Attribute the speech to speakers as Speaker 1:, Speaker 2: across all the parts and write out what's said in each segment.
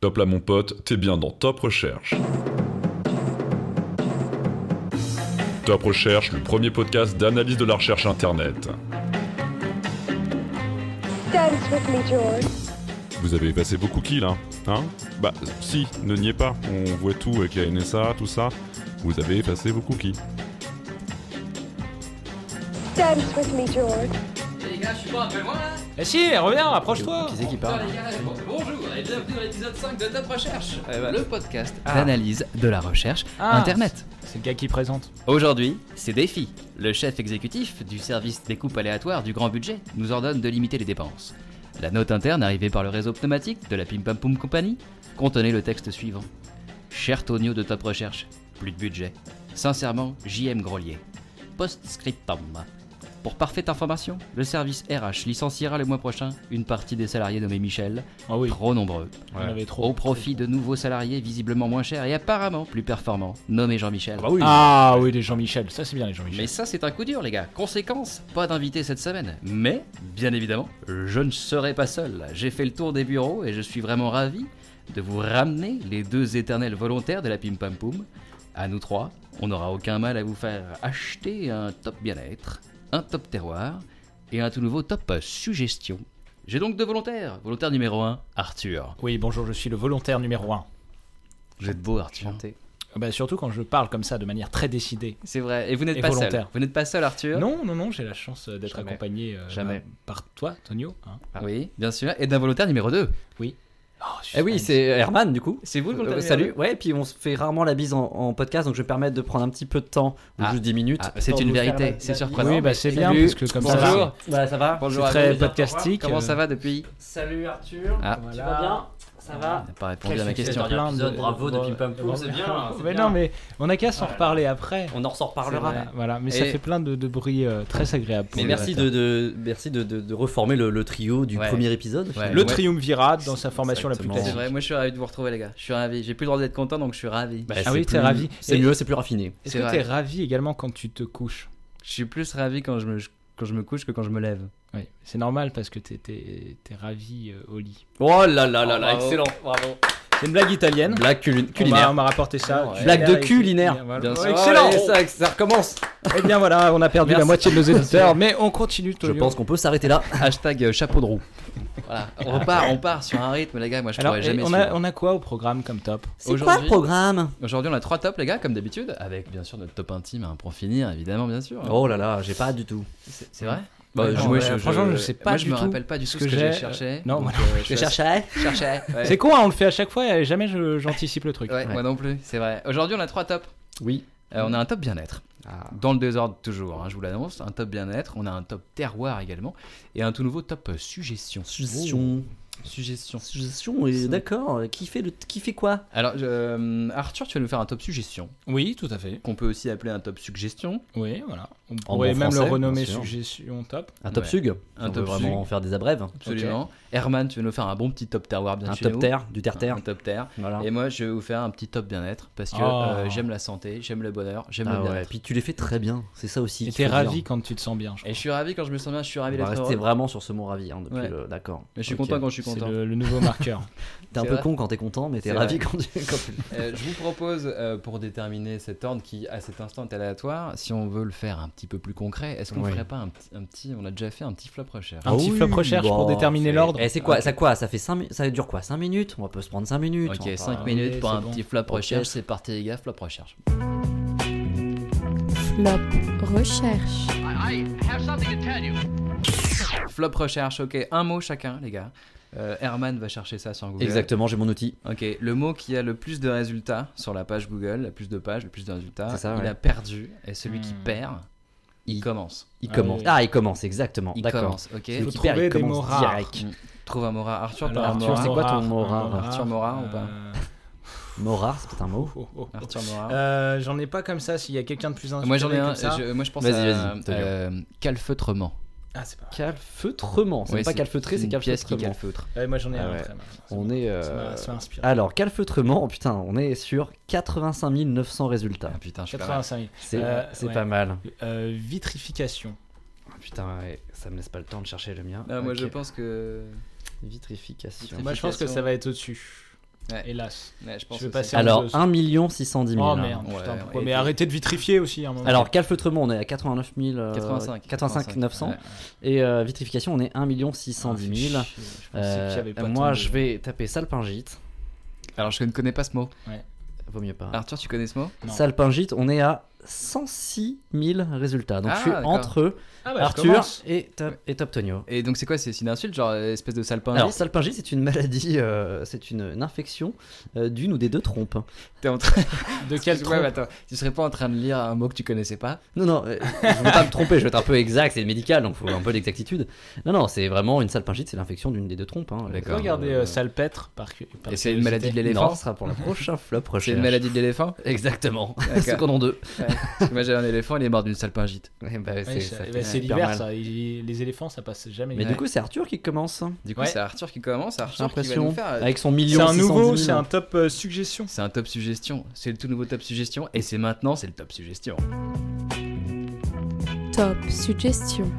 Speaker 1: Top là mon pote, t'es bien dans Top Recherche. Top Recherche, le premier podcast d'analyse de la recherche internet.
Speaker 2: Dance with me, George.
Speaker 1: Vous avez passé beaucoup qui là Hein Bah si, ne niez pas, on voit tout avec la NSA, tout ça. Vous avez effacé vos cookies.
Speaker 2: Dance with me, George.
Speaker 3: Et les gars, je suis pas un peu loin là
Speaker 4: Eh si, reviens, approche-toi
Speaker 5: Qui c'est qui
Speaker 3: Putain,
Speaker 5: parle
Speaker 3: les gars, bon- bonjour et bienvenue dans l'épisode 5 de Top Recherche,
Speaker 5: Eh ben.
Speaker 3: le podcast.
Speaker 4: Ah.
Speaker 5: L'analyse de la recherche
Speaker 4: Ah.
Speaker 5: Internet.
Speaker 4: C'est le gars qui présente.
Speaker 5: Aujourd'hui, c'est Défi. Le chef exécutif du service des coupes aléatoires du grand budget nous ordonne de limiter les dépenses. La note interne arrivée par le réseau pneumatique de la Pim Pam Poum Company contenait le texte suivant. Cher Tonio de Top Recherche, plus de budget. Sincèrement, JM Grolier. Postscriptum. Pour parfaite information, le service RH licenciera le mois prochain une partie des salariés nommés Michel,
Speaker 4: Ah oui,
Speaker 5: trop nombreux.
Speaker 4: on avait trop.
Speaker 5: Au profit de nouveaux salariés visiblement moins chers et apparemment plus performants, nommé Jean-Michel.
Speaker 4: Ah oui. Ah oui, les Jean-Michel, ça c'est bien les Jean-Michel.
Speaker 5: Mais ça, c'est un coup dur, les gars. Conséquence, pas d'invité cette semaine. Mais, bien évidemment, je ne serai pas seul. J'ai fait le tour des bureaux et je suis vraiment ravi de vous ramener les deux éternels volontaires de la Pim Pam Poum. À nous trois, on n'aura aucun mal à vous faire acheter un top bien-être, un top terroir et un tout nouveau top suggestion. J'ai donc deux volontaires. Volontaire numéro 1, Arthur.
Speaker 4: Oui, bonjour, je suis le volontaire numéro 1.
Speaker 5: Vous êtes beau, Arthur.
Speaker 4: Bah, surtout quand je parle comme ça de manière très décidée.
Speaker 5: C'est vrai. Et vous n'êtes
Speaker 4: Et
Speaker 5: pas seul.
Speaker 4: volontaire.
Speaker 5: Vous n'êtes pas seul, Arthur.
Speaker 4: Non, non, non, j'ai la chance euh, d'être
Speaker 5: Jamais.
Speaker 4: accompagné euh,
Speaker 5: Jamais.
Speaker 4: bah, par toi, Tonio. hein.
Speaker 5: Ah Oui, bien sûr. Et d'un volontaire numéro 2.
Speaker 4: Oh,
Speaker 6: Eh oui,
Speaker 4: suspense.
Speaker 6: c'est Herman du coup.
Speaker 5: C'est vous le
Speaker 6: Euh,
Speaker 5: volontaire numéro
Speaker 6: salut. Ouais, puis on se fait rarement la bise en, en podcast, donc je vais me permettre de prendre un petit peu de temps, ou
Speaker 5: Ah.
Speaker 6: juste 10 minutes.
Speaker 5: Ah, c'est une vérité, c'est surprenant.
Speaker 4: Oui, bah c'est
Speaker 6: Salut.
Speaker 4: bien, parce que comme ça,
Speaker 6: Bonjour.
Speaker 4: c'est-
Speaker 6: Bah, ça va
Speaker 4: c'est
Speaker 5: Bonjour à
Speaker 4: très
Speaker 5: vous.
Speaker 4: podcastique.
Speaker 5: Comment ça
Speaker 4: euh,
Speaker 5: va depuis
Speaker 6: Salut Arthur,
Speaker 5: Ah.
Speaker 4: voilà.
Speaker 6: Ça
Speaker 5: On n'a pas répondu à ma question.
Speaker 4: plein de-
Speaker 6: Bravo
Speaker 4: Bon,
Speaker 6: depuis Pam Poum.
Speaker 4: Euh, bon,
Speaker 3: C'est bien, c'est
Speaker 4: Mais
Speaker 3: bien.
Speaker 4: non, mais on n'a qu'à s'en reparler après.
Speaker 6: On en ressort
Speaker 4: C'est
Speaker 6: parlera.
Speaker 4: vrai, Voilà, mais ça
Speaker 5: Et-
Speaker 4: fait plein de, de bruits euh, très agréables. pour
Speaker 6: Mais
Speaker 4: les
Speaker 6: merci de,
Speaker 4: auditeurs.
Speaker 6: de- merci de, de- de reformer le, le trio du
Speaker 5: Ouais.
Speaker 6: premier épisode.
Speaker 5: Ouais.
Speaker 4: Le
Speaker 5: Ouais.
Speaker 4: triumvirat dans sa formation la plus
Speaker 6: Exactement.
Speaker 5: C'est
Speaker 4: classique.
Speaker 5: vrai, moi je suis ravi de vous retrouver les gars. Je suis ravi. J'ai plus le droit d'être content donc je suis ravi.
Speaker 6: Bah,
Speaker 4: Ah
Speaker 6: c'est
Speaker 4: oui, t'es
Speaker 6: plus-
Speaker 4: ravi.
Speaker 6: C'est
Speaker 4: Et-
Speaker 6: mieux, c'est plus raffiné.
Speaker 4: Est-ce
Speaker 5: C'est
Speaker 4: que
Speaker 5: vrai.
Speaker 4: t'es ravi également quand tu te couches
Speaker 5: Je suis plus ravi quand je me quand je me couche que quand je me lève.
Speaker 4: Oui, c'est normal parce que t'es t'es- t'es ravi euh, au lit.
Speaker 6: Oh là là là là,
Speaker 5: Bravo.
Speaker 6: excellent, bravo.
Speaker 4: C'est une blague italienne.
Speaker 6: Blague cul-
Speaker 4: On m'a- On
Speaker 6: culinaire.
Speaker 4: m'a rapporté ça.
Speaker 5: Ouais.
Speaker 6: Blague de culinaire.
Speaker 4: Voilà.
Speaker 5: Bien
Speaker 4: Ouais,
Speaker 5: sûr.
Speaker 4: Excellent.
Speaker 6: Allez, ça, ça recommence.
Speaker 4: Eh bien voilà, on a perdu la
Speaker 5: Merci.
Speaker 4: moitié de nos éditeurs, mais on continue.
Speaker 6: Je
Speaker 4: Tonio.
Speaker 6: pense qu'on peut s'arrêter là.
Speaker 5: Hashtag euh, chapeau de roue. Voilà, on repart, on part sur un rythme les gars. Moi je
Speaker 4: Alors,
Speaker 5: pourrais
Speaker 4: et
Speaker 5: jamais.
Speaker 4: on a,
Speaker 5: suivre.
Speaker 4: on a quoi au programme comme top
Speaker 6: C'est quoi
Speaker 5: Aujourd'hui-
Speaker 6: le programme
Speaker 5: Aujourd'hui on a trois tops les gars comme d'habitude avec bien sûr notre top intime hein, pour finir évidemment bien sûr.
Speaker 6: Oh là là, j'ai pas du tout.
Speaker 5: C'est c'est vrai.
Speaker 6: Bah,
Speaker 4: Non,
Speaker 6: je-
Speaker 5: Moi,
Speaker 4: ouais, franchement, je sais pas
Speaker 5: Moi, je
Speaker 4: du
Speaker 5: me
Speaker 4: tout
Speaker 5: rappelle pas du tout ce que, j'ai cherché.
Speaker 4: Non,
Speaker 5: Donc,
Speaker 4: moi,
Speaker 5: euh, je
Speaker 6: Je
Speaker 5: suis
Speaker 6: cherchais.
Speaker 5: cherchais. Ouais.
Speaker 4: c'est con, hein, on le fait à chaque fois et jamais je- j'anticipe le truc.
Speaker 5: Ouais, moi non plus, c'est vrai. Aujourd'hui, on a trois tops.
Speaker 6: Oui. Ah.
Speaker 5: Euh, on a un top bien-être. Dans le désordre, toujours, hein, je vous l'annonce. Un top bien-être. On a un top terroir également. Et un tout nouveau top euh, suggestion.
Speaker 6: Suggestion.
Speaker 5: Oh, Suggestion.
Speaker 6: Suggestion, et d'accord. Qui fait, le, qui fait quoi
Speaker 5: Alors, euh, Arthur, tu vas nous faire un top suggestion,
Speaker 4: Oui, tout à fait.
Speaker 5: qu'on peut aussi appeler un top suggestion.
Speaker 4: Oui, voilà. On
Speaker 6: En
Speaker 4: pourrait
Speaker 6: bon
Speaker 4: même
Speaker 6: français,
Speaker 4: le renommer
Speaker 6: bien sûr.
Speaker 4: suggestion top.
Speaker 6: Un top
Speaker 5: Ouais.
Speaker 6: sug
Speaker 5: Un
Speaker 6: On
Speaker 5: top
Speaker 6: veut vraiment faire des abrèves.
Speaker 5: Absolument. Herman, tu vas nous faire un bon petit top terroir, bien
Speaker 6: Un
Speaker 5: sûr.
Speaker 6: top terre, Ah. du terre-terre.
Speaker 5: Un top terre.
Speaker 6: Voilà.
Speaker 5: Et moi, je vais vous faire un petit top bien-être parce que
Speaker 4: Oh.
Speaker 5: euh, j'aime la santé, j'aime le bonheur, j'aime
Speaker 6: Ah
Speaker 5: le
Speaker 6: ouais,
Speaker 5: bien-être.
Speaker 6: puis tu les fais très bien, c'est ça aussi.
Speaker 4: Et
Speaker 6: qu'il
Speaker 4: t'es
Speaker 6: faut
Speaker 4: ravi
Speaker 6: dire.
Speaker 4: quand tu te sens bien,
Speaker 5: Et
Speaker 4: je crois.
Speaker 5: je suis ravi quand je me sens bien, je suis ravi
Speaker 6: On
Speaker 5: d'être
Speaker 6: va rester
Speaker 5: heureux.
Speaker 6: vraiment sur ce mot ravi, hein, depuis
Speaker 5: Ouais.
Speaker 6: le- d'accord.
Speaker 5: Mais je suis
Speaker 6: Ok.
Speaker 5: content quand je suis
Speaker 4: C'est
Speaker 5: content.
Speaker 4: le, le nouveau marqueur.
Speaker 6: T'es un
Speaker 5: C'est
Speaker 6: peu
Speaker 5: vrai.
Speaker 6: con quand t'es content, mais t'es
Speaker 5: C'est
Speaker 6: ravi
Speaker 5: vrai.
Speaker 6: quand tu. quand tu-
Speaker 5: Euh, je vous propose, euh, pour déterminer cet ordre qui, à cet instant, est aléatoire, si on veut le faire un petit peu plus concret, est-ce qu'on ne
Speaker 6: Oui.
Speaker 5: ferait pas un, petit- un petit. On a déjà fait un petit flop recherche.
Speaker 4: Un petit
Speaker 6: Ah oui,
Speaker 4: flop recherche pour
Speaker 6: bon,
Speaker 4: déterminer
Speaker 6: c'est-
Speaker 4: l'ordre.
Speaker 6: Eh, c'est quoi Ça quoi Ça fait 5 Ça dure quoi 5 minutes On peut se prendre 5 minutes.
Speaker 5: Ok,
Speaker 6: on va
Speaker 5: 5
Speaker 6: pas-
Speaker 5: minutes
Speaker 4: oui,
Speaker 5: pour
Speaker 4: c'est
Speaker 5: un
Speaker 4: bon.
Speaker 5: petit flop
Speaker 6: Ok.
Speaker 5: recherche, c'est parti les gars, flop recherche.
Speaker 7: Flop recherche.
Speaker 5: Flop recherche, ok, un mot chacun les gars. Euh, Herman va chercher ça sur Google.
Speaker 6: Exactement, j'ai mon outil.
Speaker 5: Ok, le mot qui a le plus de résultats sur la page Google, le plus de pages, le plus de résultats,
Speaker 6: C'est ça,
Speaker 5: il
Speaker 6: ouais.
Speaker 5: a perdu, et celui qui
Speaker 4: Hmm.
Speaker 5: perd, il commence.
Speaker 6: Il
Speaker 4: Ah
Speaker 6: commence.
Speaker 4: oui.
Speaker 6: Ah, il commence, exactement.
Speaker 5: Il
Speaker 6: D'accord.
Speaker 5: commence, ok
Speaker 6: Celui
Speaker 4: Faut
Speaker 6: qui perd,
Speaker 4: trouver
Speaker 6: il
Speaker 4: des mots
Speaker 6: commence
Speaker 4: rares.
Speaker 6: direct.
Speaker 5: Trouve un mot rare. Arthur,
Speaker 4: Alors,
Speaker 5: t'as un mot
Speaker 4: Arthur,
Speaker 5: rare
Speaker 6: c'est quoi ton mot
Speaker 4: Morin,
Speaker 6: rare
Speaker 5: Arthur Morin ou pas
Speaker 4: Euh,
Speaker 6: Mot rare, c'est peut-être un mot.
Speaker 4: oh, oh, oh.
Speaker 5: Arthur Morin.
Speaker 4: Euh, J'en ai pas comme ça. S'il y a quelqu'un de plus inspiré
Speaker 5: moi j'en ai un,
Speaker 4: comme ça.
Speaker 5: je, moi je pense
Speaker 6: Vas-y,
Speaker 5: à
Speaker 6: vas-y, t'as vu.
Speaker 5: euh, calfeutrement.
Speaker 4: Ah, c'est pas.
Speaker 6: Calfeutrement, c'est
Speaker 5: Ouais,
Speaker 6: pas calfeutré, c'est
Speaker 5: une pièce qui
Speaker 6: calfeutrement.
Speaker 5: calfeutre.
Speaker 4: Ouais, moi j'en ai
Speaker 6: Ah
Speaker 4: un.
Speaker 6: ouais.
Speaker 4: après, maintenant. C'est
Speaker 6: On
Speaker 4: bon.
Speaker 6: est. euh,
Speaker 4: Ça m'a- ça m'a inspiré.
Speaker 6: Alors, calfeutrement, putain, on est sur 85 900 résultats.
Speaker 5: Ah, putain, je suis pas mal.
Speaker 4: 85 000.
Speaker 6: C'est
Speaker 4: Euh,
Speaker 6: c'est
Speaker 4: ouais.
Speaker 6: pas mal.
Speaker 4: Euh, vitrification.
Speaker 6: Ah, Putain, ouais, ça me laisse pas le temps de chercher le mien.
Speaker 5: Ah, Moi
Speaker 6: Ok.
Speaker 5: je pense que.
Speaker 6: Vitrification.
Speaker 5: Vitrification.
Speaker 4: Moi je pense que ça va être au-dessus.
Speaker 5: Ouais.
Speaker 4: Hélas.
Speaker 5: Ouais, je pense
Speaker 4: Je vais
Speaker 5: aussi.
Speaker 4: passer
Speaker 6: Alors,
Speaker 4: en jauge.
Speaker 6: 1 610 000.
Speaker 4: Oh
Speaker 6: hein.
Speaker 4: merde,
Speaker 5: Ouais,
Speaker 4: putain,
Speaker 5: ouais,
Speaker 4: pourquoi
Speaker 5: ouais,
Speaker 4: Mais
Speaker 5: et-
Speaker 4: arrêtez de vitrifier aussi à un moment. Ah,
Speaker 6: Alors, calfeutrement, on est à 89 000. euh,
Speaker 5: 85.
Speaker 6: 85 900.
Speaker 5: Ouais.
Speaker 6: Et euh, vitrification, on est 1
Speaker 4: Ah,
Speaker 6: 610 000.
Speaker 4: c'est chier, je pensais qu'il y avait pas
Speaker 6: Euh, moi,
Speaker 4: tant de-
Speaker 6: je vais taper salpingite.
Speaker 5: Alors, je ne connais pas ce mot.
Speaker 6: Vaut mieux pas.
Speaker 5: Arthur, tu connais ce mot
Speaker 4: Ah, non.
Speaker 6: Salpingite, on est à 106 000 résultats. Donc,
Speaker 5: Ah,
Speaker 6: je suis
Speaker 5: d'accord.
Speaker 6: entre
Speaker 4: Ah bah, je
Speaker 6: Arthur
Speaker 4: commence.
Speaker 6: et Top, et Top Tonio.
Speaker 5: Et donc, c'est quoi C'est c'est une insulte, genre euh, espèce de salpingite
Speaker 6: Alors, salpingite, c'est une maladie, euh, c'est une, une infection euh, d'une ou des deux trompes.
Speaker 5: T'es en train-
Speaker 4: De quel
Speaker 5: Excuse-moi,
Speaker 4: tronc
Speaker 5: mais attends, tu serais pas en train de lire un mot que tu connaissais pas
Speaker 6: Non, non, euh, je veux pas me tromper, je vais être un peu exact, c'est médical, donc faut un peu d'exactitude. Non, non, c'est vraiment une salpingite, c'est l'infection d'une des deux trompes. Hein.
Speaker 5: D'accord.
Speaker 4: Regardez
Speaker 6: Euh,
Speaker 4: euh, Salpêtre par, cu- par
Speaker 5: Et c'est une maladie de
Speaker 4: curiosité.
Speaker 5: l'éléphant
Speaker 6: Non, ce sera pour la prochaine flop
Speaker 5: C'est
Speaker 6: prochaine.
Speaker 5: une maladie de l'éléphant
Speaker 6: Exactement.
Speaker 5: D'accord.
Speaker 6: Second en deux.
Speaker 5: Parce que Moi j'avais un éléphant, il est mort d'une salpingite.
Speaker 6: Eh ben,
Speaker 4: Ouais,
Speaker 6: c'est-
Speaker 4: ça-
Speaker 6: ça
Speaker 4: bah,
Speaker 6: fait
Speaker 4: C'est
Speaker 6: super
Speaker 4: l'hiver
Speaker 6: mal.
Speaker 4: ça, Il- les éléphants ça passe jamais.
Speaker 6: Mais
Speaker 4: l'hiver.
Speaker 6: du coup, c'est Arthur qui commence.
Speaker 5: Du coup,
Speaker 4: Ouais.
Speaker 5: c'est Arthur qui commence,
Speaker 6: J'ai
Speaker 5: Arthur qui va
Speaker 6: l'impression.
Speaker 5: nous faire. euh,
Speaker 6: Avec son million.
Speaker 4: c'est un
Speaker 6: 610 000.
Speaker 4: nouveau, c'est un top euh, suggestion.
Speaker 5: C'est un top suggestion, c'est le tout nouveau top suggestion, et c'est maintenant, c'est le top suggestion.
Speaker 7: Top suggestion.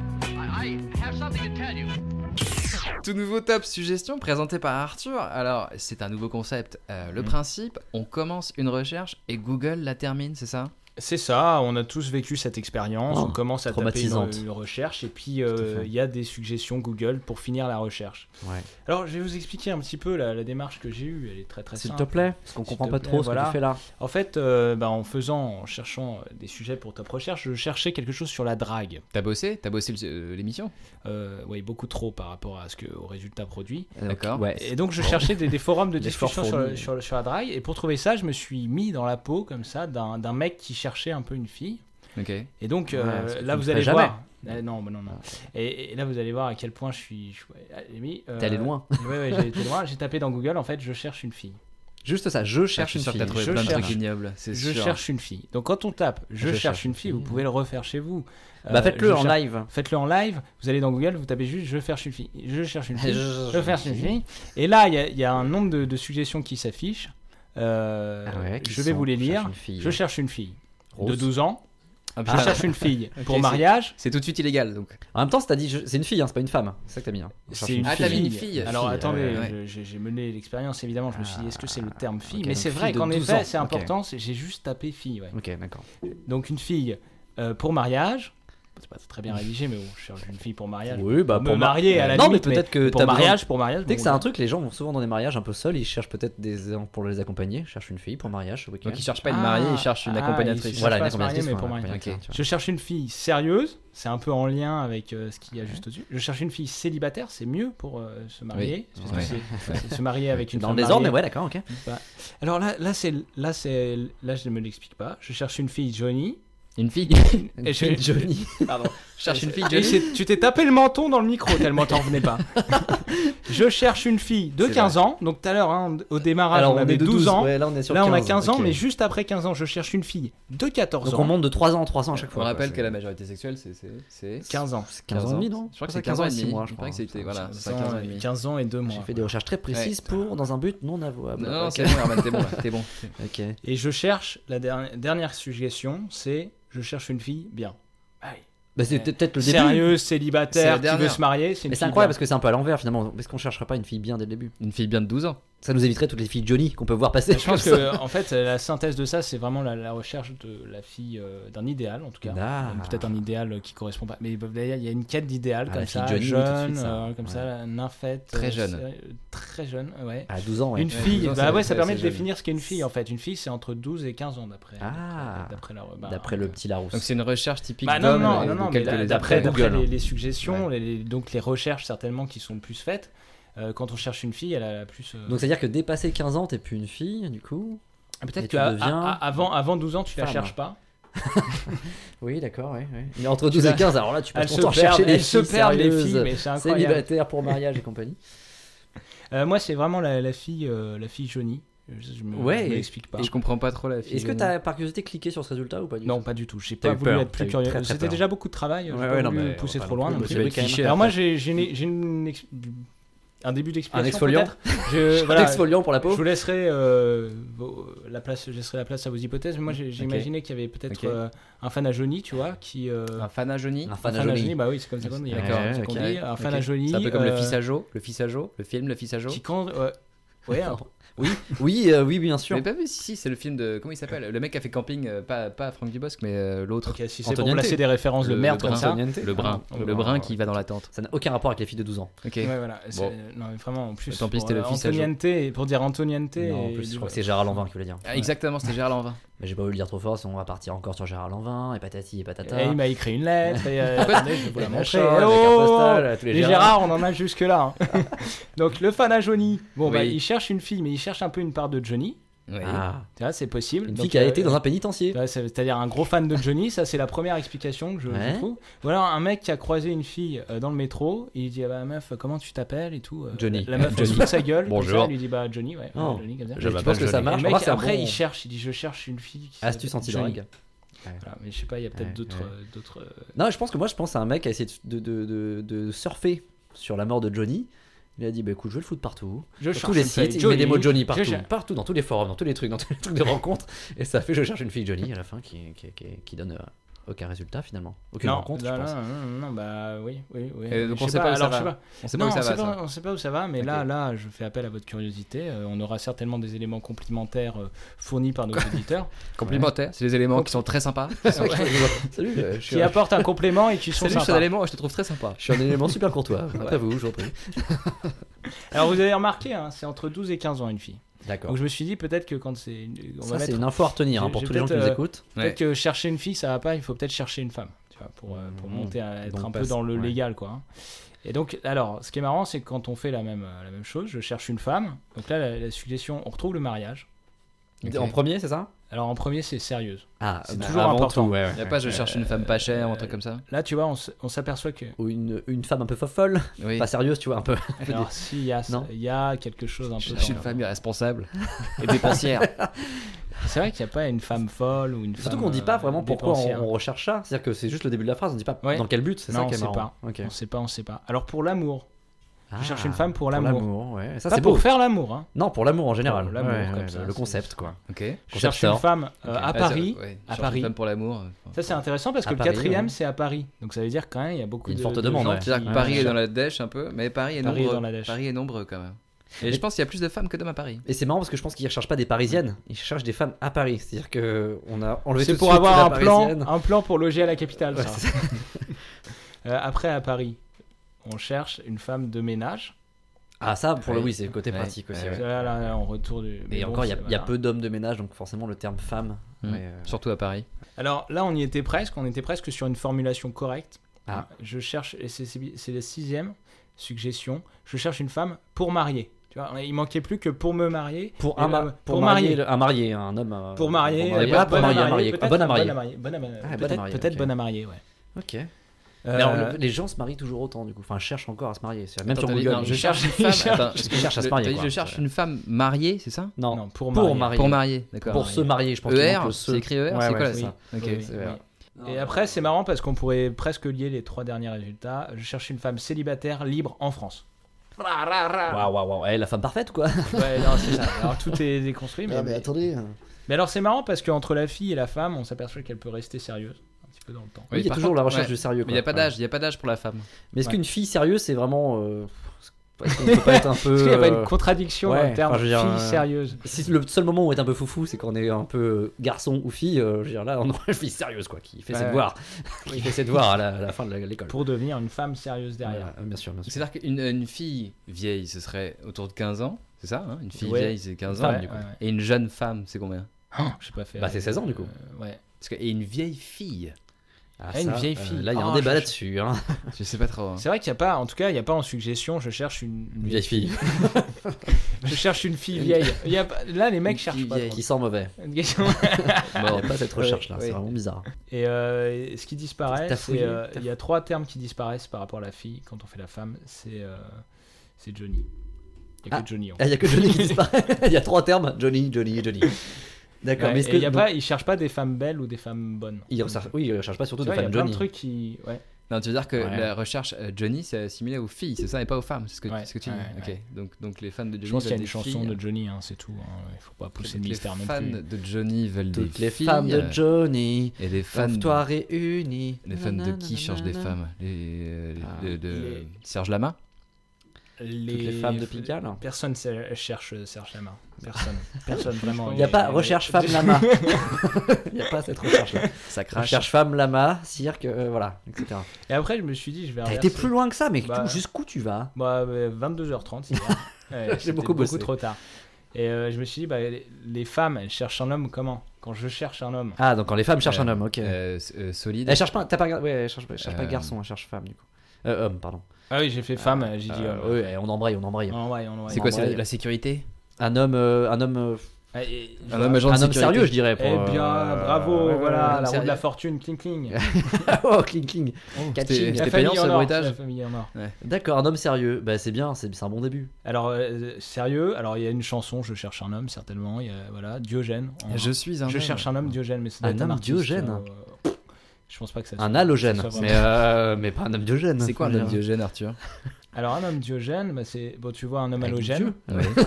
Speaker 5: Tout nouveau top suggestion présenté par Arthur. Alors, c'est un nouveau concept. Euh, le
Speaker 4: Mhm.
Speaker 5: principe, on commence une recherche et Google la termine, c'est ça
Speaker 4: C'est ça, on a tous vécu cette expérience,
Speaker 6: Oh,
Speaker 4: on commence à taper une,
Speaker 6: traumatisante.
Speaker 4: une recherche et puis euh,
Speaker 6: Tout à fait.
Speaker 4: il y a des suggestions Google pour finir la recherche.
Speaker 6: Ouais.
Speaker 4: Alors je vais vous expliquer un petit peu la, la démarche que j'ai eue, elle est très très
Speaker 6: S'il
Speaker 4: simple.
Speaker 6: te plaît, parce qu'on
Speaker 4: S'il
Speaker 6: comprend
Speaker 4: te
Speaker 6: pas
Speaker 4: plaît,
Speaker 6: trop ce que
Speaker 4: voilà.
Speaker 6: tu fais là.
Speaker 4: En fait, euh, bah, en faisant, en cherchant euh, des sujets pour top recherche, je cherchais quelque chose sur la drague.
Speaker 5: T'as bossé T'as bossé le- euh, l'émission
Speaker 4: Euh, oui, beaucoup trop par rapport à ce que, au résultat produit.
Speaker 5: D'accord.
Speaker 6: Ouais.
Speaker 4: Et donc je cherchais des, des forums de
Speaker 6: L'effort
Speaker 4: discussion sur, le-
Speaker 6: fourni.
Speaker 4: sur, le- sur la drague. Et pour trouver ça, je me suis mis dans la peau comme ça d'un d'un mec qui cherchait un peu une fille.
Speaker 5: Ok. Ah,
Speaker 4: Et donc
Speaker 6: Ouais,
Speaker 4: euh,
Speaker 6: parce que tu
Speaker 4: là
Speaker 6: ne
Speaker 4: vous
Speaker 6: ferais
Speaker 4: allez
Speaker 6: jamais.
Speaker 4: voir. Euh, non, bah non, non. Et, et là vous allez voir à quel point je suis. je- ouais, allez, oui, euh,
Speaker 6: T'es allé loin.
Speaker 4: Ouais, ouais, j'ai été loin. J'ai tapé dans Google en fait, je cherche une fille.
Speaker 6: Juste ça, je
Speaker 5: Ah, je
Speaker 6: cherche
Speaker 5: suis
Speaker 6: une
Speaker 5: sûr que t'as
Speaker 6: fille.
Speaker 5: trouvé
Speaker 4: Je
Speaker 5: plein de
Speaker 4: cherche.
Speaker 5: trucs ignobles, c'est
Speaker 4: Je
Speaker 5: sûr.
Speaker 4: cherche une fille. Donc quand on tape je, cherche, une fille, vous pouvez le refaire chez vous.
Speaker 6: Bah
Speaker 4: Euh, je
Speaker 6: faites-le en
Speaker 4: cherche-
Speaker 6: live.
Speaker 4: Faites-le en live, vous allez dans Google, vous tapez juste je cherche une fille, je cherche une fille,
Speaker 6: Je-
Speaker 4: je cherche une fille. Et là, il y a- il y, a un nombre de, de suggestions qui s'affichent. Euh,
Speaker 6: Ah ouais, qui
Speaker 4: je vais
Speaker 6: sont-
Speaker 4: vous les
Speaker 6: je cherche
Speaker 4: lire.
Speaker 6: une fille.
Speaker 4: Je cherche une fille de
Speaker 6: Rose.
Speaker 4: 12 ans.
Speaker 5: Ah,
Speaker 4: Je
Speaker 5: putain.
Speaker 4: cherche une fille pour
Speaker 5: c'est-
Speaker 4: mariage.
Speaker 5: C'est tout de suite illégal donc.
Speaker 6: En même temps, c'est- t'as dit, je- c'est une fille, hein, c'est pas une femme. C'est ça que t'as mis. hein. Je cherche
Speaker 4: C'est une
Speaker 5: Ah, t'as
Speaker 4: fille.
Speaker 5: mis une fille.
Speaker 4: Alors
Speaker 6: Fille,
Speaker 4: attendez,
Speaker 5: ouais, ouais.
Speaker 4: je- j'ai j'ai mené l'expérience évidemment. Je me suis dit, est-ce que c'est le terme fille
Speaker 6: ok,
Speaker 4: Mais
Speaker 6: donc
Speaker 4: c'est
Speaker 6: fille
Speaker 4: vrai
Speaker 6: de
Speaker 4: qu'en
Speaker 6: 12
Speaker 4: effet,
Speaker 6: ans,
Speaker 4: c'est
Speaker 6: ok.
Speaker 4: important. c'est- J'ai juste tapé fille. ouais.
Speaker 6: Ok, d'accord.
Speaker 4: Donc une fille euh, pour mariage. C'est pas très bien rédigé, mais bon, je cherche une fille pour mariage.
Speaker 6: Oui, bah
Speaker 4: me
Speaker 6: pour ma-
Speaker 4: marier à la
Speaker 6: Non, mais
Speaker 4: limite,
Speaker 6: peut-être que
Speaker 4: pour
Speaker 6: t'as besoin-
Speaker 4: mariage, pour mariage.
Speaker 6: Dès que
Speaker 4: bon,
Speaker 6: c'est un truc, les gens vont souvent dans des mariages un peu seuls, ils cherchent peut-être des gens pour les accompagner, ils cherchent une fille pour mariage ce week-end.
Speaker 5: Donc ils cherchent pas une mariée, ils cherchent une
Speaker 4: Ah,
Speaker 5: accompagnatrice.
Speaker 4: ils-
Speaker 6: voilà,
Speaker 4: cherchent
Speaker 6: une
Speaker 4: pas à se marier,
Speaker 6: accompagnatrice,
Speaker 4: mais pour
Speaker 6: ouais,
Speaker 4: marier.
Speaker 6: accompagnatrice, tu vois.
Speaker 4: Je cherche une fille sérieuse, c'est un peu en lien avec euh, ce qu'il y a juste au-dessus. Je cherche une fille célibataire, c'est mieux pour euh, se marier. parce que
Speaker 5: Ouais.
Speaker 4: c'est- c'est Se marier avec une
Speaker 6: Dans
Speaker 4: femme
Speaker 6: le désordre, mais
Speaker 4: mariée.
Speaker 6: ouais, d'accord, ok.
Speaker 4: Alors là, là, c'est, là, c'est, là, je ne me l'explique pas. Je cherche une fille Johnny.
Speaker 5: Une fille
Speaker 4: Et je-
Speaker 6: Fille Johnny.
Speaker 4: Pardon.
Speaker 5: Je cherche une fille
Speaker 4: Et
Speaker 5: Johnny.
Speaker 4: c'est- tu t'es tapé le menton dans le micro tellement t'en revenais pas. je cherche une fille de
Speaker 5: C'est
Speaker 4: 15 ans. Donc tout à l'heure, hein, au démarrage, on, avait
Speaker 6: est de
Speaker 4: 12, ans.
Speaker 6: ouais, là on est sur
Speaker 4: là,
Speaker 6: 15,
Speaker 4: on a 15 ans,
Speaker 6: ok.
Speaker 4: mais juste après 15 ans, je cherche une fille de 14
Speaker 6: Donc
Speaker 4: ans.
Speaker 6: on monte de 3 ans en 3 ans à chaque
Speaker 5: On
Speaker 6: fois.
Speaker 5: rappelle
Speaker 6: quoi,
Speaker 5: que la
Speaker 6: c'est-
Speaker 5: majorité sexuelle c'est- c'est. c'est-
Speaker 4: 15 ans.
Speaker 6: c'est 15 ans et demi, non
Speaker 5: Je crois que
Speaker 6: Ça,
Speaker 5: c'est 15 ans et
Speaker 6: six
Speaker 5: demi.
Speaker 6: mois,
Speaker 5: Je
Speaker 6: je
Speaker 5: crois
Speaker 6: crois.
Speaker 5: que c'était-
Speaker 6: Ah,
Speaker 5: voilà.
Speaker 4: 15
Speaker 5: c'est 15 ans et demi.
Speaker 4: 15 ans et 2
Speaker 6: J'ai
Speaker 4: mois.
Speaker 6: fait des recherches très précises pour dans un but non avouable.
Speaker 5: Non, non,
Speaker 6: Ok.
Speaker 5: c'est bon, Herman, t'es bon, là, t'es bon.
Speaker 6: Ok.
Speaker 4: Et je cherche, la dernière, dernière suggestion, c'est je cherche une fille bien.
Speaker 6: Bah c'est
Speaker 4: Ouais.
Speaker 6: peut-être le début.
Speaker 4: Sérieuse,
Speaker 5: C'est la
Speaker 4: célibataire, qui veut
Speaker 5: dernière.
Speaker 4: se marier, c'est une
Speaker 6: Mais c'est
Speaker 4: fille bien.
Speaker 6: incroyable parce que c'est un peu à l'envers finalement. Est-ce qu'on chercherait pas une fille bien dès le début
Speaker 5: Une fille bien de 12 ans.
Speaker 6: Ça nous éviterait toutes les filles Johnny qu'on peut voir passer.
Speaker 4: Je pense que, en fait, la synthèse de ça, c'est vraiment la, la recherche de la fille, euh, d'un idéal en tout cas.
Speaker 6: Ah.
Speaker 4: Donc, Peut-être un idéal euh, qui correspond pas. Mais bah, d'ailleurs, il y a une quête d'idéal
Speaker 6: Ah,
Speaker 4: comme
Speaker 6: la fille
Speaker 4: ça,
Speaker 6: Johnny, oui, tout de
Speaker 4: jeune,
Speaker 6: suite, ça.
Speaker 4: euh, comme
Speaker 6: Ouais.
Speaker 4: ça, la nymphette.
Speaker 5: Très jeune.
Speaker 4: série- euh, très jeune, ouais.
Speaker 6: À 12 ans, ouais.
Speaker 4: Une
Speaker 5: Ouais,
Speaker 4: fille,
Speaker 5: douze ans,
Speaker 4: bah
Speaker 5: c'est-
Speaker 4: ouais, ça
Speaker 5: c'est-
Speaker 4: permet
Speaker 5: c'est
Speaker 4: de
Speaker 5: jeune.
Speaker 4: définir ce qu'est une fille en fait. Une fille, c'est entre 12 et 15 ans d'après.
Speaker 6: Ah.
Speaker 4: D'après la. bah,
Speaker 6: D'après le petit euh, Larousse.
Speaker 5: Donc c'est une recherche typique
Speaker 4: Bah non,
Speaker 5: d'homme.
Speaker 4: non,
Speaker 5: et-
Speaker 4: non,
Speaker 5: ou
Speaker 4: non, mais
Speaker 5: quelques
Speaker 4: là,
Speaker 5: les
Speaker 4: d'après
Speaker 5: appels.
Speaker 4: d'après
Speaker 6: Google, hein.
Speaker 4: les, les suggestions, les- les- donc les recherches certainement qui sont le plus faites, euh, quand on cherche une fille, elle a la plus. euh,
Speaker 6: Donc c'est à dire que dépasser 15 ans, t'es plus une fille, du coup.
Speaker 4: Ah,
Speaker 6: et
Speaker 4: Peut-être que
Speaker 6: tu
Speaker 4: à-
Speaker 6: deviens
Speaker 4: à- avant, avant 12 ans, tu la
Speaker 6: femme.
Speaker 4: cherches pas.
Speaker 6: Oui, d'accord, oui. oui. Mais entre 12 et 15, alors là, tu
Speaker 4: Elles
Speaker 6: passes ton
Speaker 4: se
Speaker 6: temps à
Speaker 4: perdent,
Speaker 6: chercher des
Speaker 4: elles se
Speaker 6: filles
Speaker 4: perdent les
Speaker 6: sérieuses,
Speaker 4: filles, mais c'est incroyable.
Speaker 6: célibataires pour mariage et compagnie.
Speaker 4: Euh, moi, c'est vraiment la, la fille, euh, la fille Johnny. Je, je me,
Speaker 6: Ouais,
Speaker 4: je me
Speaker 6: et-
Speaker 4: l'explique pas.
Speaker 5: Et je comprends pas trop la fille.
Speaker 6: Est-ce que
Speaker 5: Johnny.
Speaker 6: t'as par curiosité cliqué sur ce résultat ou pas du
Speaker 4: Non,
Speaker 6: tout
Speaker 4: pas du tout. J'ai
Speaker 6: T'as
Speaker 4: pas
Speaker 6: eu
Speaker 4: voulu
Speaker 6: peur.
Speaker 4: être
Speaker 6: T'as
Speaker 4: plus
Speaker 6: eu
Speaker 4: curieux.
Speaker 6: très, très
Speaker 4: C'était
Speaker 6: peur.
Speaker 4: déjà beaucoup de travail. J'ai
Speaker 6: Ouais,
Speaker 4: pas
Speaker 6: ouais, non,
Speaker 4: voulu
Speaker 6: mais
Speaker 4: pousser
Speaker 6: on va
Speaker 4: trop
Speaker 6: pas
Speaker 4: loin.
Speaker 6: non
Speaker 4: non
Speaker 6: plus
Speaker 4: plus.
Speaker 6: bosser le fichier,
Speaker 4: Alors
Speaker 6: après.
Speaker 4: moi, j'ai j'ai une- j'ai une ex- un début d'explication.
Speaker 6: Un exfoliant
Speaker 4: peut-être. Je-
Speaker 6: Un
Speaker 4: voilà,
Speaker 6: exfoliant pour la
Speaker 4: Je
Speaker 6: peau
Speaker 4: vous laisserai, euh, vos- la place, je laisserai la place à vos hypothèses, mais moi j'ai j'ai
Speaker 5: Ok.
Speaker 4: imaginé qu'il y avait
Speaker 5: Ok.
Speaker 4: peut-être euh, un fan à Johnny, tu vois, qui. euh,
Speaker 5: Un fan à Johnny
Speaker 6: Un fan
Speaker 4: fan
Speaker 6: à
Speaker 4: à
Speaker 6: Johnny.
Speaker 4: Johnny, bah oui, c'est comme ça qu'on dit.
Speaker 5: D'accord,
Speaker 4: c'est qu'on
Speaker 5: ok.
Speaker 4: dit, Un fan à
Speaker 5: Ok.
Speaker 4: Johnny.
Speaker 5: C'est un peu comme le
Speaker 4: euh,
Speaker 5: fils à Jo, le fils à Jo, le film, le fils à Jo.
Speaker 4: Qui quand. ouais, ouais, un-
Speaker 6: Oui, euh, oui, bien sûr.
Speaker 5: Mais pas vu, si, si, c'est le film de. Comment il s'appelle Le mec qui a fait camping, euh, pas, pas Franck Dubosc, mais euh, l'autre.
Speaker 4: Ok, si c'est pour
Speaker 5: Antoniente.
Speaker 4: placer des références de
Speaker 5: Le
Speaker 4: merde
Speaker 5: brun.
Speaker 4: comme ça.
Speaker 6: Antoniente.
Speaker 5: Le brun.
Speaker 4: Ah,
Speaker 5: le
Speaker 4: le
Speaker 5: brun
Speaker 4: brun,
Speaker 5: qui va dans la tente.
Speaker 6: Ça n'a aucun rapport avec les filles de 12 ans.
Speaker 5: Ok.
Speaker 4: Ouais, voilà. c'est-
Speaker 5: Bon.
Speaker 4: Non, mais vraiment, en
Speaker 6: Bah,
Speaker 4: plus.
Speaker 5: Tant pis,
Speaker 4: pour,
Speaker 5: c'était le
Speaker 4: euh,
Speaker 5: fils à Joe.
Speaker 4: Antoniente, et pour dire Antoniente.
Speaker 6: Non, en
Speaker 4: et-
Speaker 6: plus, je crois que c'est Gérard Lanvin qui voulait dire.
Speaker 5: Ah, exactement, c'était Gérald Lanvin.
Speaker 6: Mais j'ai pas voulu le dire trop fort, sinon on va partir encore sur Gérard Lanvin et patati et patata.
Speaker 4: Et il m'a écrit une lettre. Et, euh, attendez, je vais vous la
Speaker 6: Et
Speaker 4: montrer.
Speaker 6: machin,
Speaker 4: Eh
Speaker 6: avec
Speaker 4: oh,
Speaker 6: un postal, à tous les
Speaker 4: les
Speaker 6: Gérards.
Speaker 4: Gérards, on en a jusque là. Donc le fan à Johnny. Bon, bah,
Speaker 5: Oui.
Speaker 4: il cherche une fille, mais il cherche un peu une part de Johnny.
Speaker 5: Oui.
Speaker 6: Ah,
Speaker 4: Tu vois, c'est possible.
Speaker 6: une
Speaker 4: Donc,
Speaker 6: fille qui a
Speaker 4: euh,
Speaker 6: été dans un pénitencier.
Speaker 4: tu vois, c'est- C'est-à-dire un gros fan de Johnny, ça c'est la première explication que je, je
Speaker 6: Ouais.
Speaker 4: trouve. Ou alors un mec qui a croisé une fille euh, dans le métro, il dit ah bah meuf comment tu t'appelles et tout. euh,
Speaker 6: Johnny.
Speaker 4: La meuf elle
Speaker 6: Johnny.
Speaker 4: se fout de sa gueule. comme ça,
Speaker 5: Bonjour.
Speaker 4: elle lui dit bah Johnny ouais.
Speaker 6: Oh.
Speaker 4: Johnny comme ça.
Speaker 5: Je
Speaker 6: Je
Speaker 5: m'appelle
Speaker 6: pense que ça
Speaker 5: Johnny.
Speaker 4: Et
Speaker 6: marche.
Speaker 4: le
Speaker 6: On va voir,
Speaker 4: mec
Speaker 6: c'est un
Speaker 4: après
Speaker 6: bon-
Speaker 4: il cherche, il dit je cherche une fille. Qui
Speaker 6: Astuce
Speaker 4: s'appelle
Speaker 6: anti-drogue.
Speaker 4: Johnny. Voilà, mais je sais pas, il y a peut-être
Speaker 6: Ouais,
Speaker 4: d'autres,
Speaker 6: ouais.
Speaker 4: euh, d'autres. euh,
Speaker 6: Non, je pense que moi, je pense à un mec qui a essayé de, de- de- de surfer sur la mort de Johnny. Il a dit, bah écoute, je vais le foutre partout.
Speaker 4: Je
Speaker 6: Sur
Speaker 4: cherche
Speaker 6: tous les
Speaker 4: une fille,
Speaker 6: sites, il met des mots Johnny
Speaker 4: je
Speaker 6: partout.
Speaker 4: cherche-
Speaker 6: Partout, dans tous les forums, dans tous les trucs, dans tous les trucs de rencontres. Et ça fait, je cherche une fille Johnny à la fin qui, qui, qui- qui donne euh, aucun résultat finalement. Aucune
Speaker 4: Non,
Speaker 6: rencontre,
Speaker 4: non,
Speaker 6: je pense.
Speaker 4: non, non, non, bah oui, oui, oui.
Speaker 5: Et donc,
Speaker 4: Je
Speaker 5: on
Speaker 4: sais
Speaker 5: sait pas où ça
Speaker 4: alors,
Speaker 5: va.
Speaker 4: je sais pas.
Speaker 5: On sait
Speaker 4: Non,
Speaker 5: pas où ça
Speaker 4: on
Speaker 5: va.
Speaker 4: sait
Speaker 5: ça.
Speaker 4: pas- on sait pas où ça va, mais là,
Speaker 5: Ok.
Speaker 4: là, je fais appel à votre curiosité. Euh, on aura certainement des éléments complémentaires euh, fournis par nos auditeurs
Speaker 5: Complimentaire, c'est des éléments qui sont très sympas. Qui sont-
Speaker 6: Salut, euh, je suis,
Speaker 4: qui
Speaker 6: un-
Speaker 4: apportent un complément et qui sont
Speaker 5: Salut, je suis un
Speaker 4: sympas.
Speaker 5: élément, je te trouve très sympa.
Speaker 6: je suis un élément super courtois. Après vous, je vous en prie.
Speaker 4: Alors, vous avez remarqué, hein, c'est entre 12 et 15 ans une fille.
Speaker 6: D'accord.
Speaker 4: Donc, je me suis dit, peut-être que quand c'est. On va
Speaker 6: Ça, c'est
Speaker 4: mettre-
Speaker 6: une info à retenir hein,
Speaker 4: J'ai-
Speaker 6: pour
Speaker 4: j'ai
Speaker 6: tous les gens qui
Speaker 4: peut-être,
Speaker 6: nous
Speaker 4: euh,
Speaker 6: écoutent.
Speaker 4: Peut-être
Speaker 5: Ouais.
Speaker 4: que chercher une fille, ça va pas, il faut peut-être chercher une femme, tu vois, pour, euh, pour
Speaker 5: Mmh.
Speaker 6: Mhm.
Speaker 4: monter à être
Speaker 6: Donc,
Speaker 4: un peu
Speaker 6: passe-
Speaker 4: dans le
Speaker 6: ouais.
Speaker 4: légal, quoi. hein. Et donc, alors, ce qui est marrant, c'est que quand on fait la même, euh, la même chose, je cherche une femme, donc là, la, la suggestion, on retrouve le mariage.
Speaker 5: Ok.
Speaker 6: En premier, c'est ça
Speaker 4: Alors, en premier, c'est sérieuse.
Speaker 6: Ah,
Speaker 4: C'est
Speaker 6: bah,
Speaker 4: toujours
Speaker 6: avant
Speaker 4: important.
Speaker 6: tout, ouais, ouais.
Speaker 5: Y a pas, je cherche une femme pas chère, un truc comme ça.
Speaker 4: Là, tu vois, on s- on s'aperçoit que.
Speaker 6: Ou une, une femme un peu fofolle,
Speaker 5: Oui.
Speaker 6: pas sérieuse, tu vois, un peu.
Speaker 4: Alors, si, il y, a ça-
Speaker 6: Non.
Speaker 4: il y a quelque chose un
Speaker 5: Je
Speaker 4: peu.
Speaker 5: cherche
Speaker 4: dans-
Speaker 5: une femme irresponsable et dépensière.
Speaker 4: C'est vrai qu'il n'y a pas une femme folle ou une
Speaker 6: Surtout
Speaker 4: femme,
Speaker 6: qu'on dit pas
Speaker 4: euh,
Speaker 6: vraiment pourquoi
Speaker 4: dépensière.
Speaker 6: on, on recherche ça. C'est-à-dire que c'est juste le début de la phrase, on dit pas
Speaker 4: Ouais.
Speaker 6: dans quel but, c'est ça
Speaker 4: Non,
Speaker 6: qui est
Speaker 4: on sait
Speaker 6: marrant. Ok.
Speaker 4: On sait pas, on sait pas. Alors, pour l'amour,
Speaker 6: Ah,
Speaker 4: je cherche une femme pour
Speaker 6: pour
Speaker 4: l'amour.
Speaker 6: l'amour. ouais. Ça,
Speaker 4: Pas
Speaker 6: c'est
Speaker 4: pour
Speaker 6: beau.
Speaker 4: faire l'amour, hein.
Speaker 6: Non, pour l'amour en général.
Speaker 4: Pour l'amour,
Speaker 6: Ouais,
Speaker 4: comme
Speaker 6: ouais,
Speaker 4: ça,
Speaker 6: le- Le
Speaker 4: c'est-
Speaker 6: concept, quoi.
Speaker 5: Ok.
Speaker 4: Je cherche une
Speaker 6: Concepteur.
Speaker 4: femme euh,
Speaker 5: Ok.
Speaker 4: à
Speaker 5: Ah, ça,
Speaker 4: Paris.
Speaker 5: ouais. Je
Speaker 4: à
Speaker 5: cherche
Speaker 4: Paris.
Speaker 5: Une femme pour l'amour.
Speaker 4: Ça, c'est intéressant parce
Speaker 6: À
Speaker 4: que le
Speaker 6: Paris,
Speaker 4: quatrième,
Speaker 6: ouais.
Speaker 4: c'est à Paris. Donc ça veut dire quand même, il y a beaucoup
Speaker 6: Il y a
Speaker 4: de.
Speaker 6: une forte
Speaker 4: de
Speaker 6: demande,
Speaker 4: gens
Speaker 6: ouais.
Speaker 4: qui-
Speaker 5: C'est-à-dire que
Speaker 6: Ouais.
Speaker 5: Paris est dans la dèche un peu, mais Paris est
Speaker 4: Paris est
Speaker 5: nombreux.
Speaker 4: dans la dèche.
Speaker 5: Paris est nombreux quand même. Et je pense qu'il y a plus de femmes que d'hommes à Paris.
Speaker 6: Et c'est marrant parce que je pense qu'ils recherchent pas des parisiennes, ils cherchent des femmes à Paris. C'est-à-dire que on a enlevé
Speaker 4: C'est
Speaker 6: tout de
Speaker 4: pour
Speaker 6: suite
Speaker 4: avoir un
Speaker 6: la
Speaker 4: plan,
Speaker 6: parisienne.
Speaker 4: un plan pour loger à la capitale.
Speaker 6: Ouais,
Speaker 4: ça.
Speaker 6: c'est ça.
Speaker 4: Euh, après, à Paris, on cherche une femme de ménage.
Speaker 6: Ah, ça, pour le
Speaker 5: Ouais.
Speaker 6: oui, c'est le côté
Speaker 5: Ouais.
Speaker 6: pratique aussi.
Speaker 5: Ouais.
Speaker 6: ouais.
Speaker 4: Là, là, là, on retourne du. mais
Speaker 6: Et
Speaker 4: bon,
Speaker 6: encore, il y a-
Speaker 4: c'est-
Speaker 6: il y a
Speaker 4: voilà.
Speaker 6: peu d'hommes de ménage, donc forcément, le terme femme.
Speaker 5: Hmm.
Speaker 6: ouais, euh,
Speaker 5: Surtout à Paris.
Speaker 4: Alors là, on y était presque. On était presque sur une formulation correcte.
Speaker 6: Ah.
Speaker 4: Je cherche, et c'est c'est- c'est la sixième suggestion. Je cherche une femme pour marier. Tu vois, il manquait plus que pour me marier.
Speaker 6: Pour
Speaker 4: Et
Speaker 6: un
Speaker 4: là,
Speaker 6: ma- pour marier, le- un marié, un homme. euh,
Speaker 4: Pour marier,
Speaker 6: pour marier,
Speaker 4: euh,
Speaker 6: pas pour
Speaker 4: bonne
Speaker 6: marier,
Speaker 4: à
Speaker 6: un
Speaker 4: marier,
Speaker 6: marié, un
Speaker 4: peut-être,
Speaker 6: bon à marier.
Speaker 4: Bonne à marier.
Speaker 6: Ah, bonne à
Speaker 4: Peut-être
Speaker 6: marier,
Speaker 4: peut-être
Speaker 6: ok.
Speaker 4: bonne à marier, ouais.
Speaker 6: Ok.
Speaker 4: Euh,
Speaker 6: Mais alors, le- les gens se marient toujours autant, du coup. Enfin, cherchent encore à se marier. C'est- Même
Speaker 5: Attends,
Speaker 6: sur
Speaker 5: t'as dit-
Speaker 6: Google.
Speaker 5: non,
Speaker 6: ils-
Speaker 5: je cherche une
Speaker 4: ils
Speaker 5: femme.
Speaker 4: cherchent-
Speaker 5: attends,
Speaker 6: ils cherchent à se
Speaker 5: le-
Speaker 6: marier,
Speaker 5: t'as dit,
Speaker 6: quoi.
Speaker 5: Je cherche une femme mariée, c'est ça
Speaker 6: Non,
Speaker 4: Non,
Speaker 6: pour,
Speaker 4: pour
Speaker 6: marier.
Speaker 4: marier.
Speaker 5: Pour marier, d'accord.
Speaker 6: Pour se marier, je pense.
Speaker 5: ER,
Speaker 6: qu'on peut se-
Speaker 5: c'est écrit ER,
Speaker 6: Ouais,
Speaker 5: c'est
Speaker 6: ouais,
Speaker 5: quoi
Speaker 6: c'est
Speaker 5: ça Ok,
Speaker 4: Oui,
Speaker 5: c'est
Speaker 4: oui,
Speaker 5: ER.
Speaker 4: oui. Et après, c'est marrant parce qu'on pourrait presque lier les trois derniers résultats. Je cherche une femme célibataire libre en France.
Speaker 6: Waouh, waouh, waouh. Eh, la femme parfaite, quoi.
Speaker 4: Ouais, non, c'est ça. Alors tout est déconstruit. Ah, Mais, mais,
Speaker 6: attendez.
Speaker 4: alors, c'est marrant parce qu'entre la fille et la femme, on s'aperçoit qu'elle peut rester sérieuse un petit peu dans le temps.
Speaker 6: Oui, il y a
Speaker 5: par
Speaker 6: toujours
Speaker 5: contre,
Speaker 6: la recherche
Speaker 5: ouais.
Speaker 6: de sérieux.
Speaker 5: Mais il n'y a pas d'âge, il n'y a pas d'âge pour la femme.
Speaker 6: Mais est-ce
Speaker 4: Ouais.
Speaker 6: qu'une fille sérieuse, c'est vraiment. euh, Est-ce qu'on peut pas être un peu.
Speaker 4: Est-ce qu'il n'y a pas
Speaker 6: euh,
Speaker 4: une contradiction
Speaker 6: ouais,
Speaker 4: dans le terme
Speaker 6: enfin, je veux dire,
Speaker 4: fille
Speaker 6: euh,
Speaker 4: sérieuse
Speaker 6: si le seul moment où on est un peu foufou, c'est quand on est un peu euh, garçon ou fille. euh, je veux dire, là, on a une fille sérieuse, quoi, qui fait ses
Speaker 4: Ouais.
Speaker 6: devoirs. qui fait ses devoirs à la, à la fin de la- l'école.
Speaker 4: pour devenir une femme sérieuse derrière
Speaker 6: Voilà, bien sûr, bien sûr.
Speaker 5: C'est-à-dire qu'une une fille vieille, ce serait autour de 15 ans, c'est ça hein Une fille
Speaker 4: Ouais.
Speaker 5: vieille, c'est 15
Speaker 4: Femme,
Speaker 5: ans.
Speaker 4: du coup. Ouais, ouais.
Speaker 5: Et une jeune femme, c'est combien
Speaker 4: Oh, J'ai pas fait.
Speaker 6: Bah, c'est 16 ans, du coup.
Speaker 4: euh, ouais.
Speaker 5: Parce que- Et une vieille fille
Speaker 6: Ah,
Speaker 4: Eh, une vieille
Speaker 6: euh,
Speaker 4: fille.
Speaker 6: là, il y a un
Speaker 4: Oh,
Speaker 6: débat
Speaker 4: je-
Speaker 6: là-dessus. hein.
Speaker 5: Je sais pas trop. hein.
Speaker 4: C'est vrai qu'il n'y a pas, en tout cas, il n'y a pas en suggestion, je cherche une,
Speaker 6: Une vieille fille
Speaker 4: je cherche une fille vieille. Il y a pas- là, les mecs
Speaker 5: Une
Speaker 4: cherchent
Speaker 5: fille
Speaker 4: pas.
Speaker 5: vieille.
Speaker 6: qui sent mauvais.
Speaker 4: trop. Une question-
Speaker 6: Il
Speaker 5: Bon.
Speaker 6: n'y a pas cette recherche là,
Speaker 5: Ouais,
Speaker 6: c'est
Speaker 5: ouais.
Speaker 6: vraiment bizarre.
Speaker 4: Et euh, ce qui disparaît,
Speaker 6: T'as
Speaker 4: c'est,
Speaker 6: fouillé,
Speaker 4: euh,
Speaker 6: t'as
Speaker 4: il y a trois termes qui disparaissent par rapport à la fille quand on fait la femme. C'est euh, c'est Johnny. Il n'y a
Speaker 6: Ah.
Speaker 4: que Johnny. En fait.
Speaker 6: Il n'y a que Johnny qui disparaît. Il y a trois termes Johnny, Johnny, Johnny. D'accord,
Speaker 4: Ouais,
Speaker 6: mais est-ce
Speaker 4: et
Speaker 6: que.
Speaker 4: il y a
Speaker 6: donc,
Speaker 4: pas, ils cherchent pas des femmes belles ou des femmes bonnes.
Speaker 6: il recherche, oui, il recherche pas surtout
Speaker 4: Tu
Speaker 6: de
Speaker 4: vois, il y a
Speaker 6: femmes
Speaker 4: plein de
Speaker 6: Johnny.
Speaker 4: trucs qui. Ouais.
Speaker 5: Non, tu veux dire que
Speaker 6: Ouais.
Speaker 5: la recherche euh, Johnny, c'est assimilé aux filles, c'est ça, et pas aux femmes, c'est ce que,
Speaker 4: Ouais,
Speaker 5: ce que tu dis.
Speaker 4: ouais,
Speaker 5: Ok. Donc, donc les fans de Johnny
Speaker 4: Je pense qu'il y a
Speaker 5: veulent
Speaker 4: une
Speaker 5: des
Speaker 4: chanson
Speaker 5: filles.
Speaker 4: de Johnny, hein, c'est tout. hein. Il faut pas pousser
Speaker 5: Donc,
Speaker 4: le
Speaker 5: les
Speaker 4: mystère non
Speaker 5: fans
Speaker 4: plus.
Speaker 5: de Johnny veulent
Speaker 6: Toutes
Speaker 5: des
Speaker 6: les
Speaker 5: filles.
Speaker 6: femmes de
Speaker 5: euh,
Speaker 6: Johnny,
Speaker 5: Et les fans de-
Speaker 6: lève-toi réunis.
Speaker 5: Les fans de qui
Speaker 6: Nanana,
Speaker 5: cherchent des
Speaker 6: nanana.
Speaker 5: femmes les, euh,
Speaker 6: Ah.
Speaker 5: de, de-
Speaker 4: Il est-
Speaker 5: Serge Lama
Speaker 4: les,
Speaker 6: les femmes de Pigalle, hein.
Speaker 4: Personne se- euh, cherche Serge Lama. Personne. Personne vraiment.
Speaker 6: Il n'y a pas recherche femme lama. Il n'y a pas cette recherche là.
Speaker 5: Ça crache.
Speaker 6: Recherche femme lama, cirque, euh, voilà, etc.
Speaker 4: Et après, je me suis dit, je vais.
Speaker 6: T'as
Speaker 4: inverser.
Speaker 6: été plus loin que ça, mais
Speaker 4: Ah, Bah,
Speaker 6: tout-
Speaker 4: ouais.
Speaker 6: jusqu'où tu vas
Speaker 4: Bah, ouais, 22h30, hier. Ouais,
Speaker 6: J'ai
Speaker 4: c'était
Speaker 6: beaucoup bossé.
Speaker 4: trop tard. Et euh, je me suis dit, bah, les, les femmes, elles cherchent un homme comment Quand je cherche un homme.
Speaker 6: Ah, donc quand les femmes cherchent un homme, ok.
Speaker 5: Euh, s- euh, solide.
Speaker 4: Eh,
Speaker 6: Elle cherche pas, t'as pas, regardé- ouais, elle cherche, elle cherche pas
Speaker 5: Euh,
Speaker 6: garçon, elle cherche femme du coup. Euh, homme, pardon.
Speaker 4: Ah oui, j'ai fait femme, j'ai dit
Speaker 6: Euh,
Speaker 4: homme.
Speaker 6: oui, ouais, on embraye, on embraye.
Speaker 4: On l'envoie, on l'envoie.
Speaker 5: C'est quoi
Speaker 6: Embraye.
Speaker 5: c'est la sécurité
Speaker 6: Un homme, euh, un homme, euh,
Speaker 4: Ah, et-
Speaker 5: Un homme agent de
Speaker 6: un homme
Speaker 5: sécurité.
Speaker 6: sérieux, je dirais. Pour,
Speaker 4: Eh bien,
Speaker 6: euh,
Speaker 4: bravo,
Speaker 6: ouais,
Speaker 4: voilà,
Speaker 5: ouais,
Speaker 4: la roue de
Speaker 5: sérieux.
Speaker 4: la fortune, cling cling.
Speaker 6: oh, cling cling.
Speaker 5: c'était-
Speaker 6: Catching.
Speaker 5: c'était-
Speaker 4: La
Speaker 5: payant,
Speaker 4: famille
Speaker 5: ça,
Speaker 4: en
Speaker 5: le
Speaker 4: or,
Speaker 5: bruitage
Speaker 4: c'est la famille en or.
Speaker 6: D'accord, un homme sérieux. Bah, c'est bien, c'est c'est un bon début.
Speaker 4: Alors, euh, sérieux, alors il y a une chanson, Je cherche un homme, certainement, il y a, voilà, Diogène.
Speaker 6: Ah,
Speaker 4: En-
Speaker 5: Je suis un.
Speaker 4: Je
Speaker 5: homme.
Speaker 4: cherche un homme Diogène, mais c'est
Speaker 6: Un homme Diogène
Speaker 4: Je pense pas que ça
Speaker 6: Un
Speaker 4: soit-
Speaker 6: halogène,
Speaker 4: ça soit
Speaker 6: mais,
Speaker 4: vraiment-
Speaker 6: euh, mais pas un homme diogène.
Speaker 5: C'est quoi
Speaker 6: faut
Speaker 5: un homme
Speaker 6: dire.
Speaker 5: diogène, Arthur
Speaker 4: Alors, un homme Diogène, bah, c'est. Bon, tu vois, un homme
Speaker 6: Avec des
Speaker 4: halogène.
Speaker 6: yeux.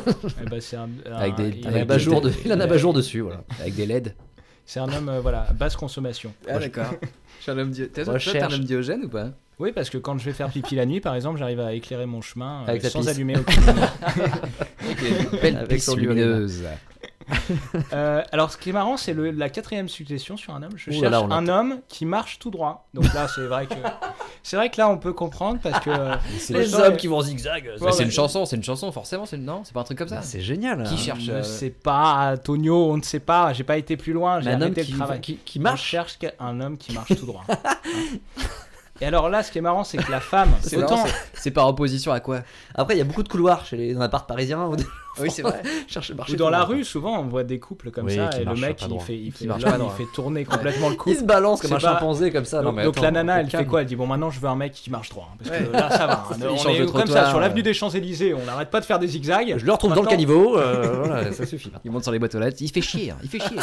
Speaker 4: eh ben, c'est un,
Speaker 5: Avec des-
Speaker 4: il-
Speaker 6: Il a un
Speaker 5: Avec
Speaker 6: abat-jour
Speaker 5: des-
Speaker 6: de- il a un abat-jour dessus, voilà.
Speaker 5: Avec des LED.
Speaker 4: C'est un homme, euh, voilà, à basse consommation.
Speaker 5: Ah d'accord. Je suis un homme diogène. Toi,
Speaker 6: Recherche.
Speaker 5: t'es un homme diogène ou pas
Speaker 4: Oui, parce que quand je vais faire pipi la nuit, par exemple, j'arrive à éclairer mon chemin euh,
Speaker 6: Avec la
Speaker 4: sans
Speaker 6: pisse.
Speaker 4: allumer aucune lumière.
Speaker 5: Ok. Belle
Speaker 6: Avec
Speaker 5: piste
Speaker 6: son urine.
Speaker 5: lumineuse.
Speaker 4: Euh, alors, ce qui est marrant, c'est le- la quatrième suggestion sur un homme. Je
Speaker 6: Ouh là
Speaker 4: cherche
Speaker 6: là, on
Speaker 4: un homme qui marche tout droit. Donc là, c'est vrai que c'est vrai que là, on peut comprendre parce que euh,
Speaker 6: Les
Speaker 4: Ouais,
Speaker 6: hommes
Speaker 4: ouais.
Speaker 6: qui vont zigzag.
Speaker 5: Mais
Speaker 4: Ouais,
Speaker 5: Bah, c'est
Speaker 4: ouais.
Speaker 5: une chanson, c'est une chanson, forcément. c'est- Non, c'est pas un truc comme ça.
Speaker 6: Bah, C'est génial.
Speaker 5: Qui cherche
Speaker 4: Ah, je ne
Speaker 5: euh,
Speaker 4: sais pas, Tonio, on ne sait pas. J'ai pas été plus loin. J'ai
Speaker 6: Mais un homme
Speaker 4: arrêté
Speaker 6: qui,
Speaker 4: le travail.
Speaker 6: qui- qui
Speaker 4: On
Speaker 6: marche.
Speaker 4: cherche quel- un homme qui marche tout droit. Hein. Et alors là, ce qui est marrant, c'est que la femme,
Speaker 5: C'est
Speaker 4: autant
Speaker 5: marrant, c'est- c'est par opposition à quoi
Speaker 6: Après, il y a beaucoup de couloirs chez les, dans l'appart parisien. Où...
Speaker 5: Oui, c'est vrai.
Speaker 6: cherche
Speaker 4: Ou dans la rue, souvent, on voit des couples comme
Speaker 6: Oui,
Speaker 4: ça,
Speaker 6: qui
Speaker 4: et le
Speaker 6: marchent
Speaker 4: mec,
Speaker 6: pas
Speaker 4: il
Speaker 6: droit.
Speaker 4: fait, il
Speaker 5: Qui
Speaker 4: fait,
Speaker 5: marchent
Speaker 4: l'homme,
Speaker 5: pas
Speaker 4: il
Speaker 5: droit.
Speaker 4: fait tourner complètement le
Speaker 6: Il
Speaker 4: couple.
Speaker 6: se balance comme
Speaker 4: C'est
Speaker 6: un
Speaker 4: pas-
Speaker 6: chimpanzé comme ça. non,
Speaker 4: donc,
Speaker 6: mais
Speaker 4: donc
Speaker 6: attends,
Speaker 4: la nana,
Speaker 6: faut
Speaker 4: elle
Speaker 6: te
Speaker 4: fait
Speaker 6: calmer.
Speaker 4: quoi Elle dit Bon, maintenant, je veux un mec qui marche droit. hein, parce que là, ça va. hein.
Speaker 6: Il
Speaker 4: on
Speaker 6: change
Speaker 4: est
Speaker 6: de
Speaker 4: comme ça,
Speaker 6: trottoir,
Speaker 4: sur l'avenue
Speaker 6: euh.
Speaker 4: des Champs-Élysées, on n'arrête pas de faire des zigzags.
Speaker 6: Je le retrouve dans le
Speaker 4: Maintenant-
Speaker 6: caniveau. euh, voilà, ça suffit.
Speaker 5: Il monte sur les boîtes aux lettres. Il fait chier, hein, il fait chier.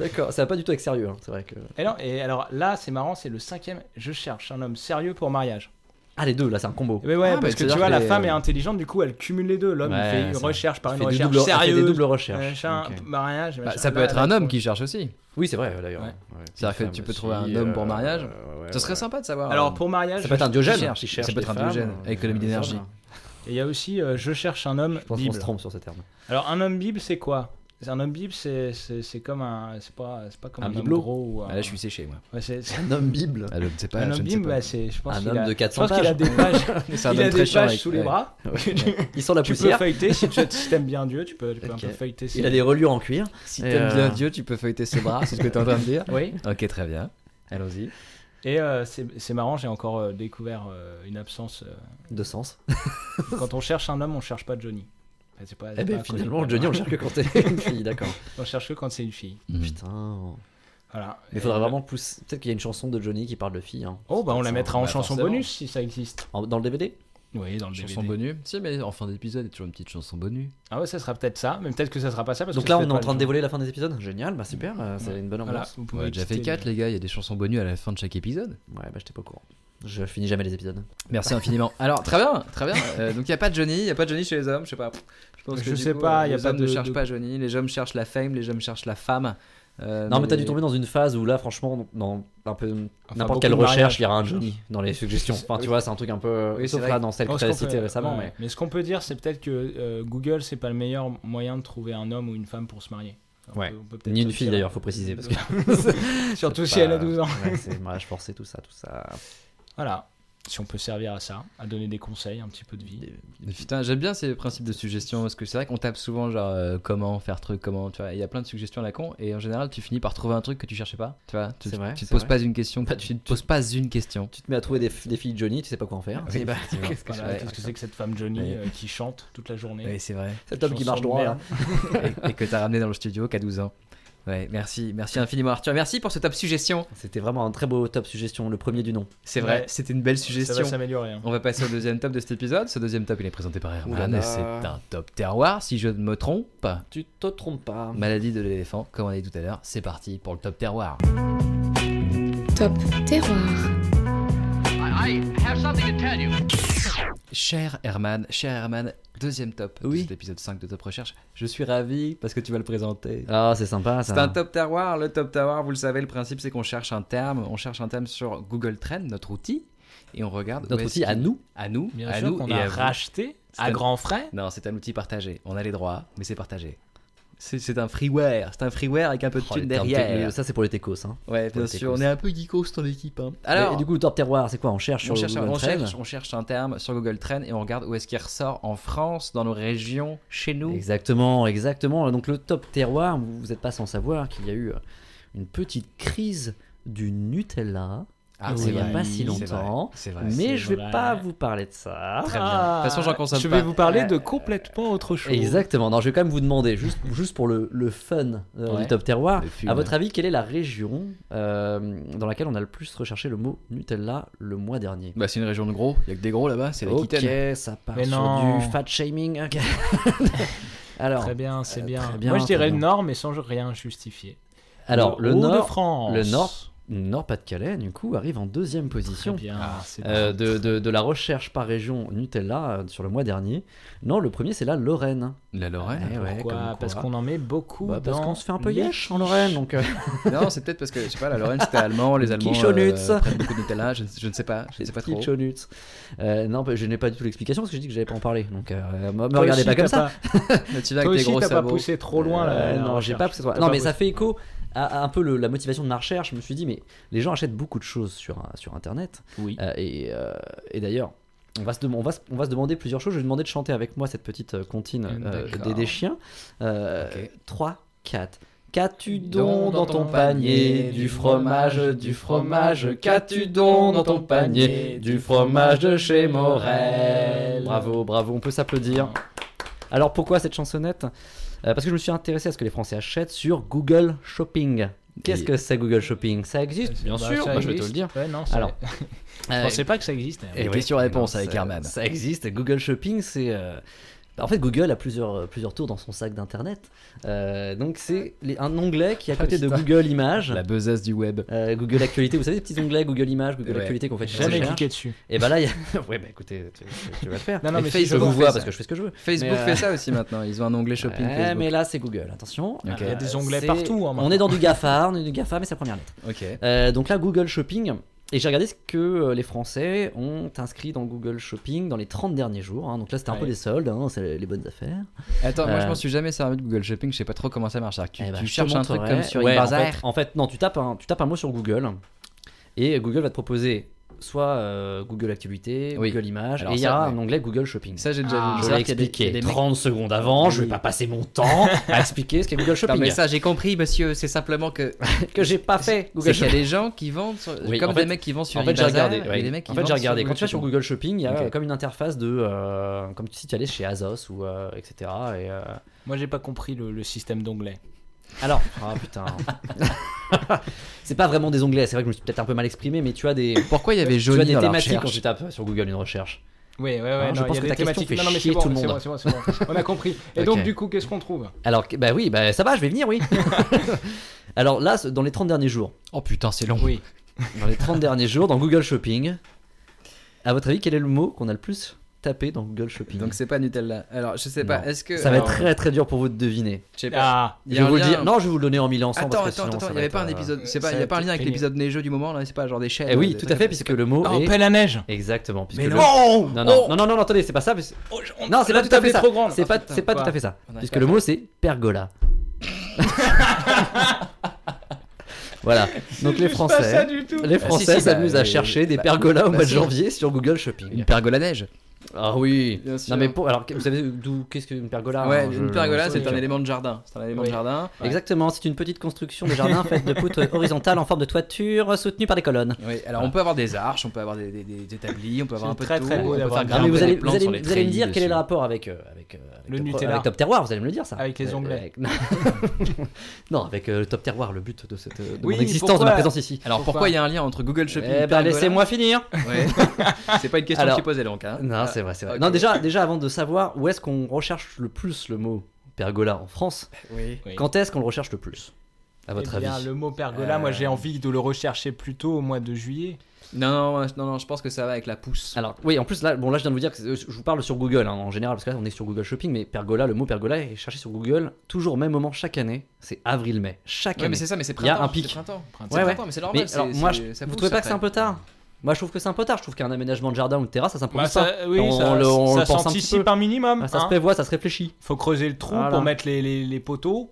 Speaker 6: D'accord, ça va pas du tout avec sérieux. hein, C'est vrai que.
Speaker 4: Et, non, et alors là, c'est marrant, c'est le cinquième. Je cherche un homme sérieux pour mariage.
Speaker 6: Ah, les deux, là, c'est un combo.
Speaker 4: Mais Eh ben ouais,
Speaker 5: Ah, mais
Speaker 4: parce que tu
Speaker 5: c'est-à-dire
Speaker 4: vois,
Speaker 5: que
Speaker 4: la
Speaker 5: les-
Speaker 4: femme est intelligente, du coup, elle cumule les deux. L'homme,
Speaker 6: Ouais,
Speaker 4: il fait une
Speaker 6: ça.
Speaker 4: recherche par
Speaker 6: Il
Speaker 4: une
Speaker 6: fait des
Speaker 4: recherche
Speaker 6: doubles- il fait des
Speaker 4: sérieuse. Euh,
Speaker 6: doubles recherches.
Speaker 4: machin,
Speaker 6: Ok.
Speaker 4: mariage.
Speaker 5: Bah,
Speaker 4: machin.
Speaker 5: ça peut
Speaker 4: Là,
Speaker 5: être
Speaker 4: là,
Speaker 5: un homme
Speaker 4: faut-
Speaker 5: qui cherche aussi.
Speaker 6: Oui, c'est vrai d'ailleurs.
Speaker 4: Ouais.
Speaker 6: Ouais,
Speaker 5: C'est-à-dire que
Speaker 6: une
Speaker 5: tu
Speaker 6: femme
Speaker 5: peux trouver
Speaker 6: aussi,
Speaker 5: un homme pour
Speaker 6: euh,
Speaker 5: mariage.
Speaker 6: ouais, ouais,
Speaker 5: Ce serait
Speaker 6: ouais.
Speaker 5: sympa de savoir.
Speaker 4: Alors pour mariage,
Speaker 6: Ça peut être un
Speaker 5: qui
Speaker 6: diogène.
Speaker 5: cherche,
Speaker 6: qui
Speaker 5: ça
Speaker 6: cherche
Speaker 5: peut
Speaker 6: des
Speaker 5: être un
Speaker 6: femmes,
Speaker 5: diogène,
Speaker 6: euh,
Speaker 5: avec économie
Speaker 4: hein.
Speaker 6: des
Speaker 5: d'énergie.
Speaker 6: hommes.
Speaker 4: Et il y a aussi euh, Je cherche un homme
Speaker 6: Je pense qu'on
Speaker 4: bible.
Speaker 6: se trompe sur ce terme.
Speaker 4: Alors un homme bible, c'est quoi C'est Un homme bible, c'est c'est c'est comme un, c'est pas c'est pas comme
Speaker 5: Un
Speaker 4: un, homme
Speaker 5: bibelot
Speaker 4: gros ou un.
Speaker 5: Ah, là, je suis séché, moi.
Speaker 4: Ouais, c'est- c'est-
Speaker 6: Un homme bible.
Speaker 5: Ah, je ne sais pas.
Speaker 4: un
Speaker 5: je
Speaker 4: homme
Speaker 5: ne sais
Speaker 4: bible,
Speaker 5: pas.
Speaker 4: bah, c'est je pense
Speaker 6: Un
Speaker 4: qu'il
Speaker 6: homme
Speaker 4: a,
Speaker 6: de 400
Speaker 4: je pense qu'il a
Speaker 6: pages.
Speaker 4: des pages,
Speaker 5: C'est un
Speaker 4: il
Speaker 5: homme
Speaker 4: a
Speaker 5: très
Speaker 4: des
Speaker 5: chiant
Speaker 4: pages
Speaker 5: avec-
Speaker 4: sous les
Speaker 5: ouais.
Speaker 4: bras.
Speaker 6: Ils sont la
Speaker 4: Tu peux
Speaker 6: poussière.
Speaker 4: feuilleter si tu si t'aimes bien Dieu, tu peux, tu peux un
Speaker 6: Ok.
Speaker 4: peu feuilleter. ses-
Speaker 6: Il a des reliures en cuir.
Speaker 5: Si
Speaker 6: Et,
Speaker 5: t'aimes
Speaker 6: euh,
Speaker 5: bien Dieu, tu peux feuilleter ses bras, c'est ce que t'es en train de dire.
Speaker 4: Oui.
Speaker 5: Ok, très bien. Allons-y.
Speaker 4: Et euh, c'est c'est marrant, j'ai encore euh, découvert euh, une absence. euh,
Speaker 6: De sens.
Speaker 4: Quand on cherche un homme, on cherche pas Johnny. Enfin, c'est pas-
Speaker 6: Eh
Speaker 4: c'est
Speaker 6: ben
Speaker 4: pas
Speaker 6: finalement,
Speaker 4: connu.
Speaker 6: Johnny, on le cherche que quand t'es une fille, d'accord.
Speaker 4: on cherche que quand c'est une fille.
Speaker 5: Mhm.
Speaker 6: Putain.
Speaker 4: Voilà.
Speaker 6: Mais
Speaker 4: Et,
Speaker 6: faudrait
Speaker 4: euh,
Speaker 6: vraiment plus. Peut-être qu'il y a une chanson de Johnny qui parle de filles. hein.
Speaker 4: Oh bah on la
Speaker 6: Ça,
Speaker 4: mettra en
Speaker 5: bah,
Speaker 4: chanson
Speaker 5: forcément.
Speaker 4: bonus si ça existe.
Speaker 6: En- Dans le DVD
Speaker 4: Oui, dans le
Speaker 5: Chanson
Speaker 4: DVD.
Speaker 5: bonus. Si, mais en fin d'épisode, il y a toujours une petite chanson bonus.
Speaker 4: Ah ouais, ça sera peut-être ça, mais peut-être que ça sera pas ça parce
Speaker 6: Donc
Speaker 4: que
Speaker 6: là,
Speaker 4: c'est
Speaker 6: on est en
Speaker 4: pas
Speaker 6: train
Speaker 4: le
Speaker 6: de
Speaker 4: jour.
Speaker 6: dévoiler la fin des épisodes Génial, bah super, euh, c'est une bonne
Speaker 4: Voilà,
Speaker 6: ambiance.
Speaker 4: vous
Speaker 5: On
Speaker 4: pouvez
Speaker 5: a déjà fait
Speaker 4: quitter
Speaker 5: 4, les gars. Il y a des chansons bonus à la fin de chaque épisode.
Speaker 6: Ouais, bah j'étais pas au courant. Je finis jamais les épisodes.
Speaker 5: Merci infiniment. Alors, très bien, très bien. Euh, donc, il n'y a pas de Johnny, il n'y a pas de Johnny chez les hommes, je sais pas. Je, pense
Speaker 4: Je
Speaker 5: du euh,
Speaker 4: sais pas, y a
Speaker 5: les
Speaker 4: pas
Speaker 5: hommes
Speaker 4: de-
Speaker 5: ne cherchent
Speaker 4: de-
Speaker 5: pas Johnny, les hommes cherchent la fame, les hommes cherchent la femme. Euh,
Speaker 6: Non, mais t'as dû tomber dans une phase où là, franchement, dans un peu
Speaker 4: beaucoup
Speaker 6: n'importe quelle
Speaker 4: de mariages.
Speaker 6: recherche, il y aura un Johnny dans les suggestions. Enfin, tu vois, c'est un truc un peu.
Speaker 5: Oui, c'est
Speaker 6: sauf
Speaker 5: vrai.
Speaker 6: là, dans celle
Speaker 4: Oh,
Speaker 6: que
Speaker 4: ce
Speaker 6: t'avais
Speaker 4: qu'on peut-
Speaker 6: citée récemment.
Speaker 4: ouais.
Speaker 6: Mais...
Speaker 4: Mais ce qu'on peut dire, c'est peut-être que euh, Google, c'est pas le meilleur moyen de trouver un homme ou une femme pour se marier. On
Speaker 6: Ouais.
Speaker 4: peut- on peut peut-être
Speaker 6: Ni une
Speaker 4: se
Speaker 6: fille
Speaker 4: dire-
Speaker 6: d'ailleurs, faut préciser. Parce que
Speaker 4: Surtout
Speaker 6: c'est
Speaker 4: si
Speaker 6: pas-
Speaker 4: elle a 12 ans.
Speaker 6: Ouais, c'est mariage forcé, tout ça, tout ça.
Speaker 4: Voilà. Si on peut servir à ça, à donner des conseils, un petit peu de vie.
Speaker 5: Putain, j'aime bien ces principes de suggestions parce que c'est vrai qu'on tape souvent, genre, euh, comment faire truc, comment, tu vois. Il y a plein de suggestions à la con et en général, tu finis par trouver un truc que tu cherchais pas, tu vois. Tu,
Speaker 6: C'est vrai,
Speaker 5: tu te
Speaker 6: c'est
Speaker 5: poses
Speaker 6: vrai.
Speaker 5: pas une question, tu te poses pas une question.
Speaker 6: Tu te mets à trouver des, des filles Johnny, tu sais pas quoi en faire.
Speaker 5: Oui,
Speaker 6: Et bah,
Speaker 5: effectivement.
Speaker 6: qu'est-ce que
Speaker 4: Voilà,
Speaker 5: Ouais.
Speaker 4: Qu'est-ce que c'est que cette femme Johnny
Speaker 5: Ouais.
Speaker 4: euh, qui chante toute la journée
Speaker 5: Oui, c'est vrai.
Speaker 6: Cet homme qui marche
Speaker 4: Chanson de
Speaker 6: droit, là.
Speaker 4: merde.
Speaker 5: et, et que t'as ramené dans le studio qu'à 12 ans. Ouais, merci, merci infiniment Arthur. Merci pour ce top suggestion.
Speaker 6: C'était vraiment un très beau top suggestion, le premier du nom.
Speaker 5: C'est vrai,
Speaker 4: Ouais.
Speaker 5: c'était une belle
Speaker 4: Ça
Speaker 5: suggestion.
Speaker 4: va s'améliorer. hein.
Speaker 5: On va passer au deuxième top de cet épisode. Ce deuxième top, il est présenté par
Speaker 6: Ouh là
Speaker 5: Herman.
Speaker 6: là.
Speaker 5: et C'est un top terroir, si je ne me trompe.
Speaker 6: Tu te trompes pas.
Speaker 5: Maladie de l'éléphant, comme on a dit tout à l'heure. C'est parti pour le top terroir.
Speaker 7: Top Terroir.
Speaker 5: Cher Herman, cher Herman, deuxième top
Speaker 6: Oui.
Speaker 5: de cet épisode 5 de Top Recherche. Je suis ravi parce que tu vas le présenter.
Speaker 6: Ah, c'est sympa ça.
Speaker 5: C'est un top terroir. Le top terroir, vous le savez, le principe c'est qu'on cherche un terme. On cherche un terme sur Google Trends, notre outil. et on regarde. où
Speaker 6: Notre
Speaker 5: est-ce
Speaker 6: outil à
Speaker 5: qu'il-
Speaker 6: nous.
Speaker 5: À nous,
Speaker 4: Bien
Speaker 5: à
Speaker 4: sûr
Speaker 5: nous
Speaker 4: qu'on
Speaker 5: et à
Speaker 4: a
Speaker 5: vous.
Speaker 4: racheté
Speaker 5: C'est
Speaker 4: à
Speaker 5: un-
Speaker 4: grands frais.
Speaker 5: Non, c'est un outil partagé. On a les droits, mais c'est partagé. C'est c'est un freeware. C'est un freeware avec un peu de
Speaker 6: Oh,
Speaker 5: thune
Speaker 6: les termes
Speaker 5: derrière.
Speaker 6: techniques, Ça, c'est pour les techos. Hein.
Speaker 5: Ouais, bien
Speaker 6: Ouais,
Speaker 5: sûr.
Speaker 6: techos.
Speaker 5: On est un peu geekos dans l'équipe. hein.
Speaker 6: Alors,
Speaker 5: Alors,
Speaker 6: du coup, top terroir, c'est quoi On cherche sur
Speaker 5: on,
Speaker 6: le
Speaker 5: cherche, un-
Speaker 6: Google
Speaker 5: on,
Speaker 6: Trends.
Speaker 5: cherche, on cherche un terme sur Google Trends et on regarde où est-ce qu'il ressort en France, dans nos régions, chez nous.
Speaker 6: Exactement, exactement. Donc le top terroir, vous n'êtes pas sans savoir qu'il y a eu euh, une petite crise du Nutella
Speaker 5: Ah,
Speaker 4: Oui,
Speaker 6: il n'y a
Speaker 4: vrai,
Speaker 6: pas si
Speaker 5: c'est vrai,
Speaker 6: longtemps.
Speaker 5: C'est vrai.
Speaker 6: Mais
Speaker 4: c'est
Speaker 6: je ne vais
Speaker 4: vrai.
Speaker 6: pas vous parler de ça.
Speaker 5: Très bien. De toute façon, j'en consomme
Speaker 4: Ah. Je
Speaker 5: pas.
Speaker 4: vais vous parler de complètement autre chose.
Speaker 6: Exactement. Non, je vais quand même vous demander, juste, juste pour le, le fun euh,
Speaker 5: Ouais.
Speaker 6: du top terroir,
Speaker 5: Le fun.
Speaker 6: à votre avis, quelle est la région euh, dans laquelle on a le plus recherché le mot Nutella le mois dernier
Speaker 5: Bah, c'est une région de gros. Il y a que des gros là-bas. C'est
Speaker 6: Ok,
Speaker 5: l'Aquitaine.
Speaker 6: ça part
Speaker 4: Mais
Speaker 6: sur
Speaker 4: non.
Speaker 6: du fat shaming. ok. alors,
Speaker 4: Très bien, c'est
Speaker 6: Euh,
Speaker 4: bien.
Speaker 6: très bien,
Speaker 4: Moi, je
Speaker 6: très
Speaker 4: dirais le
Speaker 6: bien.
Speaker 4: Nord, mais sans rien justifier.
Speaker 6: alors le,
Speaker 4: Haut de
Speaker 6: nord,
Speaker 4: France.
Speaker 6: le Nord, Nord-Pas-de-Calais, du coup, arrive en deuxième
Speaker 4: Très
Speaker 6: position
Speaker 4: bien. Ah, c'est
Speaker 6: euh, de, de- de la recherche par région Nutella euh, sur le mois dernier. Non, le premier, c'est la Lorraine.
Speaker 5: La Lorraine.
Speaker 6: Eh ouais,
Speaker 4: Pourquoi
Speaker 6: comme
Speaker 4: Parce
Speaker 6: quoi.
Speaker 4: qu'on en met beaucoup
Speaker 6: Bah, parce
Speaker 4: dans
Speaker 6: qu'on se fait un peu
Speaker 4: les
Speaker 6: yesh en Lorraine, donc euh,
Speaker 5: Non, c'est peut-être parce que, je sais pas, la Lorraine c'était allemand, les Allemands
Speaker 6: Quichonnuts.
Speaker 5: euh, prennent beaucoup de Nutella, je, ne- je ne sais pas, je ne sais pas
Speaker 6: petits
Speaker 5: trop.
Speaker 6: chonuts. Euh, non, bah, je n'ai pas du tout l'explication parce que j'ai dit que j'allais pas en parler. Donc, euh, me me
Speaker 4: Toi
Speaker 6: regardez
Speaker 4: aussi,
Speaker 6: pas comme
Speaker 4: t'as
Speaker 6: ça.
Speaker 5: Mais tu vas avec des
Speaker 4: Toi aussi,
Speaker 5: gros
Speaker 4: t'as pas
Speaker 5: sabots.
Speaker 4: poussé trop loin. là,
Speaker 6: Euh,
Speaker 4: la
Speaker 6: non, j'ai
Speaker 4: recherche.
Speaker 6: pas poussé trop-
Speaker 4: T'as
Speaker 6: Non,
Speaker 4: pas
Speaker 6: mais ça
Speaker 4: poussé.
Speaker 6: fait écho à, à un peu le- la motivation de ma recherche. Je me suis dit, mais les gens achètent beaucoup de choses sur, euh, sur Internet.
Speaker 5: Oui.
Speaker 6: Euh, et euh, et d'ailleurs, on va, se dem- on, va se, on va se demander plusieurs choses. Je vais demander de chanter avec moi cette petite euh, comptine euh,
Speaker 5: D'accord.
Speaker 6: des, des chiens. Euh,
Speaker 5: Ok.
Speaker 6: 3, 4. Qu'as-tu donc dans ton panier Du fromage, du fromage. Qu'as-tu donc dans ton panier Du fromage de chez Morel. Bravo, bravo, on peut s'applaudir. Alors pourquoi cette chansonnette Euh, Parce que je me suis intéressé à ce que les Français achètent sur Google Shopping. Qu'est-ce
Speaker 5: Et-
Speaker 6: que c'est Google Shopping Ça existe
Speaker 4: Bah, ça
Speaker 6: bah, je vais te le
Speaker 4: existe.
Speaker 6: dire.
Speaker 4: Ouais, non, ça-
Speaker 6: Alors,
Speaker 4: je
Speaker 6: Euh,
Speaker 4: pensais pas que ça existait. hein.
Speaker 5: Et question-réponse
Speaker 6: non,
Speaker 5: avec
Speaker 6: ça-
Speaker 5: Herman.
Speaker 6: Ça existe. Google Shopping, c'est. euh, En fait, Google a plusieurs, euh, plusieurs tours dans son sac d'internet. Euh, donc, c'est les- un onglet qui est à
Speaker 5: Ah,
Speaker 6: côté de
Speaker 5: putain.
Speaker 6: Google Images,
Speaker 5: La besace du web.
Speaker 6: euh, Google Actualité. Vous savez, des petits onglets Google Images, Google
Speaker 5: Ouais.
Speaker 6: Actualité qu'on fait chez
Speaker 4: J'ai jamais
Speaker 6: recherche.
Speaker 4: cliqué dessus.
Speaker 6: Et bah là, il y a. ouais, bah écoutez, tu, tu vas le faire.
Speaker 4: Non, non,
Speaker 5: Et
Speaker 4: mais si,
Speaker 6: Je
Speaker 5: Facebook
Speaker 6: vous
Speaker 5: fait
Speaker 6: vois
Speaker 5: ça.
Speaker 6: parce que je fais ce que je veux.
Speaker 5: Facebook
Speaker 6: Mais, euh,
Speaker 5: fait ça aussi maintenant, ils ont un onglet shopping
Speaker 6: Ouais,
Speaker 5: Facebook.
Speaker 6: mais là, c'est Google. Attention. Euh,
Speaker 5: Ok.
Speaker 4: Il y a des onglets
Speaker 6: C'est-
Speaker 4: partout. hein,
Speaker 6: on
Speaker 4: maintenant.
Speaker 6: est dans du GAFA, on est du GAFA, mais c'est la première lettre.
Speaker 5: Ok.
Speaker 6: Euh, donc là, Google Shopping. Et j'ai regardé ce que euh, les Français ont inscrit dans Google Shopping dans les 30 derniers jours. hein. Donc là, c'était un peu
Speaker 4: Ouais.
Speaker 6: les soldes, hein, c'est les bonnes affaires.
Speaker 5: Attends, moi je
Speaker 6: Euh,
Speaker 5: m'en suis jamais servi de Google Shopping, je sais pas trop comment ça marche. Alors, Tu,
Speaker 6: Eh ben,
Speaker 5: tu
Speaker 6: je te
Speaker 5: cherches un truc
Speaker 6: montrerai.
Speaker 5: comme sur
Speaker 6: Ouais, en
Speaker 5: Ibazar.
Speaker 6: fait, en fait, non, tu tapes, un, tu tapes un mot sur Google et Google va te proposer soit euh, Google Actualité,
Speaker 5: Oui.
Speaker 6: Google Images,
Speaker 5: Alors
Speaker 6: et il y
Speaker 5: ça,
Speaker 6: a
Speaker 5: ouais.
Speaker 6: un onglet Google Shopping.
Speaker 5: Ça j'ai déjà vu.
Speaker 6: je
Speaker 5: Ça,
Speaker 6: l'ai
Speaker 5: qu'il y a des- il y a
Speaker 6: expliqué
Speaker 5: des mecs-
Speaker 6: 30 secondes avant, je vais
Speaker 5: Oui.
Speaker 6: pas passer mon temps à expliquer ce qu'est Google
Speaker 5: Non
Speaker 6: Shopping.
Speaker 5: mais ça j'ai compris monsieur, c'est simplement que
Speaker 6: que j'ai pas fait
Speaker 5: c'est
Speaker 6: Google
Speaker 5: qu'il y a
Speaker 6: Shopping.
Speaker 5: des gens qui vendent sur-
Speaker 6: Oui,
Speaker 5: comme
Speaker 6: en fait-
Speaker 5: des mecs qui vendent sur
Speaker 6: en fait, j'ai
Speaker 5: Ibazar,
Speaker 6: regardé.
Speaker 5: il y a
Speaker 6: ouais.
Speaker 5: des mecs qui
Speaker 6: en fait,
Speaker 5: vendent
Speaker 6: j'ai
Speaker 5: sur
Speaker 6: regardé. Quand tu vas sur
Speaker 5: Shopping.
Speaker 6: Google Shopping, il y a
Speaker 5: Ok.
Speaker 6: euh, comme une interface de, euh, comme si tu allais chez Azos ou euh, etc. Et, euh,
Speaker 4: Moi, j'ai pas compris le le système d'onglets.
Speaker 6: Alors, ah putain. c'est pas vraiment des onglets. C'est vrai que je me suis peut-être un peu mal exprimé, mais tu as des,
Speaker 5: Pourquoi il y avait
Speaker 6: tu as
Speaker 5: Johnny
Speaker 6: des
Speaker 5: dans la
Speaker 6: thématiques quand
Speaker 5: recherche
Speaker 6: tu tapes sur Google une recherche.
Speaker 4: Oui, oui, oui.
Speaker 6: Hein, je
Speaker 4: non, il y
Speaker 6: pense
Speaker 4: a
Speaker 6: que
Speaker 4: des
Speaker 6: ta question
Speaker 4: thématiques.
Speaker 6: fait
Speaker 4: non, non, mais c'est
Speaker 6: chier
Speaker 4: bon,
Speaker 6: tout le
Speaker 4: c'est
Speaker 6: monde.
Speaker 4: bon, c'est bon, c'est bon. On a compris. Et
Speaker 5: Ok.
Speaker 4: donc, du coup, qu'est-ce qu'on trouve
Speaker 6: Alors, que- bah oui, bah ça va, je vais venir, oui. Alors là, ce- dans les 30 derniers jours,
Speaker 5: Oh putain, c'est long.
Speaker 4: Oui.
Speaker 6: dans les 30 derniers jours, dans Google Shopping, à votre avis, quel est le mot qu'on a le plus tapé dans Google Shopping
Speaker 5: Donc c'est pas Nutella. Alors je sais pas,
Speaker 6: Non.
Speaker 5: est-ce que
Speaker 6: Ça va être
Speaker 5: alors,
Speaker 6: très très dur pour vous de deviner.
Speaker 5: je sais pas.
Speaker 4: Ah,
Speaker 5: Il y
Speaker 6: je
Speaker 5: a
Speaker 6: vais
Speaker 5: un
Speaker 6: vous le
Speaker 5: lien.
Speaker 6: dire. Non, je vais vous le donner en mille ensemble.
Speaker 5: Attends,
Speaker 6: parce que
Speaker 5: attends,
Speaker 6: sinon, ça
Speaker 5: attends, il
Speaker 6: va
Speaker 5: n'y avait
Speaker 6: être,
Speaker 5: pas un
Speaker 6: euh,
Speaker 5: épisode, c'est
Speaker 4: ça
Speaker 5: pas, il y
Speaker 4: va
Speaker 5: a pas un
Speaker 4: être
Speaker 5: lien avec
Speaker 4: pénible.
Speaker 5: l'épisode neigeux du moment là, c'est pas genre des chaînes.
Speaker 6: Eh oui,
Speaker 5: euh,
Speaker 6: tout
Speaker 5: des
Speaker 6: à fait,
Speaker 5: trucs
Speaker 6: puisque le mot
Speaker 4: Ah, en
Speaker 6: est.
Speaker 4: pelle à neige.
Speaker 6: Exactement. puisque
Speaker 4: Mais
Speaker 6: le-
Speaker 4: non
Speaker 5: Oh,
Speaker 6: non, non, non, non, non, attendez, c'est pas ça. parce- Non, c'est pas tout à fait ça.
Speaker 4: trop grande.
Speaker 6: C'est
Speaker 4: Ah,
Speaker 6: pas,
Speaker 4: putain,
Speaker 6: c'est pas
Speaker 4: quoi.
Speaker 6: tout à fait ça.
Speaker 5: On a
Speaker 6: Puisque
Speaker 5: pas
Speaker 6: le
Speaker 5: fait.
Speaker 6: mot c'est pergola. voilà. Donc les Français, les Français
Speaker 5: si, bah,
Speaker 6: s'amusent à
Speaker 5: euh,
Speaker 6: chercher des
Speaker 5: bah,
Speaker 6: pergolas au
Speaker 5: bah,
Speaker 6: mois de
Speaker 5: si.
Speaker 6: janvier sur Google
Speaker 5: comme-
Speaker 6: Shopping.
Speaker 5: Une pergola neige.
Speaker 6: Ah oui.
Speaker 5: Bien sûr.
Speaker 6: Non mais pour, alors vous savez d'où qu'est-ce qu'une pergola
Speaker 5: ouais,
Speaker 6: hein, je-
Speaker 5: une pergola, c'est
Speaker 4: oui.
Speaker 5: un élément de jardin. C'est un élément de
Speaker 4: Oui.
Speaker 5: jardin.
Speaker 6: Exactement, c'est une petite construction de jardin faite de poutres horizontales en forme de toiture soutenue par des colonnes.
Speaker 5: Oui, alors on peut avoir des arches, on peut avoir des, des, des établis, on peut avoir
Speaker 4: C'est
Speaker 5: un peu
Speaker 4: très,
Speaker 5: de tout.
Speaker 4: très beau
Speaker 5: on peut
Speaker 4: d'avoir
Speaker 5: faire
Speaker 4: des
Speaker 6: Ah,
Speaker 5: grimper
Speaker 6: mais vous
Speaker 5: des
Speaker 6: allez,
Speaker 5: plantes
Speaker 6: vous allez,
Speaker 5: sur les
Speaker 6: vous allez me
Speaker 5: treillis
Speaker 6: dire quel est le
Speaker 5: dessus.
Speaker 6: rapport avec, euh, avec, euh, avec
Speaker 4: Le
Speaker 6: Top-
Speaker 4: Nutella.
Speaker 6: avec Top Terroir, vous allez me le dire ça.
Speaker 4: Avec les
Speaker 6: Euh,
Speaker 4: onglets.
Speaker 6: avec- non, avec euh, Top Terroir, le but de, cette, de
Speaker 5: Oui,
Speaker 6: mon existence, de
Speaker 5: pourquoi
Speaker 6: ma présence ici.
Speaker 5: Alors pourquoi il y a un lien entre Google Shopping et
Speaker 6: Eh ben,
Speaker 5: pergola
Speaker 6: laissez-moi finir.
Speaker 5: Ouais. C'est pas une question
Speaker 6: Alors-
Speaker 5: qui est posée donc. Hein.
Speaker 6: Non, c'est vrai, c'est vrai.
Speaker 5: ok.
Speaker 6: Non, déjà, déjà, avant de savoir où est-ce qu'on recherche le plus le mot pergola en France,
Speaker 5: Oui.
Speaker 4: Oui.
Speaker 6: quand est-ce qu'on le recherche le plus À votre
Speaker 4: Eh bien,
Speaker 6: avis Euh.
Speaker 4: le mot pergola, moi j'ai envie de le rechercher plutôt au mois de juillet.
Speaker 5: Non, non, non, non, je pense que ça va avec la pousse.
Speaker 6: Alors, oui, en plus, là, bon, là, je viens de vous dire que euh, je vous parle sur Google hein, en général, parce que là, on est sur Google Shopping, mais pergola, le mot pergola est cherché sur Google toujours au même moment chaque année. C'est avril-mai. Chaque
Speaker 5: Ouais, mais
Speaker 6: année.
Speaker 5: c'est ça, mais c'est
Speaker 6: Il y a
Speaker 5: printemps.
Speaker 6: un pic.
Speaker 5: c'est printemps.
Speaker 4: Printemps.
Speaker 5: C'est
Speaker 6: Ouais,
Speaker 5: printemps, mais c'est normal.
Speaker 6: Mais alors,
Speaker 5: c'est-
Speaker 6: moi,
Speaker 5: c'est-
Speaker 6: je-
Speaker 5: ça
Speaker 6: vous
Speaker 5: pousse
Speaker 6: trouvez pas que
Speaker 5: après.
Speaker 6: c'est un peu tard Moi, je trouve que c'est un peu tard. Je trouve qu'un aménagement de jardin ou de terrasse, ça
Speaker 4: Bah,
Speaker 6: s'improvise pas.
Speaker 4: ça, oui,
Speaker 6: On-
Speaker 4: ça,
Speaker 6: on le- on
Speaker 4: ça
Speaker 6: le pense un petit
Speaker 4: s'anticipe
Speaker 6: peu.
Speaker 4: un minimum.
Speaker 6: Ah, Ça se
Speaker 4: hein.
Speaker 6: prévoit, ça se réfléchit.
Speaker 4: Faut creuser le trou
Speaker 6: Voilà.
Speaker 4: pour mettre les, les, les poteaux.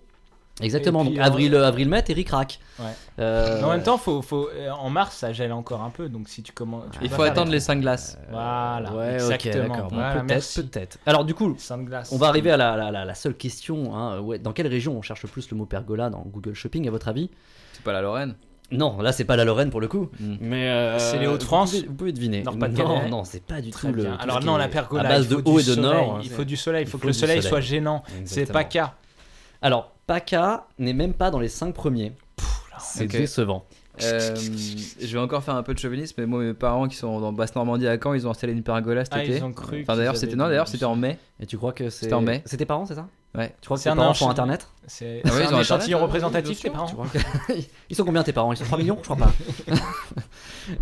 Speaker 6: Exactement.
Speaker 4: Et puis,
Speaker 6: donc
Speaker 4: euh,
Speaker 6: avril, avril, mai, Terry craque.
Speaker 4: Ouais.
Speaker 6: Euh,
Speaker 4: Mais en même temps, faut, faut, euh, en mars, ça gèle encore un peu. Donc si tu commences. tu
Speaker 5: Il
Speaker 4: peux
Speaker 5: faut
Speaker 4: pas faire
Speaker 5: attendre les 5 glaces.
Speaker 4: les- Voilà.
Speaker 6: ouais, ok,
Speaker 4: exactement.
Speaker 6: d'accord. Bon,
Speaker 4: Voilà,
Speaker 6: peut-être,
Speaker 4: merci.
Speaker 6: peut-être. Alors du coup,
Speaker 4: Sainte glace.
Speaker 6: on va arriver à la, la- la- la seule question. hein, euh, ouais, dans quelle région on cherche le plus le mot pergola dans Google Shopping, à votre avis
Speaker 5: C'est pas la Lorraine.
Speaker 6: Non, là c'est pas la Lorraine pour le coup.
Speaker 5: Mm.
Speaker 6: Mais
Speaker 4: C'est les
Speaker 6: euh,
Speaker 4: Hauts-de-France.
Speaker 6: Vous pouvez, vous pouvez deviner. non,
Speaker 4: Nord-Pas-de-Calais.
Speaker 6: non, c'est pas du
Speaker 4: Très
Speaker 6: tout le.
Speaker 4: bien.
Speaker 6: tout
Speaker 4: Alors
Speaker 6: ce
Speaker 4: non,
Speaker 6: qui
Speaker 4: la
Speaker 6: est
Speaker 4: pergola.
Speaker 6: À base
Speaker 4: il
Speaker 6: de
Speaker 4: faut
Speaker 6: haut
Speaker 4: du
Speaker 6: et de
Speaker 4: soleil,
Speaker 6: nord. hein,
Speaker 4: Il faut du soleil. Il faut que le soleil soit gênant. C'est pas cas.
Speaker 6: Alors, Paca n'est même pas dans les 5 premiers. C'est
Speaker 5: Ok.
Speaker 6: décevant.
Speaker 5: Euh, je vais encore faire un peu de chauvinisme, mais moi, mes parents qui sont dans Basse-Normandie à Caen, ils ont installé une pergola cet
Speaker 4: Ah,
Speaker 5: été.
Speaker 4: ils ont cru
Speaker 5: Enfin,
Speaker 4: qu'ils
Speaker 5: d'ailleurs,
Speaker 4: avaient
Speaker 5: c'était
Speaker 4: des
Speaker 5: non, d'ailleurs,
Speaker 4: bouches.
Speaker 5: c'était en mai.
Speaker 6: Et tu crois que c'est.
Speaker 5: C'était en mai.
Speaker 6: C'est tes parents, c'est ça
Speaker 5: Ouais.
Speaker 6: Tu crois que
Speaker 4: C'est
Speaker 6: tes
Speaker 4: un
Speaker 6: parents
Speaker 4: encha-
Speaker 6: font internet
Speaker 4: C'est
Speaker 5: Ah ouais,
Speaker 4: c'est
Speaker 5: ils ont
Speaker 4: un
Speaker 5: Internet,
Speaker 4: échantillon
Speaker 5: euh,
Speaker 4: représentatif, tes
Speaker 6: Tu
Speaker 4: parents.
Speaker 6: vois que- Ils sont combien tes parents Ils sont 3 millions Je crois pas.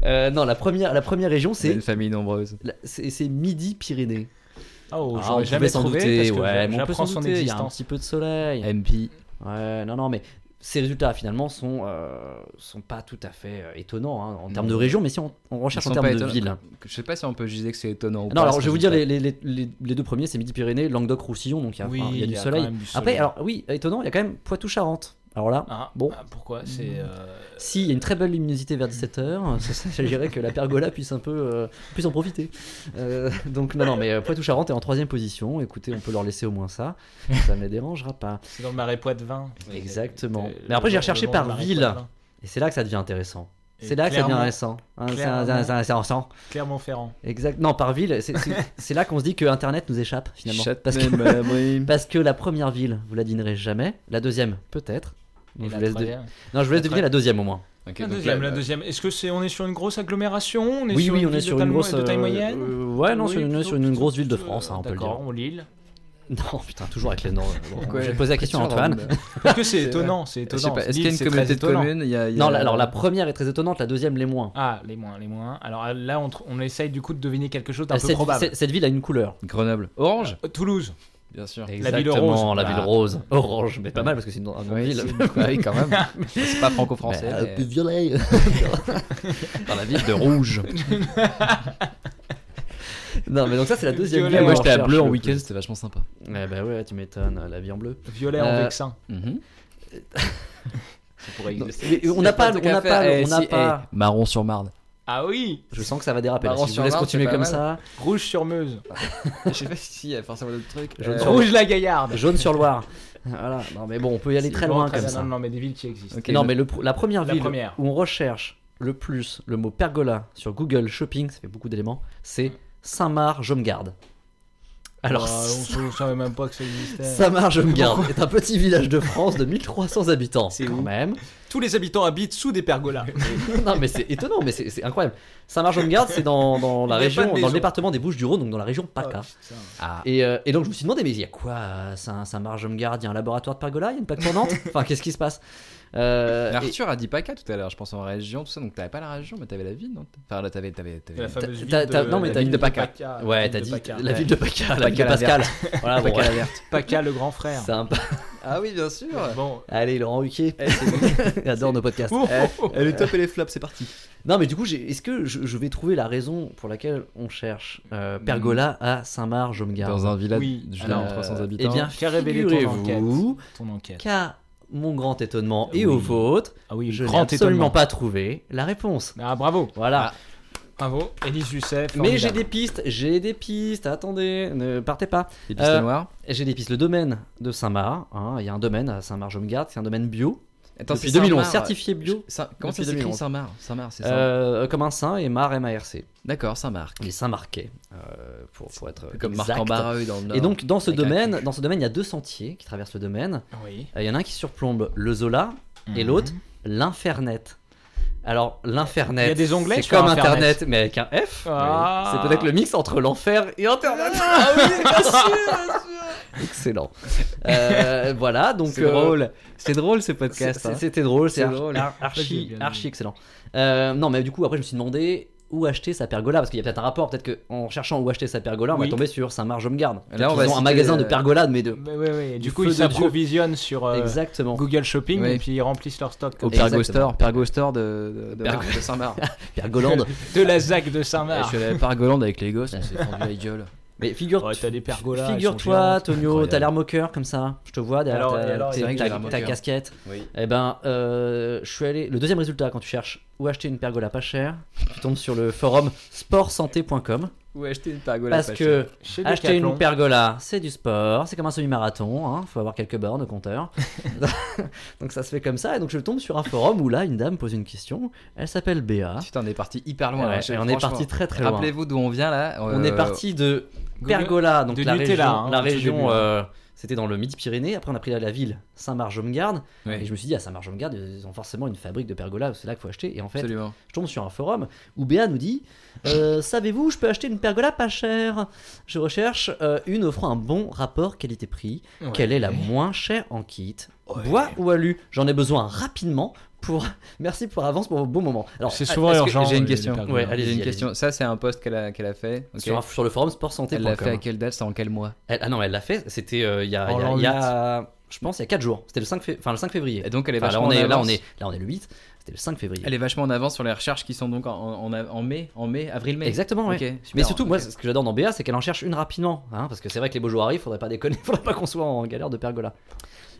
Speaker 6: Euh, non, la première, la première région,
Speaker 5: C'est
Speaker 6: c'est
Speaker 5: une famille nombreuse.
Speaker 6: la- c'est c'est Midi-Pyrénées.
Speaker 4: Oh,
Speaker 6: Ah, on
Speaker 4: j'aurais jamais
Speaker 6: pouvait s'en
Speaker 4: trouvé.
Speaker 6: douter,
Speaker 4: parce que
Speaker 6: ouais, mais on peut
Speaker 4: J'apprends
Speaker 6: s'en
Speaker 4: son
Speaker 6: douter, Il y a un
Speaker 4: existence.
Speaker 6: petit peu de soleil.
Speaker 5: MP.
Speaker 6: Ouais, non, non, mais ces résultats finalement sont, euh, sont pas tout à fait euh, étonnants hein, en
Speaker 5: Non.
Speaker 6: termes de région, mais si on, on recherche
Speaker 5: Ils
Speaker 6: en
Speaker 5: sont pas
Speaker 6: termes de
Speaker 5: étonnants.
Speaker 6: ville.
Speaker 5: Je sais pas si on peut juger que c'est étonnant ou pas.
Speaker 6: Non, alors
Speaker 5: ce
Speaker 6: je vais vous dire
Speaker 5: résultat.
Speaker 6: les, les- les- les- les deux premiers c'est Midi-Pyrénées, Languedoc-Roussillon, donc il y a,
Speaker 4: Oui,
Speaker 6: enfin, il y a du
Speaker 4: quand
Speaker 6: soleil.
Speaker 4: même du
Speaker 6: Après, alors oui, étonnant, il y a quand même Poitou-Charentes. Alors là,
Speaker 4: Ah,
Speaker 6: bon.
Speaker 4: ah, pourquoi C'est. euh,
Speaker 6: Si, il y a une très belle luminosité vers 17h, ça, ça, j'agirais que la pergola puisse un peu euh, puisse en profiter. Euh, donc non, non, mais euh, Poitou-Charentes est en troisième position, écoutez, on peut leur laisser au moins ça, ça ne les dérangera pas.
Speaker 4: C'est dans le marais poids de vin.
Speaker 6: Exactement. Mais après, j'ai recherché par ville, et c'est là que ça devient intéressant. C'est là que ça devient intéressant. Hein, c'est un- c'est un- c'est un- c'est un sang.
Speaker 4: Clermont-Ferrand.
Speaker 6: Exact. Non, par ville, c'est- c'est c'est là qu'on se dit que Internet nous échappe finalement. Parce que,
Speaker 5: Châtenay-Malabry.
Speaker 6: parce que la première ville, vous la devinerez jamais, la deuxième, peut-être.
Speaker 4: Et
Speaker 6: Donc, je
Speaker 4: la
Speaker 6: vous laisse de-
Speaker 4: troisième.
Speaker 6: Non, je vous laisse deviner
Speaker 4: Après-
Speaker 6: la deuxième au moins.
Speaker 5: Ok,
Speaker 4: La
Speaker 5: donc euh,
Speaker 4: deuxième,
Speaker 5: là,
Speaker 4: la deuxième. Est-ce que c'est on est sur une grosse agglomération on est
Speaker 6: Oui,
Speaker 4: sur
Speaker 6: oui,
Speaker 4: une
Speaker 6: on
Speaker 4: ville
Speaker 6: est
Speaker 4: de
Speaker 6: sur
Speaker 4: taille
Speaker 6: une
Speaker 4: mo-
Speaker 6: grosse.
Speaker 4: de taille
Speaker 6: euh,
Speaker 4: moyenne.
Speaker 6: euh, ouais, non,
Speaker 4: Oui,
Speaker 6: sur une,
Speaker 4: plutôt-
Speaker 6: sur une
Speaker 4: plutôt-
Speaker 6: grosse ville de
Speaker 4: plutôt-
Speaker 6: France, hein, on peut le
Speaker 4: D'accord,
Speaker 6: dire.
Speaker 4: on Lille.
Speaker 6: Non, putain, toujours avec les noms. euh, Bon,
Speaker 5: Pourquoi-
Speaker 6: je vais poser la question à
Speaker 5: Pourquoi tu
Speaker 6: Antoine.
Speaker 5: leur demandes
Speaker 4: Parce que c'est
Speaker 5: C'est
Speaker 4: étonnant, c'est
Speaker 5: Je sais
Speaker 4: étonnant.
Speaker 5: pas, est-ce
Speaker 4: Lille,
Speaker 5: qu'il y a une
Speaker 4: c'est
Speaker 5: communauté
Speaker 4: très
Speaker 5: de
Speaker 4: étonnant.
Speaker 5: communes Il y a- il y a-
Speaker 6: Non, la- alors la première est très étonnante, la deuxième les moins.
Speaker 4: Ah, les moins, les moins. Alors euh, là, on, tr- on essaye du coup de deviner quelque chose d'un
Speaker 6: Cette,
Speaker 4: peu probable.
Speaker 6: cette- cette ville a une couleur.
Speaker 5: Grenoble. Orange
Speaker 4: Euh, Toulouse.
Speaker 5: Bien sûr.
Speaker 4: ville rose.
Speaker 6: Oh, la ville
Speaker 5: Ah.
Speaker 6: rose. Orange, mais pas mal parce que c'est une, une
Speaker 5: Oui,
Speaker 6: ville.
Speaker 5: oui, quand même. C'est pas franco-français.
Speaker 6: Mais, euh,
Speaker 5: mais-
Speaker 6: plus violet.
Speaker 5: Dans la ville de rouge.
Speaker 6: non, mais donc ça, c'est la deuxième
Speaker 4: Violet,
Speaker 6: ville.
Speaker 5: moi
Speaker 6: qu'on
Speaker 5: j'étais à
Speaker 6: recherche
Speaker 5: bleu en
Speaker 6: le
Speaker 5: week-end,
Speaker 6: plus.
Speaker 5: c'était vachement sympa.
Speaker 6: Eh ben ouais, tu m'étonnes, la vie en bleu.
Speaker 4: Violet en
Speaker 6: Euh,
Speaker 4: vexin.
Speaker 5: Ça pourrait
Speaker 6: Non,
Speaker 5: exister.
Speaker 6: mais on
Speaker 5: Il y
Speaker 6: n'a
Speaker 5: a
Speaker 6: pas,
Speaker 5: de
Speaker 6: le-
Speaker 5: truc
Speaker 6: on
Speaker 5: à
Speaker 6: n'a
Speaker 5: faire.
Speaker 6: pas, le-
Speaker 5: Eh,
Speaker 6: on n'a
Speaker 5: si,
Speaker 6: pas. Bah,
Speaker 5: eh, Marron sur Marne.
Speaker 4: Ah oui
Speaker 6: Je sens que ça va déraper. là.
Speaker 5: Marron
Speaker 6: Si je
Speaker 5: sur
Speaker 6: vous laisse
Speaker 5: Marne,
Speaker 6: continuer
Speaker 5: c'est
Speaker 6: comme
Speaker 5: pas
Speaker 6: ça,
Speaker 4: Rouge sur Meuse.
Speaker 5: Je sais pas s'il y a forcément d'autres trucs.
Speaker 6: Jaune
Speaker 5: Euh,
Speaker 6: sur-
Speaker 4: Rouge la Gaillarde.
Speaker 6: jaune sur Loire. Voilà. Non, mais bon, on peut y aller très hein.
Speaker 4: Bon,
Speaker 6: loin comme
Speaker 4: bien,
Speaker 6: ça.
Speaker 4: Non, non, mais des villes qui existent.
Speaker 5: ok,
Speaker 6: non,
Speaker 5: le-
Speaker 6: mais le pr- la première
Speaker 4: La
Speaker 6: ville
Speaker 4: première.
Speaker 6: où on recherche le plus le mot pergola sur Google Shopping, ça fait beaucoup d'éléments, c'est
Speaker 4: Mm.
Speaker 6: Saint-Marc-Jaumegarde. Alors,
Speaker 4: Euh, on ne savait même pas que ça existait.
Speaker 6: Saint-Marc-Jaumegarde est un petit village de France de 1300 habitants,
Speaker 4: C'est
Speaker 6: quand
Speaker 4: où
Speaker 6: même.
Speaker 4: Tous les habitants habitent sous des pergolas.
Speaker 6: non, mais c'est étonnant, mais c'est c'est incroyable. Saint-Marc-Jaumegarde, c'est dans, dans
Speaker 4: Il
Speaker 6: la
Speaker 4: y a
Speaker 6: région,
Speaker 4: pas de
Speaker 6: dans le
Speaker 4: maison. Oh,
Speaker 6: département des Bouches-du-Rhône, donc dans la région PACA.
Speaker 5: Ah.
Speaker 6: Et, euh, et donc je me suis demandé, mais il y a quoi à Saint- Saint-Marc-Jaumegarde Il y a un laboratoire de pergola Il y a une plaque tournante Enfin, qu'est-ce qui se passe Euh, et-
Speaker 5: Arthur a dit PACA tout à l'heure, je pense en région, tout ça, donc t'avais pas la région, mais t'avais la ville, non Enfin là, t'avais. t'avais, t'avais...
Speaker 4: La fameuse
Speaker 6: t'as-
Speaker 4: ville
Speaker 6: t'as-
Speaker 4: de,
Speaker 6: non, mais
Speaker 4: la
Speaker 6: t'as
Speaker 4: ville
Speaker 6: dit de
Speaker 4: Paca.
Speaker 6: Ah,
Speaker 4: La
Speaker 6: Ouais,
Speaker 4: ville
Speaker 6: t'as
Speaker 4: de
Speaker 6: dit
Speaker 4: Paca.
Speaker 6: la ville de Paca, la ville de
Speaker 5: Pascal.
Speaker 6: Pascal. Voilà, bon,
Speaker 5: PACA
Speaker 6: ouais.
Speaker 5: l'alerte.
Speaker 4: Paca, le grand frère.
Speaker 6: C'est un-
Speaker 5: Ah oui, bien sûr
Speaker 4: Bon.
Speaker 6: Allez, Laurent Huquier,
Speaker 4: Eh,
Speaker 6: il adore nos podcasts.
Speaker 4: Ouh,
Speaker 5: Eh,
Speaker 4: oh, oh.
Speaker 5: Elle est top et les flops, c'est parti.
Speaker 6: Non, mais du coup, j'ai- est-ce que je, je vais trouver la raison pour laquelle on cherche euh, Pergola à Saint-Marc-Jaumegarde
Speaker 5: Dans un village
Speaker 4: Oui,
Speaker 5: de
Speaker 4: alors,
Speaker 5: 300
Speaker 6: euh,
Speaker 5: habitants.
Speaker 6: eh bien,
Speaker 4: Qu'a révélé ton
Speaker 6: figurez-vous
Speaker 4: Ton enquête.
Speaker 6: qu'à mon grand étonnement et
Speaker 4: Oui.
Speaker 6: au vôtre,
Speaker 4: Ah oui,
Speaker 6: je n'ai
Speaker 4: grand
Speaker 6: absolument
Speaker 4: étonnement.
Speaker 6: pas trouvé la réponse.
Speaker 4: Ah bravo, Ah.
Speaker 6: Voilà.
Speaker 4: bravo. Élise Lucet.
Speaker 6: mais
Speaker 4: formidable.
Speaker 6: j'ai des pistes, j'ai des pistes. Attendez, ne partez pas.
Speaker 5: les pistes
Speaker 6: euh,
Speaker 5: noires.
Speaker 6: J'ai des pistes. Le domaine de Saint-Marc, hein, il y a un domaine à Saint-Marc-Jaumegarde, c'est un domaine bio.
Speaker 5: Attends,
Speaker 6: depuis
Speaker 5: c'est
Speaker 6: 2011,
Speaker 5: Saint-Marc.
Speaker 6: certifié bio.
Speaker 5: Je- Saint- Comment
Speaker 6: Depuis
Speaker 5: ça s'écrit
Speaker 6: 2011.
Speaker 5: Saint-Marc Saint-Marc, c'est ça.
Speaker 6: Euh, comme un saint et Mar M-A-R-C.
Speaker 5: D'accord, Saint-Marc.
Speaker 6: Les saints marqués, euh, pour, pour être
Speaker 5: Comme
Speaker 6: exact.
Speaker 5: Marc en Barreuil dans le Nord.
Speaker 6: Et donc dans ce
Speaker 5: Avec un
Speaker 6: domaine,
Speaker 5: cul.
Speaker 6: dans ce domaine, il y a deux sentiers qui traversent le domaine.
Speaker 4: Oui.
Speaker 6: Euh, Il y en a un qui surplombe le Zola et
Speaker 5: Mhm.
Speaker 6: l'autre l'Infernet. Alors l'Infernet,
Speaker 4: Il y a des onglets
Speaker 6: c'est
Speaker 4: sur
Speaker 6: comme
Speaker 4: Internet.
Speaker 6: Internet mais avec un F.
Speaker 4: Ah.
Speaker 6: C'est peut-être le mix entre l'enfer et Internet.
Speaker 5: Ah oui, bien sûr
Speaker 6: Excellent. Euh, voilà donc
Speaker 5: C'est
Speaker 6: euh,
Speaker 5: drôle. C'est drôle ce
Speaker 6: c'est-
Speaker 5: podcast.
Speaker 6: c'est-
Speaker 5: hein.
Speaker 6: C'était drôle, c'est
Speaker 5: C'est
Speaker 6: ar-
Speaker 5: drôle.
Speaker 6: ar-
Speaker 4: Ok,
Speaker 6: archi,
Speaker 4: bien
Speaker 6: archi excellent. Euh, non, mais du coup, après, je me suis demandé où acheter sa pergola Parce qu'il y a peut-être un rapport, peut-être qu'en cherchant où acheter sa pergola, on va
Speaker 4: Oui.
Speaker 6: tomber sur Saint-Marge-Homme-Garde.
Speaker 5: Là,
Speaker 6: Là,
Speaker 5: on
Speaker 6: on
Speaker 5: va
Speaker 6: a un
Speaker 5: citer,
Speaker 6: magasin de
Speaker 5: euh,
Speaker 6: pergola, mais de.
Speaker 4: Mais ouais, ouais. Du
Speaker 6: Du
Speaker 4: coup,
Speaker 6: feu
Speaker 4: ils
Speaker 6: de Dieu.
Speaker 4: s'approvisionnent sur euh,
Speaker 6: Exactement.
Speaker 4: Google Shopping
Speaker 5: Oui.
Speaker 4: et puis ils remplissent leur stock.
Speaker 5: Au
Speaker 4: quoi.
Speaker 5: Pergo
Speaker 6: Exactement.
Speaker 5: Store, Pergo Store de, de, de,
Speaker 6: Pergo-
Speaker 5: de Saint-Marc.
Speaker 6: Pergolande.
Speaker 4: De la ZAC de
Speaker 5: Je
Speaker 4: Saint-Marc.
Speaker 5: suis allé à la Pergolande avec les gosses, on s'est fendu la gueule.
Speaker 6: mais figure.
Speaker 4: Ouais, t'as des
Speaker 5: Oh
Speaker 4: pergolas, elles sont
Speaker 6: Figure-toi,
Speaker 4: géantes.
Speaker 6: Tonio,
Speaker 5: Incroyable.
Speaker 6: t'as l'air moqueur comme ça. Je te vois derrière
Speaker 4: Alors,
Speaker 6: ta-
Speaker 4: et alors,
Speaker 6: tes-
Speaker 5: il y a
Speaker 6: ta-
Speaker 5: l'air
Speaker 6: ta
Speaker 5: moqueur.
Speaker 6: casquette.
Speaker 5: Oui.
Speaker 6: Eh ben, euh, je suis allé. Le deuxième résultat, quand tu cherches où acheter une pergola pas chère, tu tombes sur le forum sportsanté.com.
Speaker 5: Ou acheter une pergola
Speaker 6: Parce que
Speaker 4: Chez
Speaker 6: acheter
Speaker 4: Decathlon.
Speaker 6: une pergola, c'est du sport, c'est comme un semi-marathon, hein, faut avoir quelques bornes de compteur. donc ça se fait comme ça, et donc je tombe sur un forum où là, une dame pose une question, elle s'appelle Béa.
Speaker 5: Putain, on est parti hyper loin.
Speaker 6: Ah. Ouais,
Speaker 5: hein, je-
Speaker 6: et on est
Speaker 5: franchement.
Speaker 6: parti très très loin.
Speaker 5: Rappelez-vous d'où on vient là. euh,
Speaker 6: On est parti de Pergola, donc
Speaker 4: Euh, de
Speaker 6: la
Speaker 4: Nutella,
Speaker 6: région,
Speaker 4: hein,
Speaker 6: la
Speaker 4: au tout début,
Speaker 6: région
Speaker 4: hein.
Speaker 6: euh, c'était dans le Midi-Pyrénées. Après, on a pris la, la ville Saint-Marge-Homme-Garde.
Speaker 5: Ouais.
Speaker 6: Et je me suis dit, à Saint-Marge-Homme-Garde, ils ont forcément une fabrique de pergola, c'est là qu'il faut acheter. Et en fait,
Speaker 5: Absolument.
Speaker 6: je tombe sur un forum où Béa nous dit euh, Savez-vous, je peux acheter une pergola pas chère Je recherche euh, une offrant un bon rapport qualité-prix.
Speaker 4: Ouais.
Speaker 6: Quelle est la moins chère en kit Bois ou alu J'en ai besoin rapidement. Pour... Merci pour avance pour vos bons moments. Alors,
Speaker 4: C'est
Speaker 6: à-
Speaker 4: souvent
Speaker 5: Est-ce que-
Speaker 4: urgent.
Speaker 5: J'ai une
Speaker 4: les- les
Speaker 5: question.
Speaker 4: pergolas.
Speaker 6: Ouais, allez.
Speaker 5: J'ai une
Speaker 6: allez-y.
Speaker 5: question. Ça, c'est un post qu'elle a, qu'elle a fait. ok.
Speaker 6: sur, un- sur le forum sport santé.
Speaker 5: Elle l'a fait à quelle date C'est en quel mois
Speaker 6: Elle- ah non, elle l'a fait, c'était euh, il y a,
Speaker 4: En
Speaker 6: il y a-
Speaker 4: l'an
Speaker 6: il y a- je pense, il y a 4 jours. C'était le 5, fé- enfin, le 5 février.
Speaker 5: Et donc, Oh, elle est
Speaker 6: Enfin, là,
Speaker 5: vachement
Speaker 6: on est,
Speaker 5: en
Speaker 6: là, on
Speaker 5: avance.
Speaker 6: est, là, on est le 8, c'était le 5 février.
Speaker 5: Elle est vachement en avance sur les recherches qui sont donc en, en, en- en mai, en mai, avril-mai.
Speaker 6: Exactement, ouais.
Speaker 5: Ok,
Speaker 6: Mais
Speaker 5: super,
Speaker 6: surtout,
Speaker 5: ok.
Speaker 6: moi, ce que j'adore dans BA, c'est qu'elle en cherche une rapidement. hein, parce que c'est vrai que les beaux jours arrivent, faudrait pas déconner, faudrait pas qu'on soit en galère de pergola.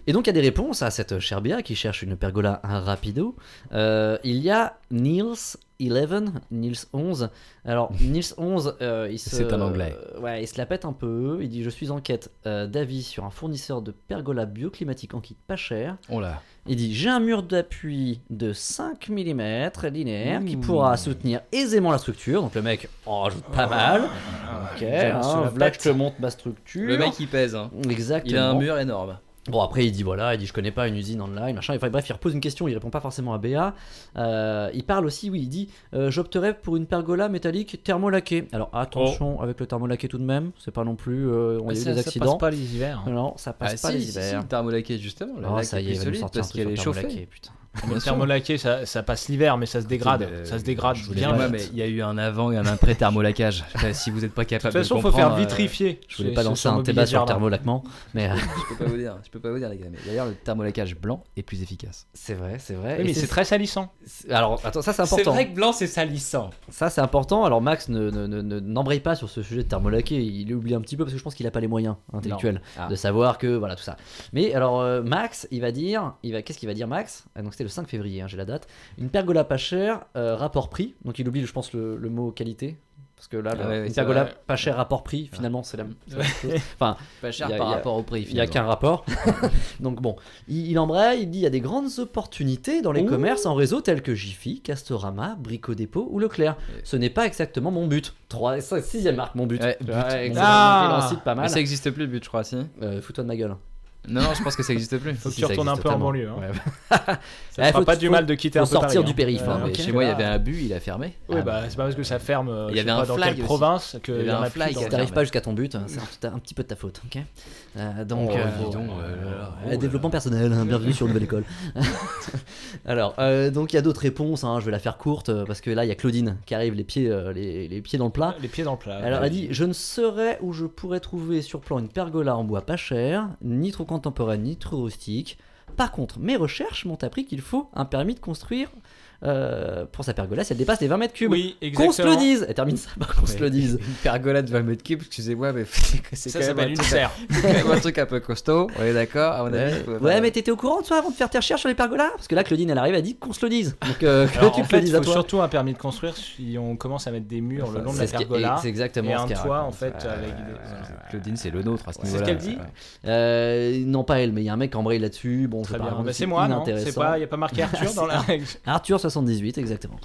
Speaker 6: Et donc, il y a des réponses à cette chère BA qui cherche une pergola un rapido. Euh, il y a Niels 11, Niels 11. Alors, Niels 11, euh, il se.
Speaker 5: C'est un Anglais.
Speaker 6: euh, ouais, il se la pète un peu. Il dit Je suis en quête euh, d'avis sur un fournisseur de pergola bioclimatique en kit pas cher.
Speaker 5: Oh là.
Speaker 6: Il dit J'ai un mur d'appui de 5 mm linéaire qui
Speaker 5: Ouh.
Speaker 6: pourra soutenir aisément la structure. Donc le mec en rajoute
Speaker 5: Ah.
Speaker 6: pas mal. ok,
Speaker 4: j'aime ce
Speaker 6: hein,
Speaker 4: la
Speaker 6: voilà
Speaker 4: pète.
Speaker 6: que je te montre ma structure.
Speaker 5: Le mec, il pèse. hein.
Speaker 6: Exactement.
Speaker 5: Il a un mur énorme.
Speaker 6: Bon, après, il dit voilà, il dit je connais pas une usine online, machin. Enfin, bref, il repose une question, il répond pas forcément à BA. Euh, il parle aussi, oui, il dit euh, J'opterais pour une pergola métallique thermolaquée. Alors
Speaker 5: Oh.
Speaker 6: attention avec le thermolaqué tout de même, c'est pas non plus. euh, on y a eu
Speaker 4: Ça-
Speaker 6: des
Speaker 4: Ça passe
Speaker 6: accidents.
Speaker 4: pas les hivers.
Speaker 6: Non, ça passe
Speaker 5: ah,
Speaker 6: pas
Speaker 5: si,
Speaker 6: les
Speaker 5: si,
Speaker 6: hivers.
Speaker 5: si, le thermolaqué, justement. Le
Speaker 6: Ah,
Speaker 5: lac
Speaker 6: ça
Speaker 5: est
Speaker 6: y est,
Speaker 5: plus
Speaker 6: il va nous
Speaker 5: solide
Speaker 6: sortir
Speaker 5: parce
Speaker 6: un truc
Speaker 5: qu'elle est
Speaker 6: sur le
Speaker 5: chauffée.
Speaker 6: thermolaqué, putain.
Speaker 4: Le thermolaqué, ça, ça passe l'hiver, mais ça se dégrade.
Speaker 5: Euh,
Speaker 4: ça se dégrade
Speaker 5: je vous l'ai
Speaker 4: bien.
Speaker 5: dit, moi,
Speaker 4: vite.
Speaker 5: mais il y a eu un avant et un après thermolaquage. Enfin, si vous n'êtes pas
Speaker 4: De
Speaker 5: capable
Speaker 4: toute façon,
Speaker 5: de
Speaker 4: faut faire
Speaker 5: comprendre, euh,
Speaker 4: vitrifier.
Speaker 6: Je voulais pas lancer un débat
Speaker 4: débat
Speaker 6: sur le thermolaquement, mais euh,
Speaker 5: Je peux pas vous dire, je peux pas vous dire les gars. Mais d'ailleurs, le thermolaquage blanc est plus efficace.
Speaker 6: c'est vrai, c'est vrai. Et
Speaker 4: mais c'est très salissant.
Speaker 6: c'est- Alors attends, ça c'est important.
Speaker 5: que blanc c'est salissant.
Speaker 6: Ça c'est important. Alors Max ne ne- ne- ne- n'embraye pas sur ce sujet de thermolaqué. Il oublie un petit peu parce que je pense qu'il a pas les moyens intellectuels
Speaker 5: Ah.
Speaker 6: de savoir que voilà tout ça. Mais alors euh, Max, il va dire, il va qu'est-ce qu'il va dire Max Ah, Donc c'était le 5 février, hein, j'ai la date. Une pergola pas chère, euh, rapport prix. Donc il oublie, je pense, le, le mot qualité. Parce que là, le-
Speaker 5: Ah ouais,
Speaker 6: une
Speaker 5: c'est
Speaker 6: pergola
Speaker 4: vrai.
Speaker 6: pas chère, rapport prix, finalement, c'est la, c'est la même chose.
Speaker 5: Pas cher
Speaker 6: Il y a-
Speaker 5: par
Speaker 6: il y a-
Speaker 5: rapport au prix.
Speaker 6: Il n'y a
Speaker 5: finalement.
Speaker 6: qu'un rapport. Donc bon, il, il embraye, il dit il y a des grandes opportunités dans les commerces en réseau tels que Jiffy, Castorama, Brico Dépôt ou Leclerc. Ce n'est pas exactement mon but. 3 sixième marque, mon but.
Speaker 5: Ouais,
Speaker 6: Tu
Speaker 5: but.
Speaker 6: vois, exactement,
Speaker 4: Ah.
Speaker 6: il en cite pas
Speaker 5: Mais
Speaker 6: mal.
Speaker 5: ça existe plus, le but, je crois, si.
Speaker 6: Euh, Fous-toi de ma gueule.
Speaker 5: Non, non, je pense que ça existe plus.
Speaker 4: Faut que tu
Speaker 6: Si, ça
Speaker 4: retournes un
Speaker 6: existe
Speaker 4: peu en
Speaker 6: totalement.
Speaker 4: banlieue. hein.
Speaker 6: Ouais.
Speaker 4: Ça
Speaker 6: Eh,
Speaker 4: te fera
Speaker 6: faut-
Speaker 4: pas du
Speaker 6: faut-
Speaker 4: mal de quitter un
Speaker 6: faut
Speaker 4: peu Paris,
Speaker 6: sortir du
Speaker 4: hein.
Speaker 6: périph',
Speaker 4: Ouais,
Speaker 6: hein,
Speaker 4: ouais.
Speaker 5: Mais
Speaker 6: ok.
Speaker 5: Chez moi, il y avait un but, il a fermé.
Speaker 4: Oui, bah, c'est pas parce que ça ferme. euh,
Speaker 5: Il y
Speaker 4: je sais
Speaker 5: avait
Speaker 4: pas
Speaker 5: un
Speaker 4: dans
Speaker 5: flag
Speaker 4: quelle
Speaker 5: aussi.
Speaker 4: province que
Speaker 5: Ah, Il y avait
Speaker 4: y en
Speaker 5: un
Speaker 4: a plus
Speaker 5: flag.
Speaker 4: dans-
Speaker 6: Si t'arrives pas jusqu'à ton but, euh, c'est un, un petit peu de ta faute. ok Euh, donc,
Speaker 5: Oh,
Speaker 6: euh,
Speaker 5: dis donc, euh, là,
Speaker 6: euh, développement personnel, hein, bienvenue sur Nouvelle École. Alors, euh, donc il y a d'autres réponses, hein, je vais la faire courte, euh, parce que là il y a Claudine qui arrive les pieds, euh, les, les pieds dans le plat.
Speaker 4: Les pieds dans le plat.
Speaker 6: Alors elle dit Je ne saurais où je pourrais trouver sur plan une pergola en bois pas cher, ni trop contemporaine, ni trop rustique. Par contre, mes recherches m'ont appris qu'il faut un permis de construire euh, pour sa pergola si elle dépasse les 20 mètres cubes.
Speaker 4: Oui,
Speaker 6: qu'on se
Speaker 4: exactement.
Speaker 6: le dise Elle termine ça par qu'on se le dise.
Speaker 5: Ah, Une pergola de 20 mètres cubes, excusez-moi, mais c'est c'est
Speaker 4: Ça
Speaker 5: quand même
Speaker 4: s'appelle
Speaker 5: un
Speaker 4: une
Speaker 5: truc-
Speaker 4: serre.
Speaker 5: c'est quand même un truc un peu costaud. On est d'accord à mon avis,
Speaker 6: Ouais,
Speaker 5: faut-
Speaker 6: Ouais, mais t'étais au courant, toi, avant de faire tes recherches sur les pergolas Parce que là, Claudine, elle arrive, elle dit qu'on se le dise. Donc, euh, que
Speaker 4: Alors,
Speaker 6: tu
Speaker 4: en
Speaker 6: te le
Speaker 4: fait,
Speaker 6: dises
Speaker 4: il
Speaker 6: à
Speaker 4: faut
Speaker 6: toi.
Speaker 4: surtout un permis de construire si on commence à mettre des murs le long de la
Speaker 6: C'est ce qui est-
Speaker 4: pergola.
Speaker 6: C'est exactement
Speaker 4: Et
Speaker 6: ce
Speaker 4: un
Speaker 6: qu'elle
Speaker 4: toit,
Speaker 6: raconte.
Speaker 4: en fait,
Speaker 6: Euh,
Speaker 4: avec des-
Speaker 5: Claudine, c'est le nôtre à ce
Speaker 4: C'est ce
Speaker 5: niveau-là.
Speaker 4: qu'elle dit
Speaker 5: Ouais.
Speaker 6: euh, non, pas elle, mais il y a un mec en braille là-dessus. Bon,
Speaker 4: Très
Speaker 6: c'est pas
Speaker 4: bien.
Speaker 6: vraiment-
Speaker 4: Bah, c'est moi, non
Speaker 6: inintéressant.
Speaker 4: C'est pas, y a pas marqué Arthur dans la règle.
Speaker 6: Arthur 78, exactement.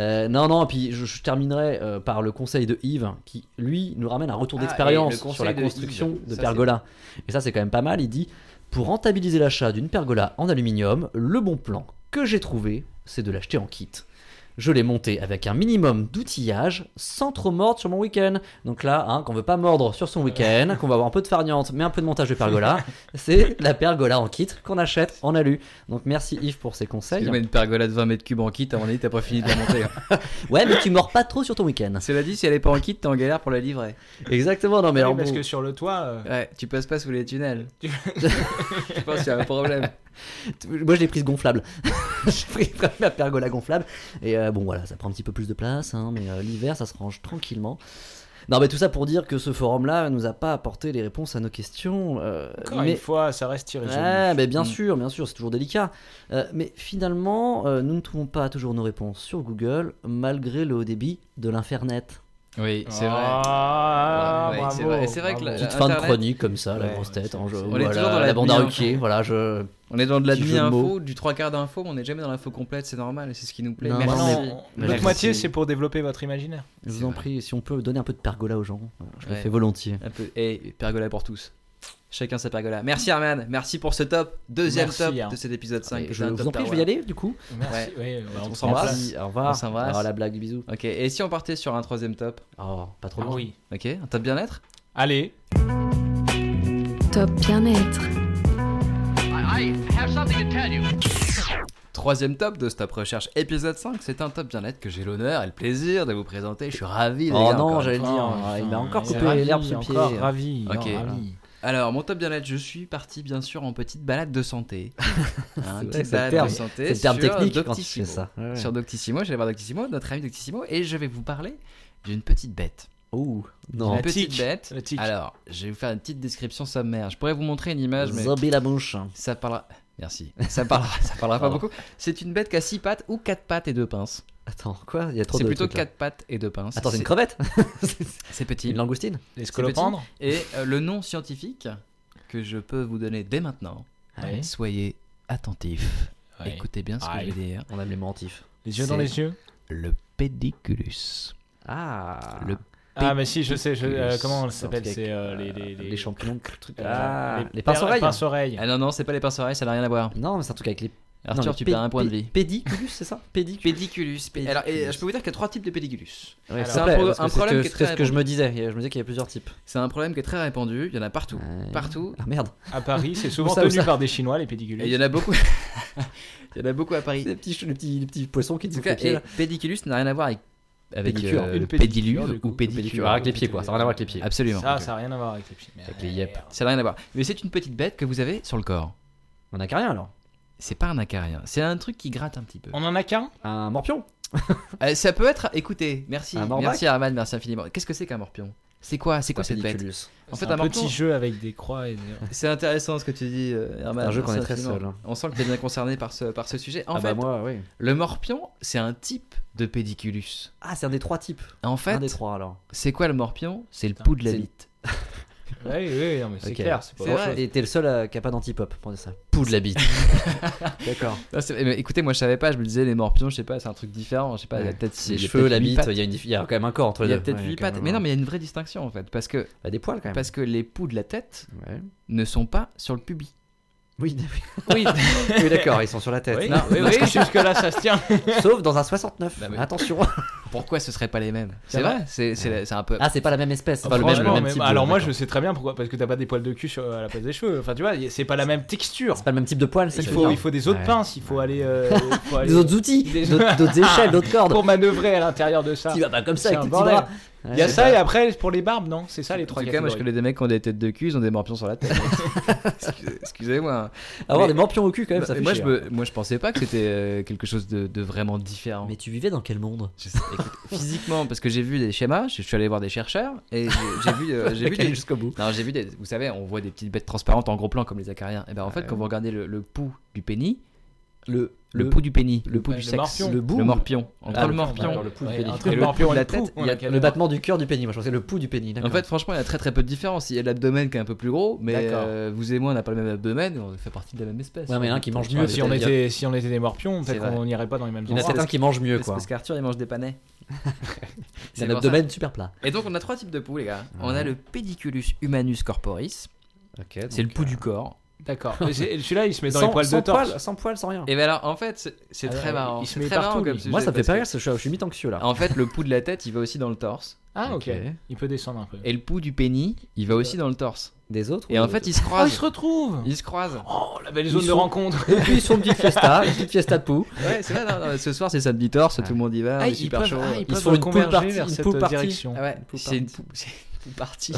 Speaker 6: Euh, non, non, puis je, je terminerai euh, par le conseil de Yves, qui lui nous ramène un retour
Speaker 5: Ah, et le
Speaker 6: d'expérience
Speaker 5: conseil
Speaker 6: sur la
Speaker 5: de
Speaker 6: construction
Speaker 5: Yves.
Speaker 6: de
Speaker 5: Ça,
Speaker 6: pergola. Et ça, c'est quand même pas mal. Il dit Pour rentabiliser l'achat d'une pergola en aluminium, le bon plan que j'ai trouvé, c'est de l'acheter en kit. je l'ai monté avec un minimum d'outillage sans trop mordre sur mon week-end. Donc là, hein, qu'on veut pas mordre sur son week-end, qu'on va avoir un peu de farniente, mais un peu de montage de pergola, c'est la pergola en kit qu'on achète en alu. Donc merci Yves pour ses conseils.
Speaker 5: Tu mets une pergola de 20 mètres cubes en kit, à mon avis, t'as pas fini de la monter. hein.
Speaker 6: Ouais, mais tu mords pas trop sur ton week-end.
Speaker 5: Cela dit, si elle est pas en kit, t'es en galère pour la livrer.
Speaker 6: Exactement, non mais alors.
Speaker 4: Oui, parce
Speaker 6: bon.
Speaker 4: que sur le toit, euh,
Speaker 5: Ouais, tu passes pas sous les tunnels. Je pense qu'il y a un problème.
Speaker 6: Moi, je l'ai prise gonflable. J'ai pris la pergola gonflable. Et euh, bon, voilà, ça prend un petit peu plus de place, hein, mais euh, l'hiver, ça se range tranquillement. Non, mais tout ça pour dire que ce forum-là nous a pas apporté les réponses à nos questions. euh,
Speaker 4: encore
Speaker 6: mais...
Speaker 4: une fois, ça reste irrésolu.
Speaker 6: Ouais, mais bien
Speaker 5: Mm.
Speaker 6: sûr, bien sûr, c'est toujours délicat. Euh, mais finalement, euh, nous ne trouvons pas toujours nos réponses sur Google, malgré le haut débit de l'Infernet.
Speaker 5: Oui, c'est vrai.
Speaker 4: Ah,
Speaker 5: Ouais, ouais,
Speaker 4: bravo,
Speaker 5: c'est vrai, c'est vrai que la-
Speaker 4: bravo.
Speaker 6: Petite fin de
Speaker 5: Internet.
Speaker 6: chronique comme ça, la
Speaker 5: Ouais,
Speaker 6: grosse tête. en jeu.
Speaker 5: on est
Speaker 6: Voilà,
Speaker 5: toujours dans la hein.
Speaker 6: la bande à
Speaker 5: demi-info.
Speaker 6: ruquier, voilà, je.
Speaker 5: On est dans de la
Speaker 6: Petit jeu de
Speaker 5: demi-info, du trois quarts d'info, mais on n'est jamais dans l'info complète, c'est normal, c'est ce qui nous plaît.
Speaker 6: Non,
Speaker 4: Bah
Speaker 5: Merci.
Speaker 6: mais-
Speaker 4: non,
Speaker 6: mais
Speaker 4: L'autre
Speaker 6: merci.
Speaker 4: moitié, c'est pour développer votre imaginaire.
Speaker 6: Je
Speaker 5: C'est
Speaker 6: vous en
Speaker 5: vrai.
Speaker 6: prie, si on peut donner un peu de pergola aux gens, euh, je
Speaker 5: Ouais.
Speaker 6: le fais volontiers.
Speaker 5: Un peu. Et pergola pour tous. Chacun sa pergola. Merci Arman, merci pour ce top. Deuxième
Speaker 4: Merci,
Speaker 5: top
Speaker 4: hein.
Speaker 5: de cet épisode 5.
Speaker 6: Et
Speaker 5: qui
Speaker 6: je
Speaker 5: était un
Speaker 6: vous
Speaker 5: top
Speaker 6: en prie, je
Speaker 5: Terroir.
Speaker 6: vais y aller du coup.
Speaker 4: Merci. ouais, bah,
Speaker 5: On
Speaker 4: te
Speaker 5: s'embrasse.
Speaker 4: remplace.
Speaker 6: Merci, Au revoir.
Speaker 5: On s'embrasse.
Speaker 6: Alors, la blague du bisou.
Speaker 5: Ok, et si on partait sur un troisième top
Speaker 6: Oh, pas trop
Speaker 4: Ah
Speaker 6: loin.
Speaker 4: oui.
Speaker 5: Ok, un top bien-être
Speaker 4: Allez,
Speaker 7: Top bien-être.
Speaker 5: Troisième top de Stop Recherche épisode 5, c'est un top bien-être que j'ai l'honneur et le plaisir de vous présenter. Je suis ravi, les
Speaker 6: Oh
Speaker 5: gars, encore
Speaker 6: non,
Speaker 5: une
Speaker 6: j'allais le
Speaker 5: fois.
Speaker 6: dire.
Speaker 4: Oh,
Speaker 6: Ah, il m'a
Speaker 4: putain,
Speaker 6: encore
Speaker 4: mais
Speaker 6: coupé
Speaker 4: ravi,
Speaker 6: l'herbe sous le pied.
Speaker 4: Encore ravi.
Speaker 5: Ok.
Speaker 4: encore ravi.
Speaker 5: Alors, mon top bien-être, je suis parti bien sûr en petite balade de santé. Hein,
Speaker 6: vrai,
Speaker 5: petite
Speaker 6: c'est le
Speaker 5: balade
Speaker 6: terme.
Speaker 5: de santé.
Speaker 6: C'est le terme
Speaker 5: sur
Speaker 6: technique quand tu fais
Speaker 5: Doctissimo.
Speaker 6: ça. Ouais, ouais.
Speaker 5: Sur Doctissimo, j'allais voir Doctissimo, notre ami Doctissimo, et je vais vous parler d'une petite bête.
Speaker 6: Ouh,
Speaker 5: Une
Speaker 6: non.
Speaker 4: La
Speaker 5: petite
Speaker 4: tique.
Speaker 5: bête.
Speaker 4: La tique.
Speaker 5: Alors, je vais vous faire une petite description sommaire. Je pourrais vous montrer une image, mais
Speaker 6: Zobé la Oh. bouche.
Speaker 5: ça parlera. Merci. Ça parlera, ça parlera pas
Speaker 6: Pardon.
Speaker 5: beaucoup. C'est une bête qui a 6 pattes ou 4 pattes et 2 pinces.
Speaker 6: Attends, quoi Il y a trop de
Speaker 5: C'est plutôt
Speaker 6: trucs, là.
Speaker 5: 4 pattes et 2 pinces.
Speaker 6: Attends, c'est une crevette
Speaker 5: C'est petit.
Speaker 6: Une langoustine
Speaker 4: Les scolopendres.
Speaker 5: Et euh, le nom scientifique que je peux vous donner dès maintenant.
Speaker 6: Ah,
Speaker 4: Ouais.
Speaker 5: Soyez attentifs.
Speaker 4: Ouais.
Speaker 5: Écoutez bien ce que
Speaker 4: Ouais.
Speaker 5: je vais dire.
Speaker 6: On aime les mentifs.
Speaker 4: Les yeux dans
Speaker 5: C'est-
Speaker 4: les yeux.
Speaker 5: Le pédiculus.
Speaker 6: Ah
Speaker 5: Le
Speaker 4: Ah, mais si, je sais. je- euh,
Speaker 5: Pédiculus.
Speaker 4: comment on
Speaker 5: C'est un
Speaker 4: s'appelle
Speaker 5: truc
Speaker 4: C'est euh, les, les,
Speaker 6: les,
Speaker 4: les-
Speaker 6: champignons. le truc-
Speaker 4: euh,
Speaker 6: Ah, les,
Speaker 4: pinces-
Speaker 6: pinces-oreilles
Speaker 4: pinces-oreilles.
Speaker 5: Ah non, non, c'est pas les pinces oreilles, ça n'a rien à voir.
Speaker 6: Non, mais c'est un truc avec les.
Speaker 5: Arthur,
Speaker 6: non, les
Speaker 5: tu
Speaker 6: pé-
Speaker 5: perds un point de
Speaker 6: pé-
Speaker 5: vie.
Speaker 6: Pédiculus, c'est ça Pédiculus.
Speaker 5: Pédiculus. pé- Alors, et, euh, je peux vous dire qu'il y a trois types de pédiculus.
Speaker 6: Ouais,
Speaker 4: c'est
Speaker 6: s'il
Speaker 5: un
Speaker 6: te plaît,
Speaker 5: pro-
Speaker 6: parce que
Speaker 5: un
Speaker 6: c'est
Speaker 5: problème
Speaker 6: ce que-
Speaker 5: qui est
Speaker 6: c'est ce
Speaker 5: très
Speaker 6: que je me disais. Je me disais qu'il y a plusieurs types.
Speaker 5: C'est un problème qui est très répandu. Il y en a partout.
Speaker 6: Ouais.
Speaker 5: Partout.
Speaker 6: Ah merde.
Speaker 4: À Paris, c'est souvent
Speaker 6: Où ça, où
Speaker 4: tenu
Speaker 6: ça
Speaker 4: par des Chinois, les
Speaker 5: Et il y
Speaker 4: pédiculus.
Speaker 5: en a beaucoup. il y en a beaucoup à Paris.
Speaker 6: Les petits, les petits, les petits poissons qui
Speaker 5: En
Speaker 6: te
Speaker 5: tout
Speaker 6: coupent
Speaker 5: cas,
Speaker 6: les pieds.
Speaker 5: et pédiculus n'a rien à voir avec, avec
Speaker 6: Pédicure.
Speaker 5: euh,
Speaker 4: Et
Speaker 5: le
Speaker 4: le
Speaker 5: pédilure
Speaker 4: pédicure, du
Speaker 5: ou
Speaker 4: coup.
Speaker 5: pédicure.
Speaker 6: Ah, avec les pieds, quoi. Ça n'a rien à voir avec les pieds.
Speaker 5: Absolument.
Speaker 4: Ça, ça n'a rien à voir avec les pieds. euh,
Speaker 6: Avec les yep.
Speaker 5: Ça n'a rien à voir. Mais c'est une petite bête que vous avez sur le corps.
Speaker 6: On a qu'à rien alors.
Speaker 5: C'est pas un acarien, c'est un truc qui gratte un petit peu.
Speaker 4: On en a qu'un
Speaker 6: Un morpion
Speaker 5: Euh, ça peut être. Écoutez, merci.
Speaker 6: Un morbac
Speaker 5: Merci Arman, merci infiniment. Qu'est-ce que c'est qu'un morpion C'est quoi, c'est quoi cette bête
Speaker 6: Pédiculus.
Speaker 5: En
Speaker 4: C'est
Speaker 5: fait, un,
Speaker 4: un
Speaker 5: morpion.
Speaker 4: petit jeu avec des croix et des.
Speaker 5: C'est intéressant ce que tu dis, euh, Herman.
Speaker 6: un jeu qu'on
Speaker 5: Merci
Speaker 6: est très
Speaker 5: infiniment.
Speaker 6: seul, hein.
Speaker 5: On sent que tu es bien concerné par ce, par ce sujet. En
Speaker 6: ah
Speaker 5: fait,
Speaker 6: bah moi, oui.
Speaker 5: le morpion, c'est un type de pédiculus.
Speaker 6: Ah, c'est un des trois types.
Speaker 5: En fait,
Speaker 6: un des trois alors.
Speaker 5: c'est quoi le morpion C'est le
Speaker 4: Putain,
Speaker 5: pouls de la
Speaker 6: c'est-
Speaker 5: bite.
Speaker 4: Oui, oui, non, mais c'est
Speaker 6: Ok.
Speaker 4: clair. C'est pas
Speaker 5: C'est
Speaker 4: autre
Speaker 5: vrai.
Speaker 4: chose.
Speaker 6: Et t'es le seul euh, qui a pas d'anti-pop, prenez ça. Pou de la bite. D'accord.
Speaker 5: Non, c'est- mais écoutez, moi je savais pas, je me disais les morpions, je sais pas, c'est un truc différent, je sais pas, il y a
Speaker 6: Ouais.
Speaker 5: peut-être six-
Speaker 6: Les
Speaker 5: il y a
Speaker 6: cheveux,
Speaker 5: peut-être
Speaker 6: la
Speaker 5: huit
Speaker 6: bite,
Speaker 5: pattes.
Speaker 6: il y, a une diff- il y a quand même un corps entre
Speaker 5: Il
Speaker 6: les
Speaker 5: y
Speaker 6: deux.
Speaker 5: a peut-être
Speaker 6: Ouais,
Speaker 5: 8
Speaker 6: quand même,
Speaker 5: pattes. Mais non,
Speaker 6: ouais.
Speaker 5: mais il y a une vraie distinction en fait. Parce que,
Speaker 6: Bah, des poils quand même.
Speaker 5: parce que les poux de la tête
Speaker 6: Ouais.
Speaker 5: ne sont pas sur le pubis.
Speaker 6: Oui, oui. oui d'accord, ils sont sur la tête.
Speaker 4: Oui,
Speaker 5: Non,
Speaker 4: oui,
Speaker 5: parce
Speaker 4: oui, jusque-là, ça se tient.
Speaker 6: Sauf dans un 69.
Speaker 5: Bah, mais-
Speaker 6: Attention.
Speaker 5: Pourquoi ce serait pas les mêmes
Speaker 4: Ça
Speaker 5: C'est
Speaker 4: va
Speaker 5: vrai, c'est c'est- c'est un peu.
Speaker 6: Ah, c'est pas la même espèce, c'est pas le même, le
Speaker 4: Franchement,
Speaker 6: même
Speaker 4: mais- bah,
Speaker 6: type. de-
Speaker 4: alors moi
Speaker 6: d'accord.
Speaker 4: je sais très bien pourquoi parce que t'as pas des poils de cul sur, à la place des cheveux enfin tu vois y- c'est pas la même texture
Speaker 6: C'est pas le même type de poil, c'est
Speaker 4: il
Speaker 6: ça,
Speaker 4: faut,
Speaker 6: non.
Speaker 4: il faut des autres
Speaker 6: Ouais.
Speaker 4: pinces il faut aller, euh, faut aller-
Speaker 6: Des autres outils,
Speaker 4: Des-
Speaker 6: d'autres d'autres échelles, d'autres cordes.
Speaker 4: pour manœuvrer à l'intérieur de ça
Speaker 6: Tu vas pas comme ça
Speaker 4: C'est
Speaker 6: avec
Speaker 4: un
Speaker 6: tes petits
Speaker 4: bordel.
Speaker 6: bras.
Speaker 4: il y a
Speaker 6: Ouais.
Speaker 4: ça et après pour les barbes non c'est ça les
Speaker 5: En
Speaker 4: trois
Speaker 5: tout cas, moi je
Speaker 4: catégories.
Speaker 5: connais des mecs qui ont des têtes de cul, ils ont des morpions sur la tête. Excusez- Excusez-moi.
Speaker 6: Avoir
Speaker 5: Mais-
Speaker 6: des morpions au cul quand même,
Speaker 5: Bah,
Speaker 6: ça fait
Speaker 5: moi, je
Speaker 6: chier. hein.
Speaker 5: me- moi je pensais pas que c'était euh, quelque chose de, de vraiment différent.
Speaker 6: Mais tu vivais dans quel monde
Speaker 5: Je sais- écoute, physiquement, parce que j'ai vu des schémas, je je suis allé voir des chercheurs et j'ai- j'ai vu, euh, j'ai vu des,
Speaker 6: jusqu'au bout.
Speaker 5: Non, j'ai vu des. Vous savez, on voit des petites bêtes transparentes en gros plan comme les acariens. Et ben en fait, quand vous regardez le, le pouls du pénis,
Speaker 6: Le,
Speaker 5: le, pouls du pénis, le
Speaker 4: le
Speaker 5: pouls
Speaker 4: pouls
Speaker 5: du
Speaker 4: du
Speaker 5: sexe,
Speaker 4: morpion.
Speaker 5: le,
Speaker 6: Le bout.
Speaker 5: morpion, entre
Speaker 6: Ah,
Speaker 5: le
Speaker 6: le
Speaker 5: morpion.
Speaker 6: d'accord, le pouls du
Speaker 4: Ouais,
Speaker 6: pénis.
Speaker 4: entre
Speaker 5: Et
Speaker 4: le
Speaker 5: le
Speaker 4: morpion
Speaker 5: pouls de
Speaker 4: et le
Speaker 5: la tête,
Speaker 4: pouls, on
Speaker 5: il y a
Speaker 4: a qu'à
Speaker 6: le
Speaker 4: dire.
Speaker 6: battement du cœur du pénis. Moi, je pensais le pouls du pénis.
Speaker 5: En
Speaker 6: d'accord.
Speaker 5: fait, franchement, il y a très très peu de différence. Il y a l'abdomen qui est un peu plus gros, mais
Speaker 4: D'accord.
Speaker 5: euh, vous et moi, on n'a pas le même abdomen, on fait partie de la même espèce.
Speaker 6: ouais, mais il y en a un qui mange mieux.
Speaker 4: Ouais, si on
Speaker 6: peut-être.
Speaker 4: était si on était des morpions
Speaker 5: C'est
Speaker 4: peut-être qu'on n'irait pas dans les mêmes
Speaker 6: Il y en a
Speaker 4: endroits
Speaker 6: peut-être un qui mange mieux,
Speaker 5: C'est
Speaker 6: quoi.
Speaker 5: parce qu'Arthur, il mange des panais.
Speaker 6: C'est un
Speaker 5: pour
Speaker 6: abdomen super plat.
Speaker 5: ça. Et donc, on a trois types de poux, les gars. On a
Speaker 6: Ouais.
Speaker 5: le pédiculus humanus corporis,
Speaker 6: Ok.
Speaker 5: c'est le pouls du corps.
Speaker 4: D'accord. Mais c'est- Celui-là, il se met dans
Speaker 6: sans,
Speaker 4: les poils de
Speaker 6: sans
Speaker 4: torse.
Speaker 6: poils, sans poils, sans rien.
Speaker 5: Et ben alors, en fait, c'est- c'est
Speaker 4: Ah
Speaker 5: très
Speaker 4: ouais,
Speaker 5: marrant.
Speaker 4: il se
Speaker 5: C'est
Speaker 4: met
Speaker 5: très
Speaker 4: partout,
Speaker 5: marrant
Speaker 4: lui.
Speaker 5: comme sujet.
Speaker 6: Moi, ça me fait
Speaker 5: parce
Speaker 6: pas
Speaker 5: que,
Speaker 6: rire, parce que je je suis mi-anxieux là.
Speaker 5: En fait, le pouls de la tête, il va aussi dans le torse.
Speaker 4: Ah, ok.
Speaker 6: Ok.
Speaker 4: Il peut descendre un peu.
Speaker 5: Et le pouls du pénis, il va aussi dans le torse.
Speaker 6: Des autres
Speaker 5: Et en
Speaker 6: ou-
Speaker 5: fait, ils se
Speaker 4: Oh, ils
Speaker 5: croisent.
Speaker 4: se retrouvent
Speaker 5: Ils se croisent.
Speaker 4: Oh, la belle
Speaker 6: Ils
Speaker 4: zone de
Speaker 6: sont-
Speaker 4: rencontre Ah,
Speaker 6: Et puis ils sont une petite fiesta, une petite fiesta de poux.
Speaker 5: Ouais, c'est vrai. non, non, ce soir, c'est samedi torse, tout le monde y va. on est
Speaker 4: ils
Speaker 5: super
Speaker 4: peuvent-
Speaker 5: chaud.
Speaker 4: ah, ils
Speaker 6: Ils
Speaker 4: peuvent
Speaker 6: se font une
Speaker 4: converger
Speaker 6: pool party,
Speaker 4: vers
Speaker 6: une
Speaker 4: cette
Speaker 6: pool party.
Speaker 4: direction.
Speaker 5: Ah ouais,
Speaker 6: Pool
Speaker 5: c'est une
Speaker 6: party.
Speaker 5: pou- c'est une Pool Party.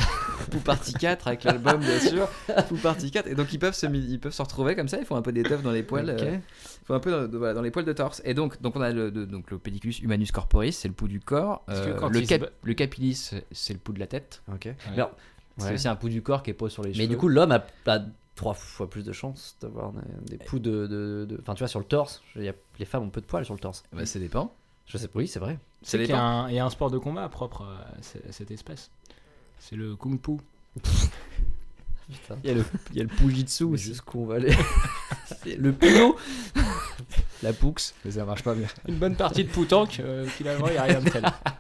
Speaker 5: Pool Party 4 avec l'album, bien sûr. Pool Party 4. Et donc, ils peuvent se, mi- ils peuvent se retrouver comme ça. Ils font un peu des teufs dans les poils.
Speaker 6: Ok.
Speaker 5: euh, ils font un peu dans, voilà, dans les poils de torse. Et donc, donc on a le, de- donc, le pellicus humanus corporis, c'est le pouls du corps.
Speaker 4: Parce que
Speaker 5: Euh,
Speaker 4: quand
Speaker 5: le,
Speaker 4: ils se
Speaker 5: cap-
Speaker 4: ba-
Speaker 5: le capillis, c'est le pouls de la tête.
Speaker 6: Ok.
Speaker 5: Alors, C'est
Speaker 6: Ouais.
Speaker 5: aussi un pouls du corps qui est posé sur les cheveux.
Speaker 6: Mais du coup, l'homme a, a trois fois plus de chances d'avoir des, des poux de, de, de- Enfin, tu vois, sur le torse. je veux dire, les femmes ont peu de poils sur le torse.
Speaker 5: Bah, ça dépend.
Speaker 6: Je sais, oui, c'est vrai.
Speaker 5: Ça
Speaker 4: Il y,
Speaker 5: dépend.
Speaker 4: a un- il y a un sport de combat propre à ce- à cette espèce. C'est le kung fu.
Speaker 6: Putain.
Speaker 5: Il y a le, il y a le Pujitsu
Speaker 6: Mais
Speaker 5: aussi.
Speaker 6: jusqu'où on va aller
Speaker 5: Le Puyo. La Poux. Mais ça marche pas bien.
Speaker 4: Une bonne partie de Poutank, euh, finalement, il n'y a rien de tel.
Speaker 5: Ah,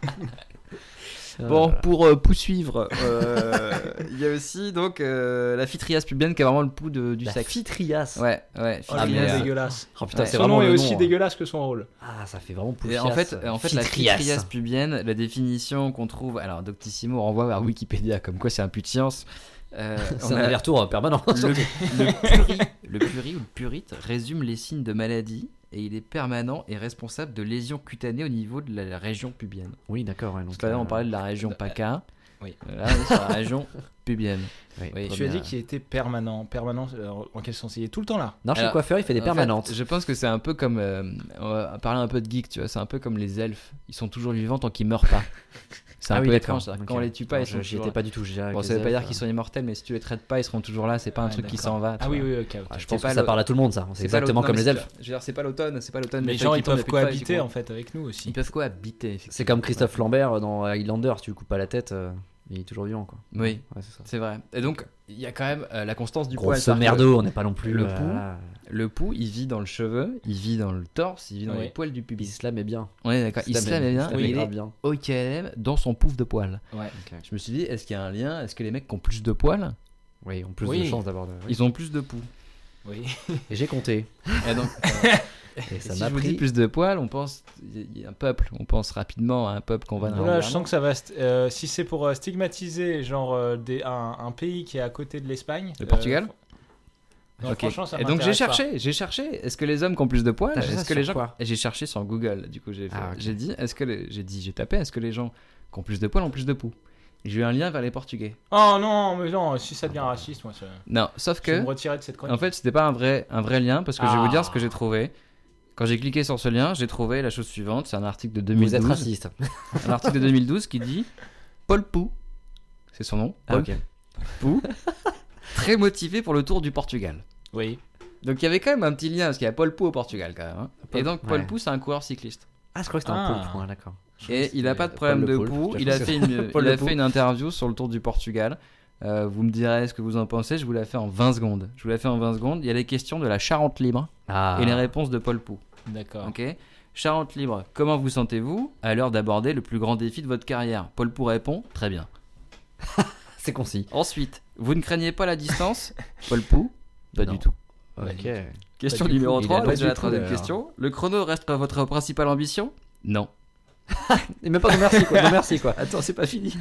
Speaker 5: Bon, pour euh, poursuivre, euh, il y a aussi donc euh, la phytriase pubienne qui a vraiment le pouls de- du
Speaker 6: du sac.
Speaker 5: sexe.
Speaker 6: Fitrias.
Speaker 5: Ouais, ouais.
Speaker 4: Oh, le
Speaker 5: mais,
Speaker 4: gars
Speaker 5: euh,
Speaker 4: dégueulasse.
Speaker 6: Oh putain,
Speaker 5: Ouais.
Speaker 6: c'est
Speaker 4: Son
Speaker 6: vraiment
Speaker 4: nom est
Speaker 6: le
Speaker 4: aussi
Speaker 6: hein.
Speaker 4: dégueulasse que son rôle.
Speaker 6: Ah, ça fait vraiment
Speaker 5: et
Speaker 6: poussière.
Speaker 5: en fait, en fait la phytriase pubienne, la définition qu'on trouve, alors Doctissimo renvoie vers Wikipédia, comme quoi c'est un puits de science. Euh,
Speaker 6: C'est
Speaker 5: on
Speaker 6: un
Speaker 5: a-
Speaker 6: aller-retour permanent.
Speaker 5: le, le puri, le puri ou le purite résume les signes de maladie et il est permanent et responsable de lésions cutanées au niveau de la région pubienne.
Speaker 6: Oui, d'accord. ouais, donc,
Speaker 5: Tout à l'heure, on
Speaker 6: euh,
Speaker 5: parlait de la région PACA.
Speaker 4: oui.
Speaker 5: Là, on est sur la région pubienne.
Speaker 6: oui.
Speaker 5: Oui.
Speaker 4: Tu as dit
Speaker 5: Première-
Speaker 4: qu'il était permanent. Permanent, alors, en quel sens Il est tout le temps là.
Speaker 6: Non, chez
Speaker 5: Alors,
Speaker 6: le coiffeur, il fait des
Speaker 5: En
Speaker 6: permanentes.
Speaker 5: fait, je pense que c'est un peu comme. euh, on va parler un peu de geek, tu vois. C'est un peu comme les elfes. Ils sont toujours vivants tant qu'ils meurent pas. C'est un
Speaker 6: Ah oui,
Speaker 5: peu
Speaker 6: d'accord.
Speaker 5: étrange. ça.
Speaker 6: Ok.
Speaker 5: Quand on les tue pas,
Speaker 6: Non,
Speaker 5: ils sont
Speaker 6: je- J'y
Speaker 5: toujours
Speaker 6: étais
Speaker 5: là.
Speaker 6: pas du tout. j'ai-
Speaker 5: Bon,
Speaker 6: avec
Speaker 5: ça veut
Speaker 6: les
Speaker 5: pas dire
Speaker 6: elfes,
Speaker 5: qu'ils
Speaker 6: hein.
Speaker 5: sont immortels, mais si tu les traites pas, ils seront toujours là. C'est pas un
Speaker 4: Ouais,
Speaker 5: truc qui
Speaker 4: d'accord.
Speaker 5: s'en va. tu
Speaker 4: Ah oui,
Speaker 5: vois.
Speaker 4: oui, ok. ok.
Speaker 6: Ah, Je
Speaker 5: C'est
Speaker 6: pense
Speaker 5: pas
Speaker 6: que ça
Speaker 5: le-
Speaker 6: parle à tout le monde, ça. C'est
Speaker 5: C'est pas
Speaker 6: exactement
Speaker 5: l'automne,
Speaker 6: comme
Speaker 5: mais
Speaker 6: les
Speaker 5: c'est-
Speaker 6: elfes.
Speaker 5: Je veux dire, c'est pas l'automne, c'est pas l'automne.
Speaker 4: Les
Speaker 5: mais
Speaker 4: gens,
Speaker 5: feuilles
Speaker 4: ils
Speaker 5: qui tombent
Speaker 4: peuvent
Speaker 5: depuis le temps,
Speaker 4: cohabiter
Speaker 5: ils
Speaker 4: en fait avec nous aussi.
Speaker 5: Ils peuvent cohabiter.
Speaker 6: C'est comme Christophe Lambert euh, dans Highlander. Tu lui coupes pas la tête, euh, il est toujours vivant, quoi.
Speaker 5: Oui,
Speaker 6: Ouais, c'est ça.
Speaker 5: c'est vrai. Et donc, il y a quand même euh, la constance du poil.
Speaker 6: Grosse
Speaker 5: c'est-à-dire que
Speaker 6: merdo, on n'est pas non plus
Speaker 5: le
Speaker 6: euh,
Speaker 5: pou-
Speaker 6: voilà.
Speaker 5: Le pouls, il vit dans le cheveu, il vit dans le torse, il vit dans
Speaker 4: Oui.
Speaker 5: les poils du pubis.
Speaker 6: L'islam est bien.
Speaker 5: On est d'accord. Islam est bien,
Speaker 6: Islam
Speaker 5: mais il
Speaker 6: grave
Speaker 5: est
Speaker 6: bien.
Speaker 5: OKLM dans son pouf de poils.
Speaker 4: Ouais.
Speaker 5: Je me suis dit, est-ce qu'il y a un lien Est-ce que les mecs qui ont plus de poils,
Speaker 6: Oui, on plus
Speaker 4: Oui.
Speaker 6: de chances d'avoir. de-
Speaker 5: ils ont plus de poux
Speaker 4: Oui.
Speaker 6: Et J'ai compté.
Speaker 5: Et donc,
Speaker 6: Et ça
Speaker 5: si
Speaker 6: m'a
Speaker 5: je vous dis
Speaker 6: pris.
Speaker 5: plus de poils, on pense il y a un peuple, on pense rapidement à un peuple qu'on va dans
Speaker 4: Là, je sens que ça va. st- euh, si c'est pour euh, stigmatiser genre euh, des- un, un pays qui est à côté de l'Espagne.
Speaker 5: Le Portugal
Speaker 4: fr- Non,
Speaker 5: Ok.
Speaker 4: franchement, ça
Speaker 5: Et donc j'ai
Speaker 4: m'intéresse pas.
Speaker 5: cherché, j'ai cherché. Est-ce que les hommes qui ont plus de poils
Speaker 6: T'as cherché
Speaker 5: Est-ce
Speaker 6: ça
Speaker 5: que les
Speaker 6: sur
Speaker 5: gens
Speaker 6: quoi
Speaker 5: Et J'ai cherché sur Google. Du coup, j'ai fait-
Speaker 6: Ah, ok.
Speaker 5: j'ai dit, est-ce que les- j'ai dit, j'ai tapé, est-ce que les gens qui ont plus de poils ont plus de poux J'ai eu un lien vers les Portugais.
Speaker 4: Oh non, mais non, si ça devient raciste, moi, ça...
Speaker 5: Non, sauf
Speaker 4: je vais
Speaker 5: que
Speaker 4: me retirer de cette chronique.
Speaker 5: en fait, c'était pas un vrai un vrai lien parce que je vais vous dire ce que
Speaker 4: Ah.
Speaker 5: j'ai trouvé. Quand j'ai cliqué sur ce lien, j'ai trouvé la chose suivante. C'est un article de Ah, 2012.
Speaker 6: Vous êtes raciste.
Speaker 5: un article de 2012 qui dit Paul Pou, c'est son nom,
Speaker 6: Ah,
Speaker 5: Paul
Speaker 6: ok.
Speaker 5: Pou, très motivé pour le tour du Portugal.
Speaker 4: Oui.
Speaker 5: Donc il y avait quand même un petit lien parce qu'il y a Paul Pou au Portugal quand même. hein.
Speaker 6: Paul-
Speaker 5: Et donc Paul
Speaker 6: ouais.
Speaker 5: Pou, c'est un coureur cycliste.
Speaker 6: Ah, je crois que c'était
Speaker 4: Ah.
Speaker 6: un poulpe. Ouais, d'accord.
Speaker 5: Et il n'a pas de
Speaker 6: Paul
Speaker 5: problème
Speaker 6: le
Speaker 5: de
Speaker 6: Poulpe,
Speaker 5: Pou.
Speaker 6: je
Speaker 5: Il a
Speaker 6: pense
Speaker 5: fait une,
Speaker 6: Paul
Speaker 5: il a
Speaker 6: le Pou.
Speaker 5: fait une interview sur le tour du Portugal. Euh, vous me direz ce que vous en pensez, je vous la fais en 20 secondes. Je vous la fais en 20 secondes. Il y a les questions de la Charente libre
Speaker 6: Ah.
Speaker 5: et les réponses de Paul Pou.
Speaker 4: D'accord.
Speaker 5: Ok. Charente Libre, comment vous sentez-vous à l'heure d'aborder le plus grand défi de votre carrière Paul Pou répond Très bien.
Speaker 6: C'est concis.
Speaker 5: Ensuite, vous ne craignez pas la distance Paul Pou Pas
Speaker 6: Non.
Speaker 5: du tout.
Speaker 6: Ok.
Speaker 5: Question
Speaker 6: Pas du
Speaker 5: numéro
Speaker 6: tout.
Speaker 5: 3,
Speaker 6: Il a
Speaker 5: donc
Speaker 6: pas
Speaker 5: c'est
Speaker 6: du
Speaker 5: la
Speaker 6: tout
Speaker 5: troisième
Speaker 6: l'air.
Speaker 5: question. Le chrono reste votre principale ambition Non.
Speaker 6: Et même pas de merci, quoi. Non, merci, quoi.
Speaker 5: Attends, c'est pas fini.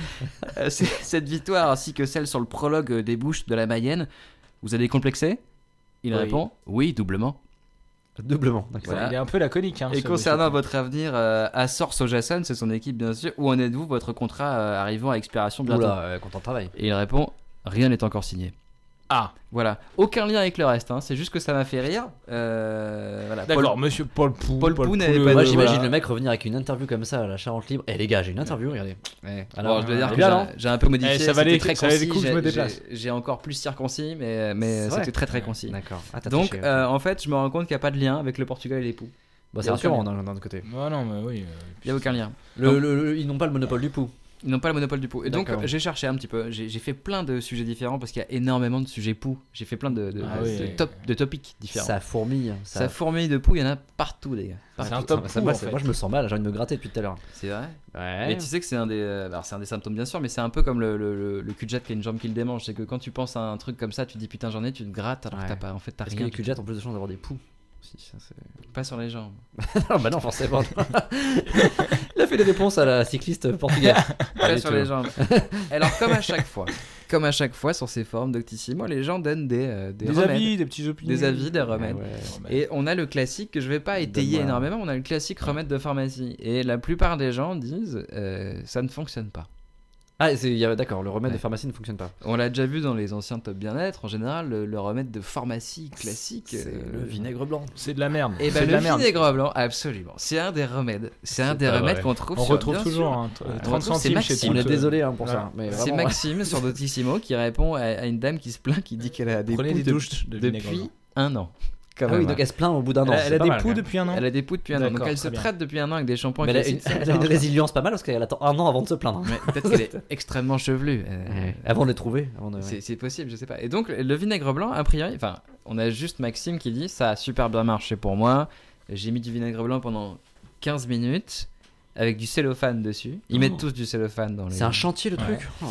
Speaker 5: Euh, Cette victoire ainsi que celle sur le prologue euh, des bouches de la Mayenne, vous allez complexer Il
Speaker 4: Oui.
Speaker 5: répond Oui, doublement.
Speaker 6: Doublement.
Speaker 4: Ça,
Speaker 6: D'accord.
Speaker 5: Voilà.
Speaker 4: Il est un peu laconique. Hein,
Speaker 5: Et
Speaker 4: ce
Speaker 5: concernant
Speaker 4: monsieur.
Speaker 5: votre avenir euh, à Sors Sojasan, c'est son équipe bien sûr, où en êtes-vous Votre contrat euh, arrivant à expiration bientôt
Speaker 6: Oula, euh, content de travail.
Speaker 5: Et il répond Rien n'est encore signé.
Speaker 4: Ah,
Speaker 5: Voilà, aucun lien avec le reste, hein. c'est juste que ça m'a fait rire. Euh, voilà.
Speaker 4: d'accord,
Speaker 5: Paul-
Speaker 4: monsieur Paul Pou.
Speaker 5: Paul Pou n'avait
Speaker 4: le-
Speaker 5: pas de-
Speaker 6: Moi,
Speaker 5: voilà.
Speaker 6: j'imagine le mec revenir avec une interview comme ça à la Charente Libre. Eh, les gars, j'ai une interview, regardez.
Speaker 5: Ouais.
Speaker 6: Alors,
Speaker 5: Bon, je dois dire
Speaker 6: euh,
Speaker 5: que
Speaker 6: bien,
Speaker 5: j'ai-
Speaker 6: non
Speaker 5: j'ai un peu modifié.
Speaker 4: Eh,
Speaker 5: c'était
Speaker 4: ça valait-
Speaker 5: très
Speaker 4: ça
Speaker 5: concis,
Speaker 4: valait le coup que je
Speaker 5: j'ai-
Speaker 4: me déplace.
Speaker 5: j'ai- J'ai encore plus circoncis, mais, euh,
Speaker 6: C'est
Speaker 5: mais
Speaker 6: vrai.
Speaker 5: c'était très très concis.
Speaker 6: D'accord. Ah,
Speaker 5: Donc, euh, en fait, je me rends compte qu'il n'y a pas de lien avec le Portugal euh, et les poux.
Speaker 6: Bah,
Speaker 5: y
Speaker 6: c'est
Speaker 5: a aucun
Speaker 6: rassurant d'un d'un autre côté.
Speaker 4: Ouais, non, mais oui. euh,
Speaker 5: Il n'y a aucun lien.
Speaker 6: Le- le- le- ils n'ont pas le monopole du pou.
Speaker 5: Ils n'ont pas le monopole du pou. Et donc
Speaker 6: D'accord.
Speaker 5: j'ai cherché un petit peu, j'ai j'ai fait plein de sujets différents parce qu'il y a énormément de sujets pou. J'ai fait plein de, de,
Speaker 4: Ah
Speaker 5: de-
Speaker 4: oui.
Speaker 5: de top, de topics différents. Ça,
Speaker 6: Ça fourmille. hein, Ça,
Speaker 5: fourmille de pou, il y en a partout les gars.
Speaker 4: C'est un
Speaker 5: Partout.
Speaker 4: top
Speaker 6: ça
Speaker 4: pou,
Speaker 6: va,
Speaker 4: en
Speaker 6: c'est-
Speaker 4: fait.
Speaker 6: Moi, je me sens mal, j'ai envie de me gratter depuis tout à l'heure.
Speaker 5: C'est vrai.
Speaker 6: Ouais.
Speaker 5: Mais tu sais que c'est un des, euh, alors c'est un des symptômes bien sûr, mais c'est un peu comme le, le, le, le cul-de-jatte qui a une jambe qui le démange. C'est que quand tu penses à un truc comme ça, tu te dis putain j'en ai, tu te grattes alors
Speaker 6: Ouais.
Speaker 5: que t'as pas, en fait t'as
Speaker 6: Parce que
Speaker 5: rien.
Speaker 6: les
Speaker 5: Tu
Speaker 6: cul-de-jatte ont plus de chances d'avoir des poux.
Speaker 5: pas sur les jambes.
Speaker 6: non, bah non, forcément. non. Il a fait des réponses à la cycliste portugaise.
Speaker 5: Pas
Speaker 6: du
Speaker 5: sur
Speaker 6: tout.
Speaker 5: les jambes. alors comme à chaque fois, comme à chaque fois sur ces forums d'Octissimo, les gens donnent des, euh, des, remèdes,
Speaker 4: des petits opinions.
Speaker 5: des avis, des remèdes.
Speaker 4: Remèdes.
Speaker 5: Et on a le classique que je vais pas étayer
Speaker 6: Donne-moi.
Speaker 5: énormément, on a le classique remède de pharmacie. Et la plupart des gens disent euh, ça ne fonctionne pas.
Speaker 6: Ah, c'est- il y a- d'accord, le remède
Speaker 5: Ouais.
Speaker 6: de pharmacie ne fonctionne pas.
Speaker 5: On l'a déjà vu dans les anciens top bien-être, en général, le, le remède de pharmacie classique. euh,
Speaker 6: blanc.
Speaker 4: C'est de la merde.
Speaker 5: Et
Speaker 4: C'est
Speaker 5: ben
Speaker 4: de
Speaker 5: le
Speaker 4: la merde.
Speaker 5: vinaigre blanc, absolument. C'est un des remèdes. C'est un des
Speaker 1: pas
Speaker 5: remèdes
Speaker 1: vrai.
Speaker 5: qu'on trouve
Speaker 4: On
Speaker 5: sur-
Speaker 4: retrouve
Speaker 5: bien
Speaker 4: toujours
Speaker 5: sûr.
Speaker 4: hein, t-
Speaker 5: On
Speaker 4: euh,
Speaker 5: retrouve,
Speaker 4: 30
Speaker 5: c'est
Speaker 4: centimes chez
Speaker 5: Maxime.
Speaker 4: tout
Speaker 6: On
Speaker 4: le
Speaker 6: est
Speaker 5: Voilà.
Speaker 6: désolé hein, pour ça.
Speaker 4: Voilà.
Speaker 6: Mais
Speaker 5: C'est
Speaker 6: vraiment,
Speaker 5: Maxime sur Dotissimo qui répond à, à une dame qui se plaint, qui dit qu'elle a des
Speaker 4: Prenez
Speaker 5: poux
Speaker 4: des
Speaker 5: de-
Speaker 4: douches de vinaigre
Speaker 5: depuis
Speaker 4: blanc.
Speaker 5: un an. Quand
Speaker 6: Ah
Speaker 5: même.
Speaker 6: oui, donc elle se plaint au bout d'un an.
Speaker 4: Elle a-
Speaker 6: c'est
Speaker 4: Elle a
Speaker 6: pas
Speaker 4: des
Speaker 6: mal,
Speaker 4: poux
Speaker 6: quand même.
Speaker 4: depuis un an.
Speaker 5: Elle a des poux depuis un an. Donc
Speaker 4: D'accord,
Speaker 5: elle se
Speaker 4: très bien.
Speaker 5: traite depuis un an avec des shampoings.
Speaker 6: Mais elle a une,
Speaker 5: classiques. Ça
Speaker 6: elle a une
Speaker 5: marche pas.
Speaker 6: résilience pas mal parce qu'elle attend un an avant de se plaindre.
Speaker 5: Ouais, Peut-être qu'elle est extrêmement chevelue. euh,
Speaker 6: Avant de les trouver. Avant de...
Speaker 5: C'est c'est possible, je sais pas. Et donc, le vinaigre blanc, a priori, enfin, on a juste Maxime qui dit ça a super bien marché pour moi. J'ai mis du vinaigre blanc pendant 15 minutes avec du cellophane dessus. Ils
Speaker 6: Oh.
Speaker 5: mettent tous du cellophane dans les.
Speaker 6: C'est un chantier le
Speaker 4: Ouais.
Speaker 6: truc. Oh.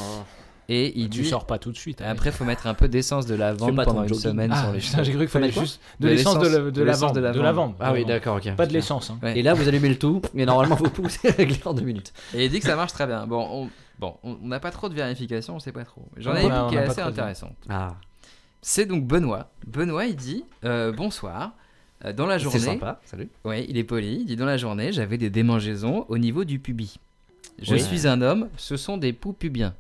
Speaker 5: Et il
Speaker 4: Tu
Speaker 5: dit
Speaker 4: sors pas tout de suite. hein.
Speaker 5: après, faut mettre un peu d'essence de lavande
Speaker 6: pas
Speaker 5: pendant
Speaker 6: ton
Speaker 5: une
Speaker 6: jogging.
Speaker 5: semaine
Speaker 4: Ah,
Speaker 5: sur les
Speaker 4: putain,
Speaker 5: cheveux.
Speaker 4: j'ai cru qu'il fallait
Speaker 5: Faut mettre
Speaker 4: juste de
Speaker 5: De
Speaker 4: l'essence de,
Speaker 5: l'essence.
Speaker 4: la- de
Speaker 5: De
Speaker 4: la
Speaker 5: l'essence
Speaker 4: vente.
Speaker 5: de la
Speaker 4: De
Speaker 5: vente.
Speaker 4: la vente.
Speaker 6: Ah oui,
Speaker 4: vraiment.
Speaker 6: d'accord, ok.
Speaker 4: Pas de l'essence. hein.
Speaker 5: Ouais.
Speaker 6: Et là, vous allumez le tout, et normalement, vous poussez réglé en deux minutes.
Speaker 5: Et il dit que ça marche très bien. Bon, on. Bon, on on n'a pas trop de vérification, on sait pas trop. J'en
Speaker 4: Ouais,
Speaker 5: ai une
Speaker 4: on
Speaker 5: qui est
Speaker 4: n'a pas
Speaker 5: assez
Speaker 4: trop de-
Speaker 5: intéressante.
Speaker 6: Ah,
Speaker 5: C'est donc Benoît. Benoît, il dit euh, Bonsoir. Euh, Dans la
Speaker 6: c'est
Speaker 5: journée,
Speaker 6: sympa. Salut.
Speaker 5: Oui, il est poli. Il dit dans la journée, j'avais des démangeaisons au niveau du pubis. Je
Speaker 6: Oui.
Speaker 5: suis un homme, ce sont des poux pubiens.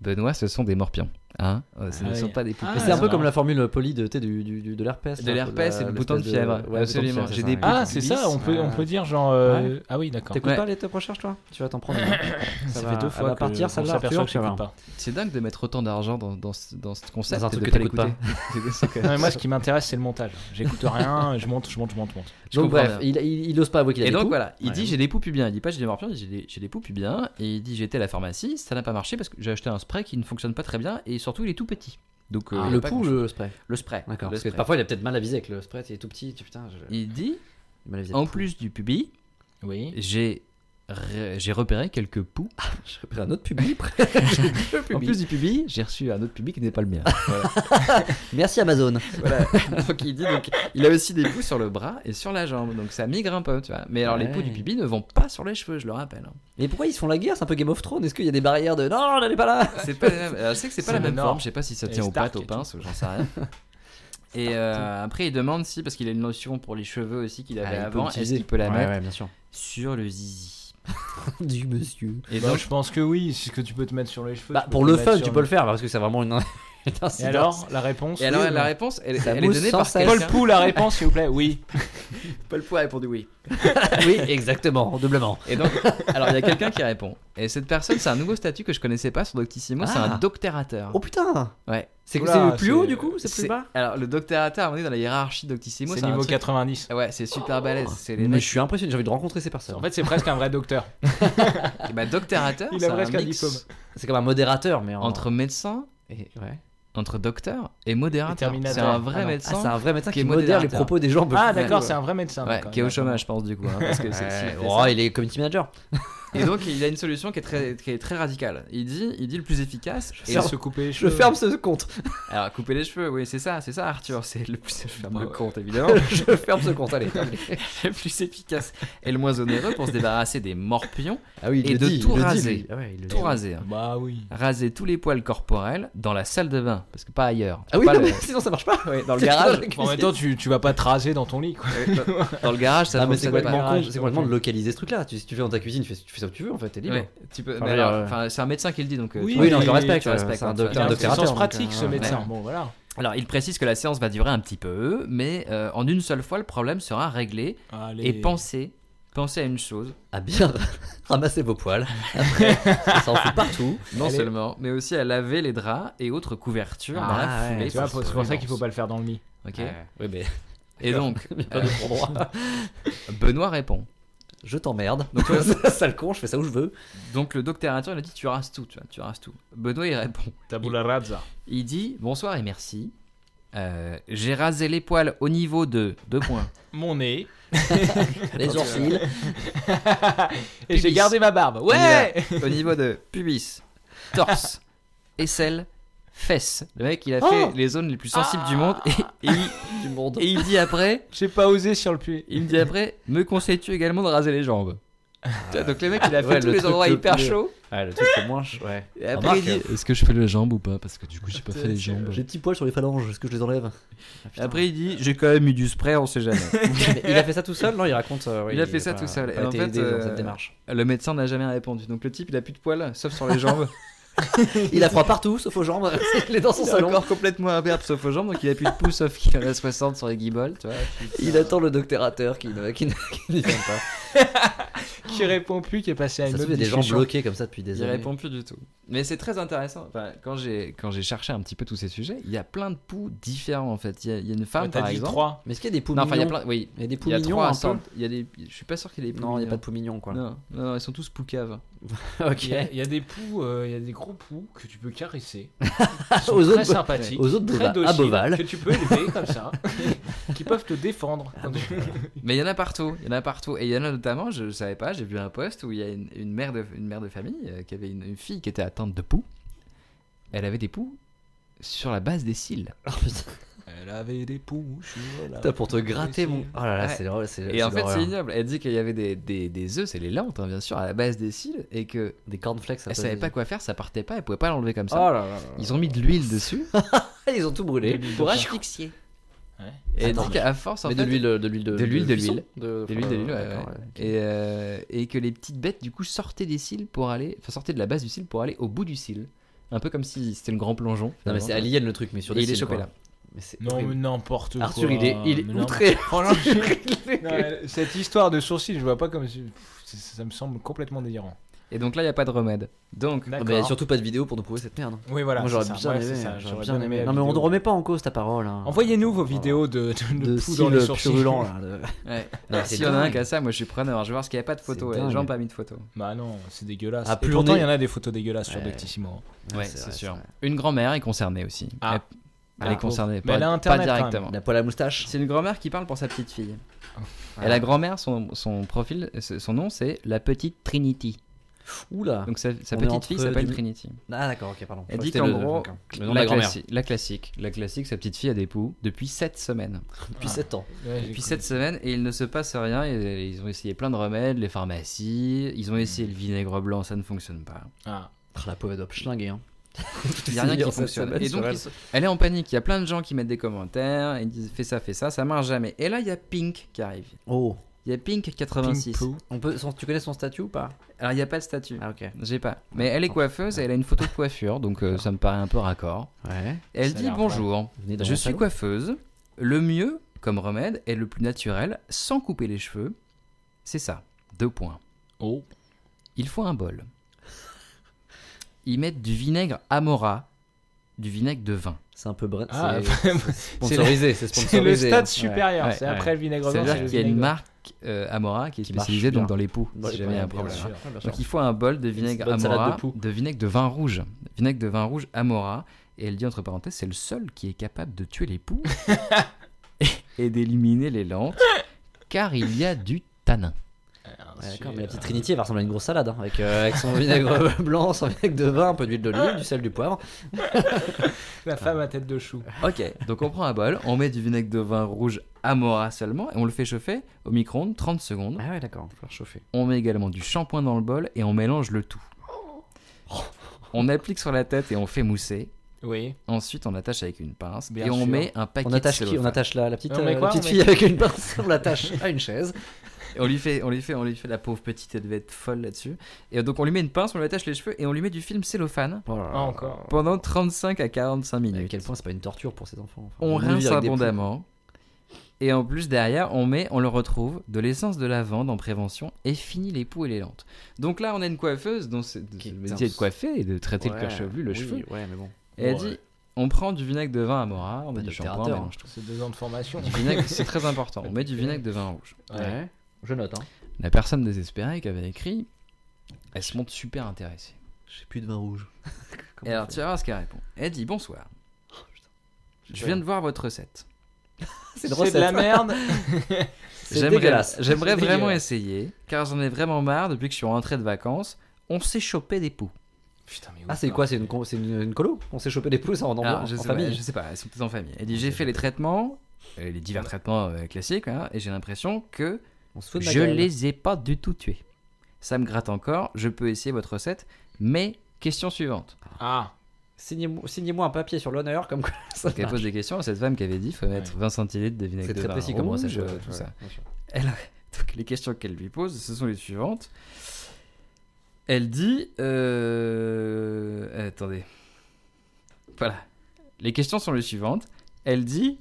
Speaker 5: Benoît, ce sont des morpions. Hein euh, ce
Speaker 4: Ah
Speaker 5: ne
Speaker 4: oui.
Speaker 5: sont pas des poux
Speaker 4: Ah,
Speaker 6: Mais
Speaker 5: pubiens.
Speaker 6: c'est un peu
Speaker 4: marrant.
Speaker 6: comme la formule polie de, tu sais, du, du- du- de l'herpès.
Speaker 5: De
Speaker 6: là,
Speaker 5: l'herpès
Speaker 6: la-
Speaker 5: et le
Speaker 6: l'espèce
Speaker 5: bouton de fièvre. Ouais,
Speaker 6: bouton de
Speaker 5: absolument.
Speaker 6: fièvre, c'est
Speaker 5: J'ai
Speaker 6: ça,
Speaker 5: des
Speaker 6: ouais.
Speaker 4: Ah, c'est ça, on peut, on peut dire genre. euh, Ah oui, d'accord.
Speaker 6: T'écoutes
Speaker 5: Ouais.
Speaker 6: pas les top recherches, toi Tu vas t'en prendre. une.
Speaker 4: Ça
Speaker 6: va-
Speaker 4: fait deux
Speaker 6: elle
Speaker 4: fois
Speaker 6: va
Speaker 4: que
Speaker 6: partir,
Speaker 4: on
Speaker 6: celle-là,
Speaker 4: s'aperçoit
Speaker 6: Arthur,
Speaker 4: que
Speaker 6: tu vas
Speaker 4: j'écoute
Speaker 6: voir.
Speaker 4: pas.
Speaker 5: C'est dingue de mettre autant d'argent dans, dans ce- dans ce concept.
Speaker 6: Dans un truc
Speaker 5: et de
Speaker 6: que
Speaker 5: pas
Speaker 6: t'écoutes
Speaker 5: l'écouter. C'est- c'est-
Speaker 4: Non, mais moi, ce qui m'intéresse, c'est le montage. J'écoute rien, je monte, je monte, je monte, je monte.
Speaker 5: Je
Speaker 6: Donc,
Speaker 5: comprends
Speaker 6: bref,
Speaker 5: bien.
Speaker 6: il, il, il ose pas avouer qu'il a
Speaker 5: Et
Speaker 6: des
Speaker 5: donc
Speaker 6: poux.
Speaker 5: voilà, il
Speaker 6: Ouais.
Speaker 5: dit j'ai des poux pubiens. Il dit pas j'ai des morpions, il dit j'ai des, j'ai des poux pubiens. Et il dit j'étais à la pharmacie, ça n'a pas marché parce que j'ai acheté un spray qui ne fonctionne pas très bien et surtout il est tout petit. Donc euh, il y a
Speaker 6: Ah, le
Speaker 5: pas
Speaker 6: pou ou
Speaker 5: grand-chose.
Speaker 6: le spray
Speaker 5: le spray.
Speaker 6: D'accord.
Speaker 5: le
Speaker 6: Parce que
Speaker 5: spray.
Speaker 6: parfois, il a peut-être mal avisé avec le spray, il est tout petit, tu- putain. je-
Speaker 5: Il dit
Speaker 6: mal avisé.
Speaker 5: en plus du pubis,
Speaker 4: Oui.
Speaker 5: j'ai re- j'ai repéré quelques poux.
Speaker 6: Je repère un autre public.
Speaker 5: En plus du pubis, j'ai reçu un autre pubis qui n'est pas le mien.
Speaker 6: Merci Amazon.
Speaker 5: Voilà. donc il dit donc il a aussi des poux sur le bras et sur la jambe, donc ça migre un peu, tu vois. Mais alors les poux
Speaker 6: Ouais.
Speaker 5: du pubis ne vont pas sur les cheveux, je le rappelle. hein.
Speaker 6: Mais pourquoi ils se font la guerre C'est un peu Game of Thrones. Est-ce qu'il y a des barrières de non, n'allez pas là
Speaker 5: C'est pas la même. alors, je sais que c'est pas
Speaker 4: C'est
Speaker 5: la
Speaker 4: le
Speaker 5: même
Speaker 4: Nord.
Speaker 5: forme. Je sais pas si ça
Speaker 4: Et
Speaker 5: tient aux
Speaker 4: Stark
Speaker 5: pattes, aux
Speaker 4: et tout.
Speaker 5: pinces, ou j'en sais rien. Et euh, après, il demande si, parce qu'il a une notion pour les cheveux aussi qu'il avait
Speaker 6: Ah, il peut
Speaker 5: avant, est-ce
Speaker 6: l'utiliser.
Speaker 5: qu'il peut la mettre
Speaker 6: bien sûr.
Speaker 5: sur le zizi
Speaker 6: Du monsieur.
Speaker 5: Et
Speaker 4: Bah,
Speaker 5: donc,
Speaker 4: je pense que oui, c'est ce que tu peux te mettre sur les cheveux.
Speaker 6: Bah,
Speaker 4: tu peux
Speaker 6: pour
Speaker 4: te
Speaker 6: le
Speaker 4: mettre
Speaker 6: fun,
Speaker 4: sur
Speaker 6: tu
Speaker 4: le-
Speaker 6: peux le faire parce que c'est vraiment une. une
Speaker 4: Et
Speaker 6: incidence.
Speaker 4: alors, la réponse
Speaker 5: et
Speaker 4: oui,
Speaker 5: alors,
Speaker 4: non
Speaker 5: la hein réponse, elle,
Speaker 6: Ça
Speaker 5: elle est
Speaker 6: mousse
Speaker 5: donnée
Speaker 6: sans
Speaker 5: par
Speaker 6: cesse.
Speaker 4: Paul
Speaker 5: quelqu'un.
Speaker 4: Pou, la réponse, s'il vous plaît. Oui.
Speaker 5: Paul Poids a répondu oui.
Speaker 6: Oui, exactement, doublement.
Speaker 5: Et donc, alors il y a quelqu'un qui répond. Et cette personne, c'est un nouveau statut que je connaissais pas sur Doctissimo, c'est
Speaker 6: Ah.
Speaker 5: un doctérateur.
Speaker 6: Oh putain
Speaker 5: Ouais.
Speaker 6: C'est
Speaker 4: Oula,
Speaker 6: c'est le plus
Speaker 4: c'est-
Speaker 6: haut du coup C'est plus bas
Speaker 5: Alors le doctérateur, à un moment donné, dans la hiérarchie Doctissimo,
Speaker 4: C'est
Speaker 5: un
Speaker 4: niveau
Speaker 5: truc- Ah
Speaker 4: 90.
Speaker 5: Ouais, c'est super balèze. C'est les
Speaker 6: Oh, Mais
Speaker 5: mecs.
Speaker 6: je suis impressionné, j'ai envie de rencontrer ces personnes.
Speaker 4: En fait, c'est presque un vrai docteur.
Speaker 5: Et bah, doctérateur,
Speaker 4: Il
Speaker 5: c'est
Speaker 4: a
Speaker 5: un
Speaker 4: presque un
Speaker 5: mix
Speaker 4: diplôme.
Speaker 6: c'est comme un modérateur, mais en-
Speaker 5: entre médecin,
Speaker 6: Et- ouais.
Speaker 5: entre docteur et
Speaker 4: Et
Speaker 5: modérateur.
Speaker 4: Terminator.
Speaker 5: C'est un vrai
Speaker 6: Ah non. Ah,
Speaker 5: médecin.
Speaker 6: c'est un vrai médecin
Speaker 5: qui
Speaker 6: qui,
Speaker 5: est
Speaker 6: modère les
Speaker 5: modérateur.
Speaker 6: propos des gens. un peu
Speaker 4: Ah,
Speaker 6: plus-
Speaker 4: d'accord,
Speaker 6: Oh, bah, Ouais.
Speaker 4: c'est un vrai médecin.
Speaker 5: Ouais,
Speaker 4: d'accord,
Speaker 5: qui est au
Speaker 4: d'accord.
Speaker 5: chômage, je pense, du coup. hein, parce que c'est-
Speaker 6: Ouais,
Speaker 5: c'est-
Speaker 6: oh, il est community manager.
Speaker 5: Et donc, il a une solution qui est très, qui est très radicale. Il dit, il dit le plus efficace.
Speaker 4: Et
Speaker 5: et-
Speaker 4: se couper les
Speaker 6: Je
Speaker 4: cheveux.
Speaker 6: ferme ce compte.
Speaker 5: Alors, couper les cheveux, oui, c'est ça, c'est ça, Arthur. C'est le plus. Je ferme
Speaker 4: Bah,
Speaker 5: le
Speaker 4: ouais.
Speaker 5: compte, évidemment.
Speaker 6: Je ferme ce compte, allez. terminé.
Speaker 5: le plus efficace et le moins onéreux pour se débarrasser des morpions,
Speaker 6: Ah oui,
Speaker 5: Et
Speaker 6: le
Speaker 5: de
Speaker 6: dit,
Speaker 5: tout
Speaker 6: il le dit,
Speaker 5: raser.
Speaker 6: lui. Ah ouais, il le
Speaker 5: tout
Speaker 6: dit.
Speaker 5: raser. hein.
Speaker 4: Bah oui.
Speaker 5: Raser tous les poils corporels dans la salle de bain, parce que pas ailleurs.
Speaker 6: Ah oui,
Speaker 5: Pas
Speaker 6: non,
Speaker 5: le-
Speaker 6: mais sinon ça marche pas.
Speaker 5: dans le
Speaker 6: C'est
Speaker 5: garage.
Speaker 6: dans
Speaker 4: Bon, en même temps, tu, tu vas pas te raser dans ton lit. Quoi.
Speaker 5: dans, dans le garage, ça
Speaker 6: Ah, mais
Speaker 5: fonctionne
Speaker 6: c'est
Speaker 5: pas.
Speaker 6: complètement
Speaker 4: garage,
Speaker 6: con, c'est complètement de localiser ce truc-là. Tu, si tu fais dans ta cuisine, tu fais, tu fais ça où tu veux en fait, t'es libre.
Speaker 5: Ouais, tu peux-
Speaker 6: Enfin,
Speaker 5: mais
Speaker 6: je veux
Speaker 5: alors,
Speaker 6: dire, euh,
Speaker 5: enfin, c'est un médecin qui le dit, donc. euh,
Speaker 4: Oui,
Speaker 5: tu-
Speaker 4: oui,
Speaker 6: non, je
Speaker 5: tu-
Speaker 6: le respecte,
Speaker 5: tu
Speaker 6: euh,
Speaker 5: respectes,
Speaker 6: c'est un
Speaker 5: hein,
Speaker 6: docteur,
Speaker 4: Il
Speaker 5: tu
Speaker 4: a un
Speaker 5: vois.
Speaker 6: docteur. doctorateur,
Speaker 4: sens
Speaker 6: donc,
Speaker 4: pratique, ce
Speaker 6: euh,
Speaker 4: médecin.
Speaker 5: ouais.
Speaker 4: Bon, voilà.
Speaker 5: Alors, il précise que la séance va durer un petit peu, mais euh, en une seule fois, le problème sera réglé.
Speaker 4: Allez.
Speaker 5: Et pensez, pensez à une chose.
Speaker 6: À Ah, bien ramasser vos poils. Après, ça en fout partout.
Speaker 5: Non
Speaker 4: Allez.
Speaker 5: seulement, mais aussi à laver les draps et autres couvertures dans la
Speaker 6: Ah, ouais,
Speaker 5: foulée.
Speaker 4: Tu vois,
Speaker 5: parce
Speaker 4: c'est
Speaker 5: que
Speaker 4: pour ça
Speaker 5: vraiment,
Speaker 4: qu'il faut pas le faire dans le lit.
Speaker 5: ok
Speaker 6: Oui, mais
Speaker 5: Et donc,
Speaker 6: il n'y a pas d'autre endroit.
Speaker 5: Benoît répond
Speaker 6: je t'emmerde. Donc, tu vois, sale con, je fais ça où je veux.
Speaker 5: Donc le docteur Nature, il a dit Tu rases tout, tu, vois, tu rases tout. Benoît, il répond
Speaker 4: Tabula rasa.
Speaker 5: Il dit Bonsoir et merci. Euh, J'ai rasé les poils au niveau de deux points.
Speaker 4: Mon nez.
Speaker 6: Les sourcils.
Speaker 4: Et j'ai
Speaker 5: Pubis.
Speaker 4: gardé ma barbe.
Speaker 5: On y
Speaker 4: Ouais
Speaker 5: va. Au niveau de pubis, torse, aisselle, fesses. Le mec, il a
Speaker 4: Oh.
Speaker 5: fait les zones les plus sensibles du monde et, et il,
Speaker 6: Ah du monde.
Speaker 5: et il dit après
Speaker 4: J'ai pas osé sur le puits.
Speaker 5: Il me dit après, me conseilles-tu également de raser les jambes Tu vois, Donc le mec il a fait
Speaker 6: Ah. Ouais,
Speaker 5: tous
Speaker 6: le
Speaker 5: les
Speaker 6: truc
Speaker 5: endroits
Speaker 6: le
Speaker 5: hyper
Speaker 6: plus-
Speaker 5: chauds.
Speaker 6: Ouais, le truc le moins. ch- Ouais.
Speaker 5: Et après il dit,
Speaker 8: Est-ce que je fais les jambes ou pas Parce que du coup, j'ai pas fait les jambes.
Speaker 6: J'ai des petits poils sur les phalanges, est-ce que je les enlève
Speaker 5: après il dit, j'ai quand même eu du spray, on sait jamais.
Speaker 6: Mais Il a fait ça tout seul Non, il raconte. euh, oui,
Speaker 5: Il a fait ça
Speaker 6: pas-
Speaker 5: tout seul.
Speaker 6: pas
Speaker 5: Et en
Speaker 6: été
Speaker 5: fait,
Speaker 6: aidé dans
Speaker 5: euh,
Speaker 6: cette démarche.
Speaker 5: le médecin n'a jamais répondu. Donc le type il a plus de poils, sauf sur les jambes.
Speaker 6: Il a froid partout, sauf aux jambes. Il est dans son
Speaker 5: Il a le
Speaker 6: salon.
Speaker 5: corps complètement imperbe sauf aux jambes, donc il a plus de pouce sauf qu'il en a 60 sur les guibolles, tu vois.
Speaker 6: Il attend le doctérateur qui ne, qui ne, qui n'y vient pas.
Speaker 4: Qui répond plus, qui est passé à
Speaker 6: Ça
Speaker 4: une
Speaker 6: se
Speaker 4: autre
Speaker 6: fait, il y a des gens
Speaker 4: discussion.
Speaker 6: bloqués comme ça depuis des
Speaker 5: Il
Speaker 6: années.
Speaker 5: répond plus du tout. Mais c'est très intéressant. Enfin, quand j'ai quand j'ai cherché un petit peu tous ces sujets, il y a plein de poux différents en fait. Il y a, il y a une femme
Speaker 4: Ouais,
Speaker 5: par
Speaker 4: Bah, T'as dit
Speaker 5: exemple.
Speaker 4: 3.
Speaker 6: Mais est-ce qu'il y a des poux
Speaker 5: Non, enfin il y a
Speaker 6: mignons
Speaker 5: plein. Oui,
Speaker 6: Il y a des poux
Speaker 5: Il y a
Speaker 6: mignons
Speaker 5: trois
Speaker 6: un
Speaker 5: ensemble.
Speaker 6: peu
Speaker 5: Il y a des. Je suis pas sûr qu'il y ait des.
Speaker 6: Non, il n'y a pas de poux mignons quoi.
Speaker 5: Non, non, non, ils sont tous poucaves.
Speaker 6: Ok.
Speaker 4: Il y a- il y, a des poux, euh, il y a des gros poux que tu peux caresser. Ils
Speaker 6: Aux
Speaker 4: sont très
Speaker 6: autres-
Speaker 4: sympathiques.
Speaker 6: Aux autres
Speaker 4: Très
Speaker 6: bova- à
Speaker 4: dociles,
Speaker 6: Boval.
Speaker 4: que tu peux élever comme ça, qui peuvent te défendre.
Speaker 6: Ah
Speaker 4: quand tu-
Speaker 5: Mais il y en a partout, il y en a partout. Et il y en a notamment, je ne savais pas, j'ai vu un post où il y a une, une mère, de, une mère de famille euh, qui avait une, une fille qui était atteinte de poux. Elle avait des poux sur la base des cils.
Speaker 6: Oh, putain.
Speaker 4: Elle avait des poux.
Speaker 6: Putain, pour te gratter mon. Oh là là,
Speaker 5: Ouais.
Speaker 6: c'est drôle. c'est-
Speaker 5: Et en
Speaker 6: c'est
Speaker 5: fait,
Speaker 6: l'horreur.
Speaker 5: c'est ignoble. Elle dit qu'il y avait des, des, des œufs, c'est les lentes, hein, bien sûr, à la base des cils. Et que
Speaker 6: Des cornflakes, ça
Speaker 5: elle
Speaker 6: passe
Speaker 5: savait
Speaker 6: des-
Speaker 5: pas quoi faire, ça partait pas, elle pouvait pas l'enlever comme
Speaker 6: Oh
Speaker 5: ça.
Speaker 6: là là.
Speaker 5: Ils ont mis de l'huile dessus
Speaker 6: Ah, Ils ont tout brûlé.
Speaker 5: pour asphyxier.
Speaker 4: Ouais.
Speaker 5: Et elle
Speaker 6: Attends,
Speaker 5: dit qu'à force, en
Speaker 6: Mais
Speaker 5: fait,
Speaker 6: de l'huile, euh, de l'huile,
Speaker 5: de l'huile, de l'huile.
Speaker 6: de
Speaker 5: De l'huile, de l'huile, ouais,
Speaker 6: d'accord,
Speaker 5: ouais. Et, euh, et que les petites bêtes, du coup, sortaient des cils pour aller, enfin, sortaient de la base du cil pour aller au bout du cil. Un peu comme si c'était le grand plongeon.
Speaker 6: Non mais c'est
Speaker 5: finalement.
Speaker 6: alien le truc, mais sur des
Speaker 5: Et il est
Speaker 6: cils,
Speaker 5: chopé
Speaker 6: quoi.
Speaker 5: là.
Speaker 6: Mais c'est
Speaker 4: Non,
Speaker 6: horrible.
Speaker 4: mais n'importe quoi.
Speaker 6: Arthur, il est, il est
Speaker 4: Mais non,
Speaker 6: outré.
Speaker 4: Franchement, non, mais cette histoire de sourcils, je vois pas comme. pff, Ça, ça me semble complètement délirant.
Speaker 5: Et donc là, il n'y a pas de remède. Donc,
Speaker 6: Non,
Speaker 4: D'accord.
Speaker 6: mais surtout pas de vidéo pour nous prouver cette merde.
Speaker 4: Oui, voilà.
Speaker 6: Moi
Speaker 4: c'est
Speaker 6: j'aurais
Speaker 4: ça.
Speaker 6: bien
Speaker 4: Ouais,
Speaker 6: aimé. hein.
Speaker 4: c'est ça,
Speaker 6: j'aurais
Speaker 4: j'aurais
Speaker 6: bien aimé.
Speaker 4: la
Speaker 6: Non mais on ne
Speaker 4: vidéo.
Speaker 6: remet pas en cause ta parole. hein.
Speaker 4: Envoyez-nous vos
Speaker 6: Voilà.
Speaker 4: vidéos de, de, de
Speaker 6: de
Speaker 4: poux dans les
Speaker 6: cils
Speaker 4: sourcils.
Speaker 6: purulents là. de-
Speaker 5: ouais.
Speaker 6: Non, c'est
Speaker 5: si on a un
Speaker 6: dingue.
Speaker 5: qu'à ça, moi je suis preneur. Je vais voir ce qu'il n'y a pas de photo.
Speaker 6: C'est
Speaker 5: Les gens
Speaker 6: dingue.
Speaker 5: n'ont pas mis de photo.
Speaker 4: Bah non, c'est dégueulasse.
Speaker 6: Ah,
Speaker 4: Et
Speaker 6: plus on
Speaker 4: pourtant,
Speaker 6: est-
Speaker 4: il y en a des photos dégueulasses sur
Speaker 6: Ouais.
Speaker 4: Doctissimo.
Speaker 5: Ouais,
Speaker 6: c'est
Speaker 5: c'est
Speaker 6: vrai,
Speaker 5: sûr.
Speaker 6: c'est vrai.
Speaker 5: Une grand-mère est concernée aussi.
Speaker 4: Ah.
Speaker 5: Elle, elle
Speaker 4: Ah.
Speaker 5: est concernée,
Speaker 4: Mais
Speaker 5: pas,
Speaker 4: elle a
Speaker 5: pas
Speaker 4: Internet, quand
Speaker 5: directement.
Speaker 6: Il n'a pas la moustache.
Speaker 5: C'est une grand-mère qui parle pour sa petite fille.
Speaker 6: Ah.
Speaker 5: Et la grand-mère, son, son profil, son nom, c'est la petite Trinity.
Speaker 6: Oula.
Speaker 5: Donc sa, sa
Speaker 6: Ah. On est
Speaker 5: petite
Speaker 6: entre
Speaker 5: fille s'appelle
Speaker 6: du-
Speaker 5: Trinity.
Speaker 6: Ah d'accord, ok, pardon.
Speaker 5: Elle
Speaker 6: Je
Speaker 5: dit
Speaker 6: crois
Speaker 5: qu'en
Speaker 6: que c'était le- hein.
Speaker 5: gros,
Speaker 6: donc,
Speaker 5: La,
Speaker 6: le nom de la Grèce.
Speaker 5: classi- la classique. La classique, sa petite fille a des poux depuis 7 semaines.
Speaker 6: Depuis 7 ans.
Speaker 5: Depuis 7 semaines, et il ne se passe rien. et Ils ont essayé plein de remèdes, les pharmacies, ils ont
Speaker 6: Mm.
Speaker 5: essayé le vinaigre blanc, ça ne fonctionne pas.
Speaker 4: Ah.
Speaker 6: Oh, La pauvre elle doit schlinguer. hein.
Speaker 5: Il n'y a rien
Speaker 6: Essayé en
Speaker 5: qui
Speaker 6: sept
Speaker 5: fonctionne.
Speaker 6: semaines
Speaker 5: Et donc,
Speaker 6: sur elle.
Speaker 5: ils sont- elle est en panique. Il y a plein de gens qui mettent des commentaires, ils disent fais ça, fais ça, ça marche jamais. Et là, il y a Pink qui arrive.
Speaker 6: Oh.
Speaker 5: Il y a Pink86.
Speaker 4: Pink Pou.
Speaker 6: On peut, son- tu connais son statut ou pas
Speaker 5: Alors, il n'y a pas de statut.
Speaker 6: Ah ok.
Speaker 5: J'ai pas. Mais elle est coiffeuse et elle a une photo de coiffure, donc euh, ça me paraît un peu raccord.
Speaker 6: Ouais.
Speaker 5: Elle
Speaker 4: Ça a
Speaker 5: dit
Speaker 4: l'air
Speaker 5: bonjour.
Speaker 6: Venez dans
Speaker 5: Je
Speaker 6: mon
Speaker 5: suis
Speaker 6: salon.
Speaker 5: coiffeuse. Le mieux, comme remède, est le plus naturel, sans couper les cheveux. C'est ça. Deux points.
Speaker 4: Oh.
Speaker 5: Il faut un bol. Ils mettent du vinaigre Amora, du vinaigre de vin.
Speaker 6: C'est un peu brun.
Speaker 4: Ah,
Speaker 6: c'est- Sponsorisé, c'est
Speaker 4: C'est le
Speaker 6: sponsorisé. hein.
Speaker 4: stade
Speaker 6: Ouais.
Speaker 4: supérieur.
Speaker 5: Ouais,
Speaker 4: c'est
Speaker 5: ouais.
Speaker 4: après le vinaigre blanc.
Speaker 5: C'est-à-dire
Speaker 4: c'est le
Speaker 5: qu'il y a une
Speaker 4: vinaigre.
Speaker 5: marque euh, Amora qui est
Speaker 6: Qui marche
Speaker 5: spécialisée donc
Speaker 6: bien.
Speaker 5: dans les poux,
Speaker 6: Dans
Speaker 5: si
Speaker 6: les
Speaker 5: jamais il y a un
Speaker 6: poux, bien
Speaker 5: problème.
Speaker 6: sûr.
Speaker 5: Donc il faut un bol de vinaigre
Speaker 6: bonne salade
Speaker 5: Amora,
Speaker 6: de poux.
Speaker 5: de, vinaigre de vin rouge, vinaigre de vin rouge Amora. Et elle dit entre parenthèses, c'est le seul qui est capable de tuer les poux et, et d'éliminer les lentes, car il y a du tanin.
Speaker 6: Ouais, d'accord,
Speaker 4: Ensuite,
Speaker 6: mais la petite Trinity elle va ressembler à une grosse salade hein, avec, euh, avec son vinaigre blanc, son vinaigre de vin, un peu d'huile d'olive, du sel, du poivre.
Speaker 4: La femme à tête de chou.
Speaker 5: Ok, donc on prend un bol, on met du vinaigre de vin rouge Amora seulement et on le fait chauffer au micro-ondes 30 secondes.
Speaker 6: Ah ouais, d'accord, il va falloir chauffer.
Speaker 5: On met également du shampoing dans le bol et on mélange le tout. On applique sur la tête et on fait mousser.
Speaker 4: Oui.
Speaker 5: Ensuite, on attache avec une pince
Speaker 4: Bien
Speaker 5: et on
Speaker 4: sûr.
Speaker 5: met un paquet
Speaker 6: On attache
Speaker 5: de
Speaker 6: qui On
Speaker 5: cellophane.
Speaker 6: attache la, la petite,
Speaker 4: On met
Speaker 6: euh, la
Speaker 4: quoi,
Speaker 6: petite
Speaker 4: on
Speaker 6: fille
Speaker 4: met-
Speaker 6: avec une pince, on l'attache à Ah, une chaise.
Speaker 5: Et on lui fait, on lui fait, on lui fait la pauvre petite, elle devait être folle là-dessus. Et donc on lui met une pince, on lui attache les cheveux et on lui met du film cellophane
Speaker 6: Oh là là.
Speaker 4: Ah, encore.
Speaker 5: pendant 35 à 45
Speaker 6: Mais
Speaker 5: minutes.
Speaker 6: à quel point c'est pas une torture pour ces enfants. enfin,
Speaker 5: on
Speaker 6: vit
Speaker 5: rince
Speaker 6: avec des
Speaker 5: abondamment. Et en plus derrière, on met, on le retrouve de l'essence de lavande en prévention et fini les poux et les lentes. Donc là, on a une coiffeuse dont c'est
Speaker 6: Qui
Speaker 5: le
Speaker 6: est
Speaker 5: métier
Speaker 6: un-
Speaker 5: de coiffer et de traiter
Speaker 6: poux.
Speaker 5: le cuir chevelu, le
Speaker 6: Oui,
Speaker 5: cheveu.
Speaker 6: Ouais, Bah, mais bon.
Speaker 5: Et elle
Speaker 4: Bon,
Speaker 5: dit,
Speaker 4: ouais.
Speaker 5: on prend du vinaigre de vin à Mora, on met
Speaker 6: Pas
Speaker 5: du
Speaker 6: de
Speaker 5: shampoing, on
Speaker 6: littérateur.
Speaker 5: mélange tout.
Speaker 4: C'est deux ans de formation.
Speaker 5: Du vinaigre, c'est très important. On met du vinaigre de vin rouge.
Speaker 4: Ouais.
Speaker 6: Je note. Hein.
Speaker 5: La personne désespérée qui avait écrit, elle se montre super intéressée.
Speaker 9: J'ai plus de vin rouge.
Speaker 5: Et alors, tu vas voir ce qu'elle répond. Elle dit Bonsoir.
Speaker 6: Oh,
Speaker 5: Je viens de voir votre recette.
Speaker 6: C'est
Speaker 4: C'est de la merde.
Speaker 6: C'est
Speaker 5: J'aimerais
Speaker 6: dégueulasse.
Speaker 5: j'aimerais
Speaker 4: C'est
Speaker 5: vraiment
Speaker 4: dégueulasse.
Speaker 5: essayer, car j'en ai vraiment marre depuis que je suis rentré de vacances. On s'est chopé des poux.
Speaker 4: Putain, mais
Speaker 6: Ah, c'est quoi C'est une, con- c'est une, une colo On s'est chopé des pouces en, en,
Speaker 5: Alors,
Speaker 6: en
Speaker 5: Ah, je, sais pas,
Speaker 6: famille
Speaker 5: je sais pas, elles sont toutes en famille. Elle dit J'ai fait les traitements, euh, les divers traitements euh, classiques, hein, et j'ai l'impression que
Speaker 6: On se fout de ma
Speaker 5: je
Speaker 6: gueule.
Speaker 5: les ai pas du tout tués. Ça me gratte encore, je peux essayer votre recette, mais question suivante.
Speaker 4: Ah,
Speaker 6: Signez-moi signez-moi un papier sur l'honneur, comme quoi ça
Speaker 5: Elle
Speaker 6: marche.
Speaker 5: pose des questions à cette femme qui avait dit faut mettre 20 centilitres de vinaigre
Speaker 6: C'est
Speaker 5: de
Speaker 6: très
Speaker 5: vin
Speaker 6: précis comme
Speaker 5: rouge,
Speaker 6: recette.
Speaker 5: euh,
Speaker 6: ouais,
Speaker 5: tout
Speaker 6: ouais,
Speaker 5: ça.
Speaker 6: bien sûr.
Speaker 5: Donc, les questions qu'elle lui pose, ce sont les suivantes. Elle dit euh, attendez. Voilà. Les questions sont les suivantes. Elle dit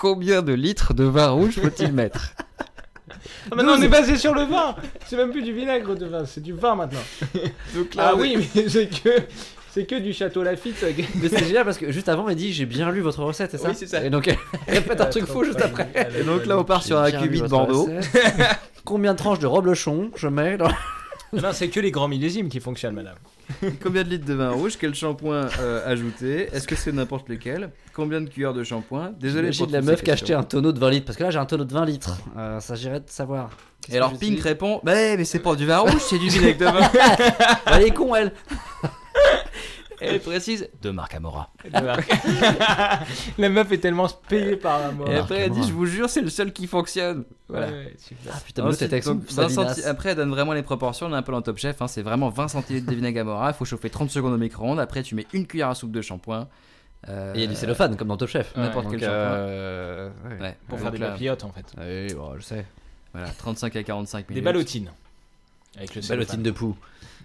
Speaker 5: combien de litres de vin rouge faut-il mettre
Speaker 4: maintenant Ah, on est basé sur le vin. C'est même plus du vinaigre de vin, c'est du vin maintenant. ah oui, mais c'est que c'est que du château Lafite. ça.
Speaker 6: Mais c'est génial parce que juste avant, elle dit J'ai bien lu votre recette, c'est ça
Speaker 5: Oui, c'est ça.
Speaker 6: Et donc, elle répète un truc fou juste après.
Speaker 5: Et donc là on part sur un
Speaker 6: J'ai bien
Speaker 5: cubit
Speaker 6: lu
Speaker 5: de
Speaker 6: votre
Speaker 5: Bordeaux.
Speaker 6: recette. Combien de tranches de roblechon je mets dans...
Speaker 4: Non, c'est que les grands millésimes qui fonctionnent, madame.
Speaker 5: Combien de litres de vin rouge Quel shampoing euh, ajouter Est-ce que c'est n'importe lequel Combien de cuillères de shampoing Désolé
Speaker 6: J'ai
Speaker 5: pour
Speaker 6: de la
Speaker 5: toutes ces
Speaker 6: meuf qui a acheté
Speaker 5: questions.
Speaker 6: un tonneau de 20 litres parce que là, j'ai un tonneau de 20 litres. Euh, S'agirait de savoir.
Speaker 5: Et alors Pink répond Bah ouais, mais c'est pas du vin rouge, c'est du vinaigre de vin.
Speaker 6: Elle est con, elle
Speaker 5: Elle précise De Marc Amora.
Speaker 4: la meuf est tellement payée par la mort.
Speaker 5: Et après elle dit
Speaker 6: Amora.
Speaker 5: Je vous jure, c'est le seul qui fonctionne. Voilà.
Speaker 4: Ouais, super.
Speaker 6: Ah putain, mais l'autre, elle
Speaker 5: Ensuite,
Speaker 6: texte
Speaker 5: donc,
Speaker 6: sa
Speaker 5: 20
Speaker 6: vinasse.
Speaker 5: centi- Après, elle donne vraiment les proportions. On est un peu dans le top chef. hein, C'est vraiment 20 centilitres de vinaigre Amora. Il faut chauffer 30 secondes au micro-ondes. Après, tu mets une cuillère à soupe de shampoing. Euh,
Speaker 6: Et il y a du cellophane comme dans Top Chef.
Speaker 5: N'importe quel
Speaker 6: Donc,
Speaker 5: shampoing.
Speaker 6: euh, ouais.
Speaker 5: Ouais.
Speaker 4: Pour
Speaker 5: Donc
Speaker 4: faire des
Speaker 5: là,
Speaker 4: papillotes en
Speaker 5: Ah
Speaker 4: fait.
Speaker 6: Ouais, bon, je sais.
Speaker 5: Voilà, 35 à 45
Speaker 4: Des
Speaker 5: minutes.
Speaker 4: ballotines. Avec le
Speaker 6: Ballotine de poux.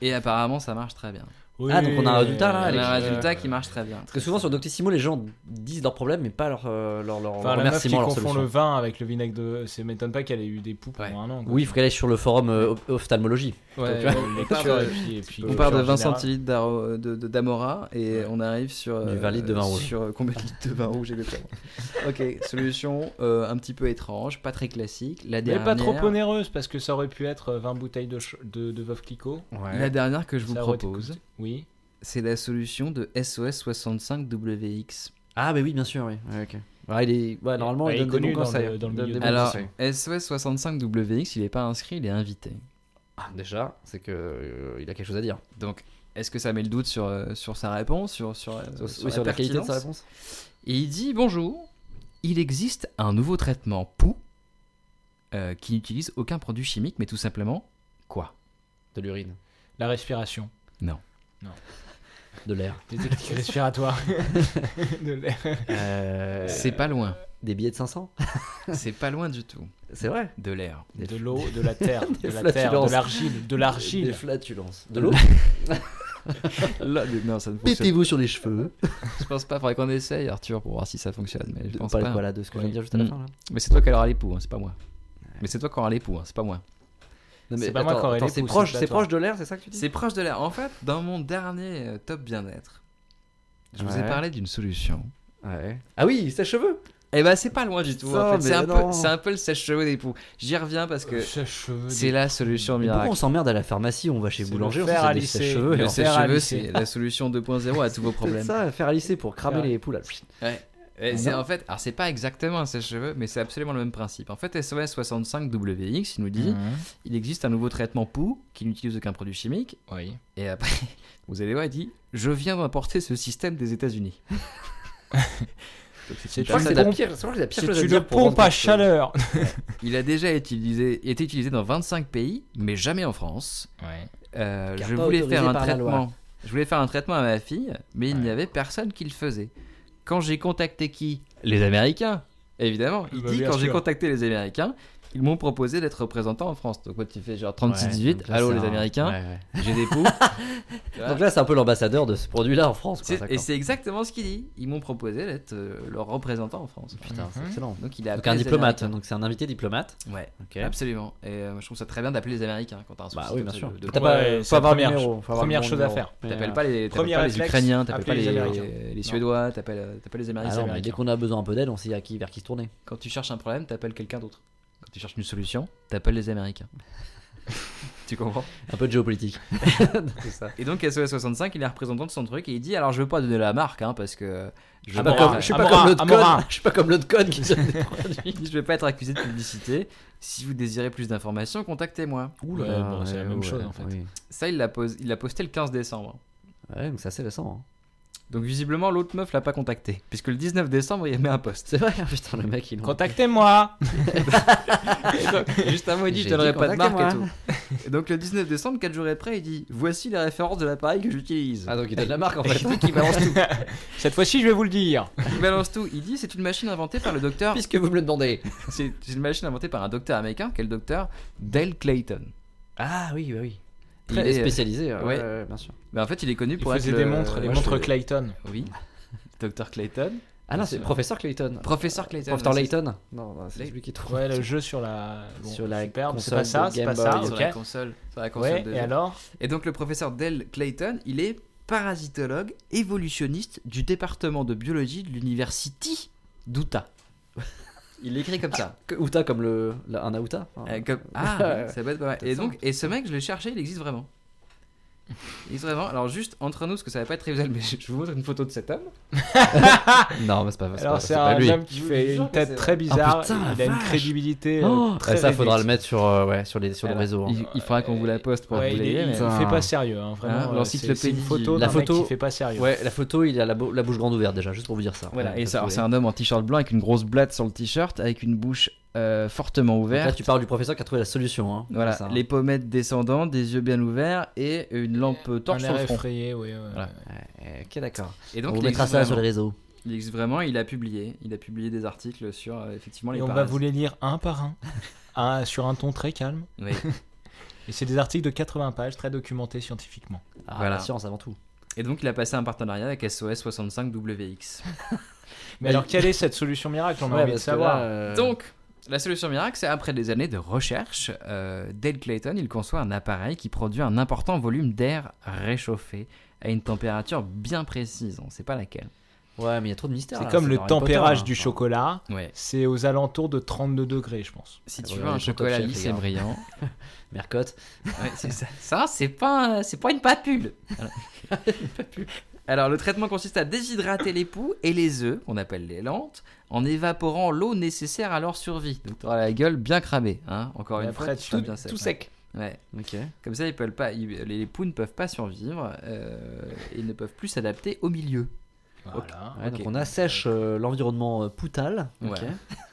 Speaker 5: Et apparemment, ça marche très bien.
Speaker 4: Oui.
Speaker 6: Ah, euh, donc on a un résultat, là,
Speaker 5: On a
Speaker 6: Allez,
Speaker 5: un
Speaker 6: je-
Speaker 5: résultat qui marche très bien.
Speaker 6: Parce que souvent sur Doctissimo, les gens disent leurs problèmes, mais pas leur, euh, leur, leur,
Speaker 4: Enfin,
Speaker 6: leur
Speaker 4: la meuf qui
Speaker 6: remerciement, leur
Speaker 4: confond
Speaker 6: solution.
Speaker 4: le vin avec le vinaigre de. Ça m'étonne pas qu'elle ait eu des poux pendant
Speaker 5: Ouais.
Speaker 4: un an. quoi.
Speaker 6: Oui, il faut qu'elle aille sur le forum euh, op- ophtalmologie.
Speaker 4: Ouais,
Speaker 6: Donc,
Speaker 4: les
Speaker 5: part
Speaker 4: cures
Speaker 5: de-
Speaker 4: et puis- et puis-
Speaker 5: On part de
Speaker 4: en
Speaker 5: 20
Speaker 4: général.
Speaker 5: centilitres d'aro- de- de- d'amora et on arrive sur.
Speaker 6: Du 20 litres de vin rouge.
Speaker 5: Sur euh, combien de litres de vin rouge exactement Ok, solution euh, un petit peu étrange, pas très classique. La
Speaker 4: Mais
Speaker 5: dernière,
Speaker 4: pas trop onéreuse parce que ça aurait pu être 20 bouteilles de, ch- de, de Veuve Clicquot.
Speaker 5: La dernière que je vous
Speaker 4: Ça aurait été
Speaker 5: propose,
Speaker 4: coûté- Oui.
Speaker 5: c'est la solution de SOS65WX.
Speaker 6: Ah, mais oui, bien sûr, oui. Ouais, ok. Ouais, il est... ouais, normalement,
Speaker 4: Ouais,
Speaker 6: il
Speaker 4: il est
Speaker 6: donne des
Speaker 4: connu
Speaker 6: bons
Speaker 4: dans
Speaker 6: conseils.
Speaker 4: le- dans le
Speaker 6: Il donne
Speaker 4: milieu du-
Speaker 6: des bons
Speaker 5: Alors,
Speaker 6: conseils.
Speaker 5: SOS65WX, il n'est pas inscrit, il est invité.
Speaker 6: Ah, déjà, c'est que euh, il a quelque chose à dire.
Speaker 5: Donc, est-ce que ça met le doute sur, euh, sur sa réponse sur, sur, euh,
Speaker 6: Oui,
Speaker 5: sur la
Speaker 6: sur la qualité de sa
Speaker 5: pertinence
Speaker 6: réponse.
Speaker 5: Et il dit Bonjour, il existe un nouveau traitement POU euh, qui n'utilise aucun produit chimique, mais tout simplement quoi
Speaker 6: De l'urine,
Speaker 4: La respiration.
Speaker 6: de l'air,
Speaker 4: Des techniques respiratoires. de l'air.
Speaker 5: C'est pas loin,
Speaker 6: Euh, des billets de 500.
Speaker 5: c'est pas loin du tout
Speaker 6: C'est vrai.
Speaker 5: de l'air.
Speaker 4: De l'eau, de la terre, de
Speaker 6: Des
Speaker 4: la terre,
Speaker 6: flatulences.
Speaker 4: de l'argile, de
Speaker 6: Des
Speaker 4: l'argile.
Speaker 6: flatulences. De l'eau.
Speaker 5: non, ça ne fonctionne
Speaker 6: Pétez-vous sur les cheveux.
Speaker 5: Je pense pas, faudrait qu'on essaye, Arthur, pour voir si ça fonctionne. Mais je
Speaker 6: De- On
Speaker 5: pense
Speaker 6: parlait de
Speaker 5: pas.
Speaker 6: quoi là De ce que je hein.
Speaker 5: Ouais.
Speaker 6: viens de dire juste à la
Speaker 5: Mm.
Speaker 6: fin là
Speaker 5: Mais c'est toi qui aura les poux, hein, c'est pas moi. Mais c'est toi qui aura les poux, hein, c'est pas moi.
Speaker 6: Non,
Speaker 4: C'est
Speaker 6: mais
Speaker 4: pas moi
Speaker 6: attends,
Speaker 4: qui aurais
Speaker 6: attends,
Speaker 4: les
Speaker 6: C'est
Speaker 4: pouces,
Speaker 6: proche,
Speaker 4: c'est pas
Speaker 6: c'est
Speaker 4: toi.
Speaker 6: proche de l'air, c'est ça que tu dis
Speaker 5: C'est proche de l'air. En fait, dans mon dernier euh, top bien-être, je vous ai
Speaker 6: Ouais.
Speaker 5: parlé d'une solution.
Speaker 6: Ouais. Ah oui, sèche-cheveux.
Speaker 5: Eh ben, c'est pas loin du tout. en
Speaker 6: Putain,
Speaker 5: fait. C'est un,
Speaker 6: mais
Speaker 5: peu-
Speaker 6: non.
Speaker 5: c'est un peu le sèche-cheveux des poux. J'y reviens parce que
Speaker 4: Sèche-cheveux.
Speaker 5: c'est
Speaker 4: des-
Speaker 5: la solution
Speaker 6: Mais Pourquoi on
Speaker 5: miracle.
Speaker 6: s'emmerde à la pharmacie On va chez
Speaker 4: C'est
Speaker 6: boulanger,
Speaker 4: le
Speaker 6: on
Speaker 4: fer à
Speaker 6: s'achète des
Speaker 4: lisser.
Speaker 6: sèche-cheveux. et
Speaker 5: Le
Speaker 6: on-
Speaker 4: sèche-cheveux,
Speaker 5: sèche-cheveux,
Speaker 4: c'est-
Speaker 5: c'est la solution 2.0 à tous vos
Speaker 6: C'est
Speaker 5: problèmes.
Speaker 6: ça, faire à lisser pour cramer les poules. là.
Speaker 5: Ouais. Et c'est en fait, alors c'est pas exactement un sèche-cheveux, mais c'est absolument le même principe. En fait, SOS65WX, il nous dit
Speaker 4: Mhm.
Speaker 5: il existe un nouveau traitement POU qui n'utilise aucun produit chimique.
Speaker 4: Oui.
Speaker 5: Et après, vous allez voir, il dit Je viens d'importer ce système des États-Unis. Donc,
Speaker 4: C'est
Speaker 6: Je crois que
Speaker 4: une
Speaker 6: c'est la
Speaker 4: pompe-
Speaker 6: pire, je crois que c'est la pire chose à
Speaker 4: C'est
Speaker 6: dire
Speaker 4: une
Speaker 6: pour rendre
Speaker 4: pompe à
Speaker 6: quelque chose.
Speaker 4: chaleur.
Speaker 5: Il a déjà utilisé, été utilisé dans 25 pays, mais jamais en France. Euh,
Speaker 6: Car
Speaker 5: je
Speaker 6: pas
Speaker 5: voulais faire
Speaker 6: autorisé
Speaker 5: un
Speaker 6: par la loi.
Speaker 5: traitement. Je voulais faire un traitement à ma fille, mais il n'y avait personne qui le faisait. Quand j'ai contacté qui Les Américains, évidemment. Il
Speaker 4: Bah,
Speaker 5: dit
Speaker 4: bien
Speaker 5: quand j'ai
Speaker 4: sûr.
Speaker 5: contacté les Américains, ils m'ont proposé d'être représentant en France. Donc moi tu fais genre 36-18,
Speaker 6: Ouais, donc là,
Speaker 5: allô les
Speaker 6: c'est un-
Speaker 5: Américains,
Speaker 6: ouais, ouais.
Speaker 5: j'ai des poux. Tu vois
Speaker 6: Donc là, c'est un peu l'ambassadeur de ce produit-là en France. quoi,
Speaker 5: C'est- et
Speaker 6: d'accord.
Speaker 5: c'est exactement ce qu'il dit. Ils m'ont proposé d'être euh, leur représentant en France.
Speaker 6: Putain, c'est Ah excellent.
Speaker 5: Donc il a
Speaker 6: Donc
Speaker 5: appelé
Speaker 6: un
Speaker 5: les
Speaker 6: diplomate,
Speaker 5: Américains.
Speaker 6: donc c'est un invité diplomate.
Speaker 5: Ouais,
Speaker 6: Ok.
Speaker 5: absolument. Et euh, moi, je trouve ça très bien d'appeler les Américains quand t'as un souci.
Speaker 6: Bah oui,
Speaker 5: comme
Speaker 6: bien
Speaker 5: ça,
Speaker 6: sûr.
Speaker 5: de- de-
Speaker 6: T'as
Speaker 4: Ouais,
Speaker 6: pas-
Speaker 4: c'est
Speaker 6: faut
Speaker 4: la
Speaker 6: avoir le
Speaker 4: première
Speaker 6: numéro, faut avoir le
Speaker 4: première
Speaker 6: bon
Speaker 4: chose à
Speaker 6: numéro.
Speaker 4: faire.
Speaker 6: Mais,
Speaker 5: T'appelles
Speaker 6: euh,
Speaker 5: pas les, t'appelles
Speaker 4: Premier
Speaker 5: pas les
Speaker 4: réflexe,
Speaker 5: Ukrainiens, t'appelles pas
Speaker 4: appeler
Speaker 5: les,
Speaker 4: les
Speaker 5: les,
Speaker 4: Américains.
Speaker 5: les Suédois, t'appelles, t'appelles les
Speaker 6: ah
Speaker 5: Américains.
Speaker 6: non, mais dès qu'on a besoin un peu d'aide, on sait à qui, vers qui se tourner.
Speaker 5: Quand tu cherches un problème, t'appelles quelqu'un d'autre. Quand tu cherches une solution, t'appelles les Américains. tu comprends
Speaker 6: Un peu de géopolitique.
Speaker 5: Et donc SOS65, il est représentant de son truc et il dit alors je veux pas donner la marque hein, parce que je veux
Speaker 6: Ah, bah,
Speaker 5: pas-
Speaker 6: comme- je suis pas
Speaker 4: Amora,
Speaker 6: comme l'autre
Speaker 4: Amora.
Speaker 6: code. Je suis pas comme l'autre code qui donne des produits.
Speaker 5: je vais pas être accusé de publicité. Si vous désirez plus d'informations, contactez-moi.
Speaker 6: Oula,
Speaker 5: Ben,
Speaker 6: bon, c'est la même
Speaker 5: ouais,
Speaker 6: chose, en fait.
Speaker 5: oui. Ça, il l'a pos- il l'a posté le 15 décembre.
Speaker 6: Ouais, donc c'est assez récent. hein.
Speaker 5: Donc visiblement, l'autre meuf l'a pas contacté, puisque le 19 décembre, il met un post.
Speaker 6: C'est vrai, putain, le mec, il.
Speaker 4: Contactez-moi
Speaker 5: Donc, Juste avant, il dit,
Speaker 6: J'ai
Speaker 5: je donnerai
Speaker 6: dit,
Speaker 5: pas de marque et
Speaker 6: contactez-moi.
Speaker 5: tout. Et donc le 19 décembre, 4 jours après, il dit, voici les références de l'appareil que j'utilise.
Speaker 6: Ah, donc il donne la marque en fait.
Speaker 5: Le truc, il balance tout.
Speaker 4: Cette fois-ci, je vais vous le dire.
Speaker 5: Il balance tout. Il dit, c'est une machine inventée par le docteur.
Speaker 6: Puisque vous me le demandez.
Speaker 5: C'est c'est une machine inventée par un docteur américain, qui est le docteur Dale Clayton.
Speaker 6: Ah oui, oui, oui.
Speaker 5: Il
Speaker 6: Très
Speaker 5: est-
Speaker 6: spécialisé, ouais,
Speaker 5: ouais.
Speaker 6: ouais, bien sûr.
Speaker 5: Mais en fait, il est connu
Speaker 4: Il
Speaker 5: pour
Speaker 4: faisait
Speaker 5: être
Speaker 4: des
Speaker 5: le-
Speaker 4: montres, les
Speaker 5: Moi, je
Speaker 4: montres
Speaker 5: fais-
Speaker 4: Clayton.
Speaker 5: Oui. Docteur Clayton.
Speaker 6: Ah non,
Speaker 5: Bien
Speaker 6: c'est
Speaker 5: sûr.
Speaker 6: professeur Clayton.
Speaker 5: Professeur Clayton.
Speaker 6: Professeur
Speaker 5: c'est-
Speaker 6: Layton Non, non, c'est
Speaker 5: Lay-
Speaker 6: celui qui trouve.
Speaker 4: Ouais, le jeu sur la, bon,
Speaker 6: Sur la
Speaker 4: super, bon, c'est
Speaker 6: console
Speaker 4: pas ça,
Speaker 6: de
Speaker 4: c'est
Speaker 6: Game
Speaker 4: pas
Speaker 6: Boy.
Speaker 4: ça,
Speaker 5: Ah, Sur
Speaker 4: ok.
Speaker 5: la console. Sur la console
Speaker 4: Ouais,
Speaker 5: de
Speaker 4: et alors
Speaker 5: Et donc le professeur Dale Clayton, il est parasitologue évolutionniste du département de biologie de l'University d'Utah. Il l'écrit comme ça.
Speaker 6: Que- Outa comme le, la- un Aouta. hein.
Speaker 5: Euh, comme- Ah, ça peut être pas mal. Et donc, et ce mec, je l'ai cherché, il existe vraiment. Il existe vraiment. Alors juste entre nous, parce que ça va pas être trivial, mais je je vous montre une photo de cet homme.
Speaker 6: Non, mais c'est pas, Bah, c'est pas,
Speaker 4: Alors
Speaker 6: c'est
Speaker 4: c'est
Speaker 6: pas
Speaker 4: un
Speaker 6: lui. Ah,
Speaker 4: homme qui
Speaker 5: Je vous
Speaker 4: fait
Speaker 5: jure
Speaker 4: une
Speaker 5: que
Speaker 4: tête
Speaker 5: c'est
Speaker 4: très bizarre,
Speaker 6: putain, la
Speaker 4: il a une
Speaker 6: vache.
Speaker 4: crédibilité euh,
Speaker 6: Oh,
Speaker 4: très
Speaker 6: ça, faudra le
Speaker 4: réduite.
Speaker 6: mettre sur, euh, ouais, sur, les, sur
Speaker 4: Alors,
Speaker 6: nos réseaux. hein.
Speaker 5: Il, il faudra qu'on vous la poste pour
Speaker 4: Ouais,
Speaker 5: que vous
Speaker 4: il, est-
Speaker 5: l'ayez.
Speaker 4: il
Speaker 5: mais-
Speaker 4: fait pas sérieux, hein, vraiment.
Speaker 5: Hein,
Speaker 4: euh,
Speaker 5: l'encyclopédie-
Speaker 4: c'est- c'est une photo
Speaker 6: Ah, la
Speaker 4: d'un mec
Speaker 6: photo-
Speaker 4: qui fait pas sérieux.
Speaker 6: Ouais, la photo, il a la, bou- la bouche grande ouverte déjà, juste pour vous dire ça.
Speaker 5: Voilà,
Speaker 6: Ouais,
Speaker 5: et ça,
Speaker 6: parce
Speaker 5: alors,
Speaker 6: que-
Speaker 5: c'est un homme en t-shirt blanc avec une grosse blatte sur le t-shirt, avec une bouche euh, fortement
Speaker 6: Donc Là,
Speaker 5: ouverte.
Speaker 6: tu parles du professeur qui a trouvé la solution. Hein,
Speaker 5: Voilà,
Speaker 6: C'est ça, hein.
Speaker 5: les pommettes descendantes, des yeux bien ouverts et une lampe
Speaker 4: un
Speaker 5: torche sur
Speaker 4: air
Speaker 5: le front.
Speaker 4: effrayé, ouais, ouais.
Speaker 5: Voilà.
Speaker 6: Euh, Ok, d'accord.
Speaker 5: Et
Speaker 6: On
Speaker 5: donc,
Speaker 6: vous
Speaker 5: il
Speaker 6: mettra
Speaker 5: existe,
Speaker 6: ça sur
Speaker 5: vraiment.
Speaker 6: les réseaux.
Speaker 5: il existe vraiment, il a publié, il a publié des articles sur euh, effectivement les
Speaker 4: Et on va
Speaker 5: parasites.
Speaker 4: vous les lire un par un, un- sur un ton très calme.
Speaker 5: Oui.
Speaker 4: Et c'est des articles de 80 pages, très documentés scientifiquement.
Speaker 6: Ah,
Speaker 5: Voilà.
Speaker 6: La science avant tout.
Speaker 5: Et donc, il a passé un partenariat avec SOS 65 WX.
Speaker 4: Mais alors, quelle est cette solution miracle On a
Speaker 6: Ouais,
Speaker 4: envie de
Speaker 6: parce que
Speaker 4: savoir.
Speaker 6: là, euh,
Speaker 5: Donc, la solution miracle, c'est après des années de recherche, euh, Dale Clayton, il conçoit un appareil qui produit un important volume d'air réchauffé à une température bien précise. On sait pas laquelle.
Speaker 6: Ouais, mais il y a trop de mystères.
Speaker 4: C'est
Speaker 6: là,
Speaker 4: comme le
Speaker 6: dans ah, Harry
Speaker 4: tempérage du
Speaker 6: Potter, hein.
Speaker 4: chocolat.
Speaker 5: Ouais.
Speaker 4: C'est aux alentours de 32 degrés, je pense.
Speaker 5: Si
Speaker 6: Ah,
Speaker 5: tu
Speaker 6: voilà,
Speaker 5: veux un
Speaker 6: les photos de
Speaker 5: chocolat
Speaker 6: chef,
Speaker 5: lisse
Speaker 6: les
Speaker 5: et
Speaker 6: gars.
Speaker 5: brillant,
Speaker 6: Mercotte.
Speaker 5: Ouais, c'est ça. Ça, c'est pas, un- c'est pas une papule. Voilà. Alors, le traitement consiste à déshydrater les poux et les œufs, qu'on appelle les lentes, en évaporant l'eau nécessaire à leur survie. Donc, t'auras la gueule bien cramée, hein, encore
Speaker 4: Et
Speaker 5: une
Speaker 4: après,
Speaker 5: fois.
Speaker 4: tu
Speaker 5: tu seras
Speaker 4: tout-
Speaker 5: bien sec.
Speaker 4: tout
Speaker 5: Ouais.
Speaker 6: Ok.
Speaker 5: Comme ça, ils peuvent pas, ils- les poux ne peuvent pas survivre euh, et ne peuvent plus s'adapter au milieu.
Speaker 4: Voilà.
Speaker 6: Ouais,
Speaker 5: Ok.
Speaker 6: Donc on assèche euh, l'environnement euh, poutal. Ok.
Speaker 5: Ouais.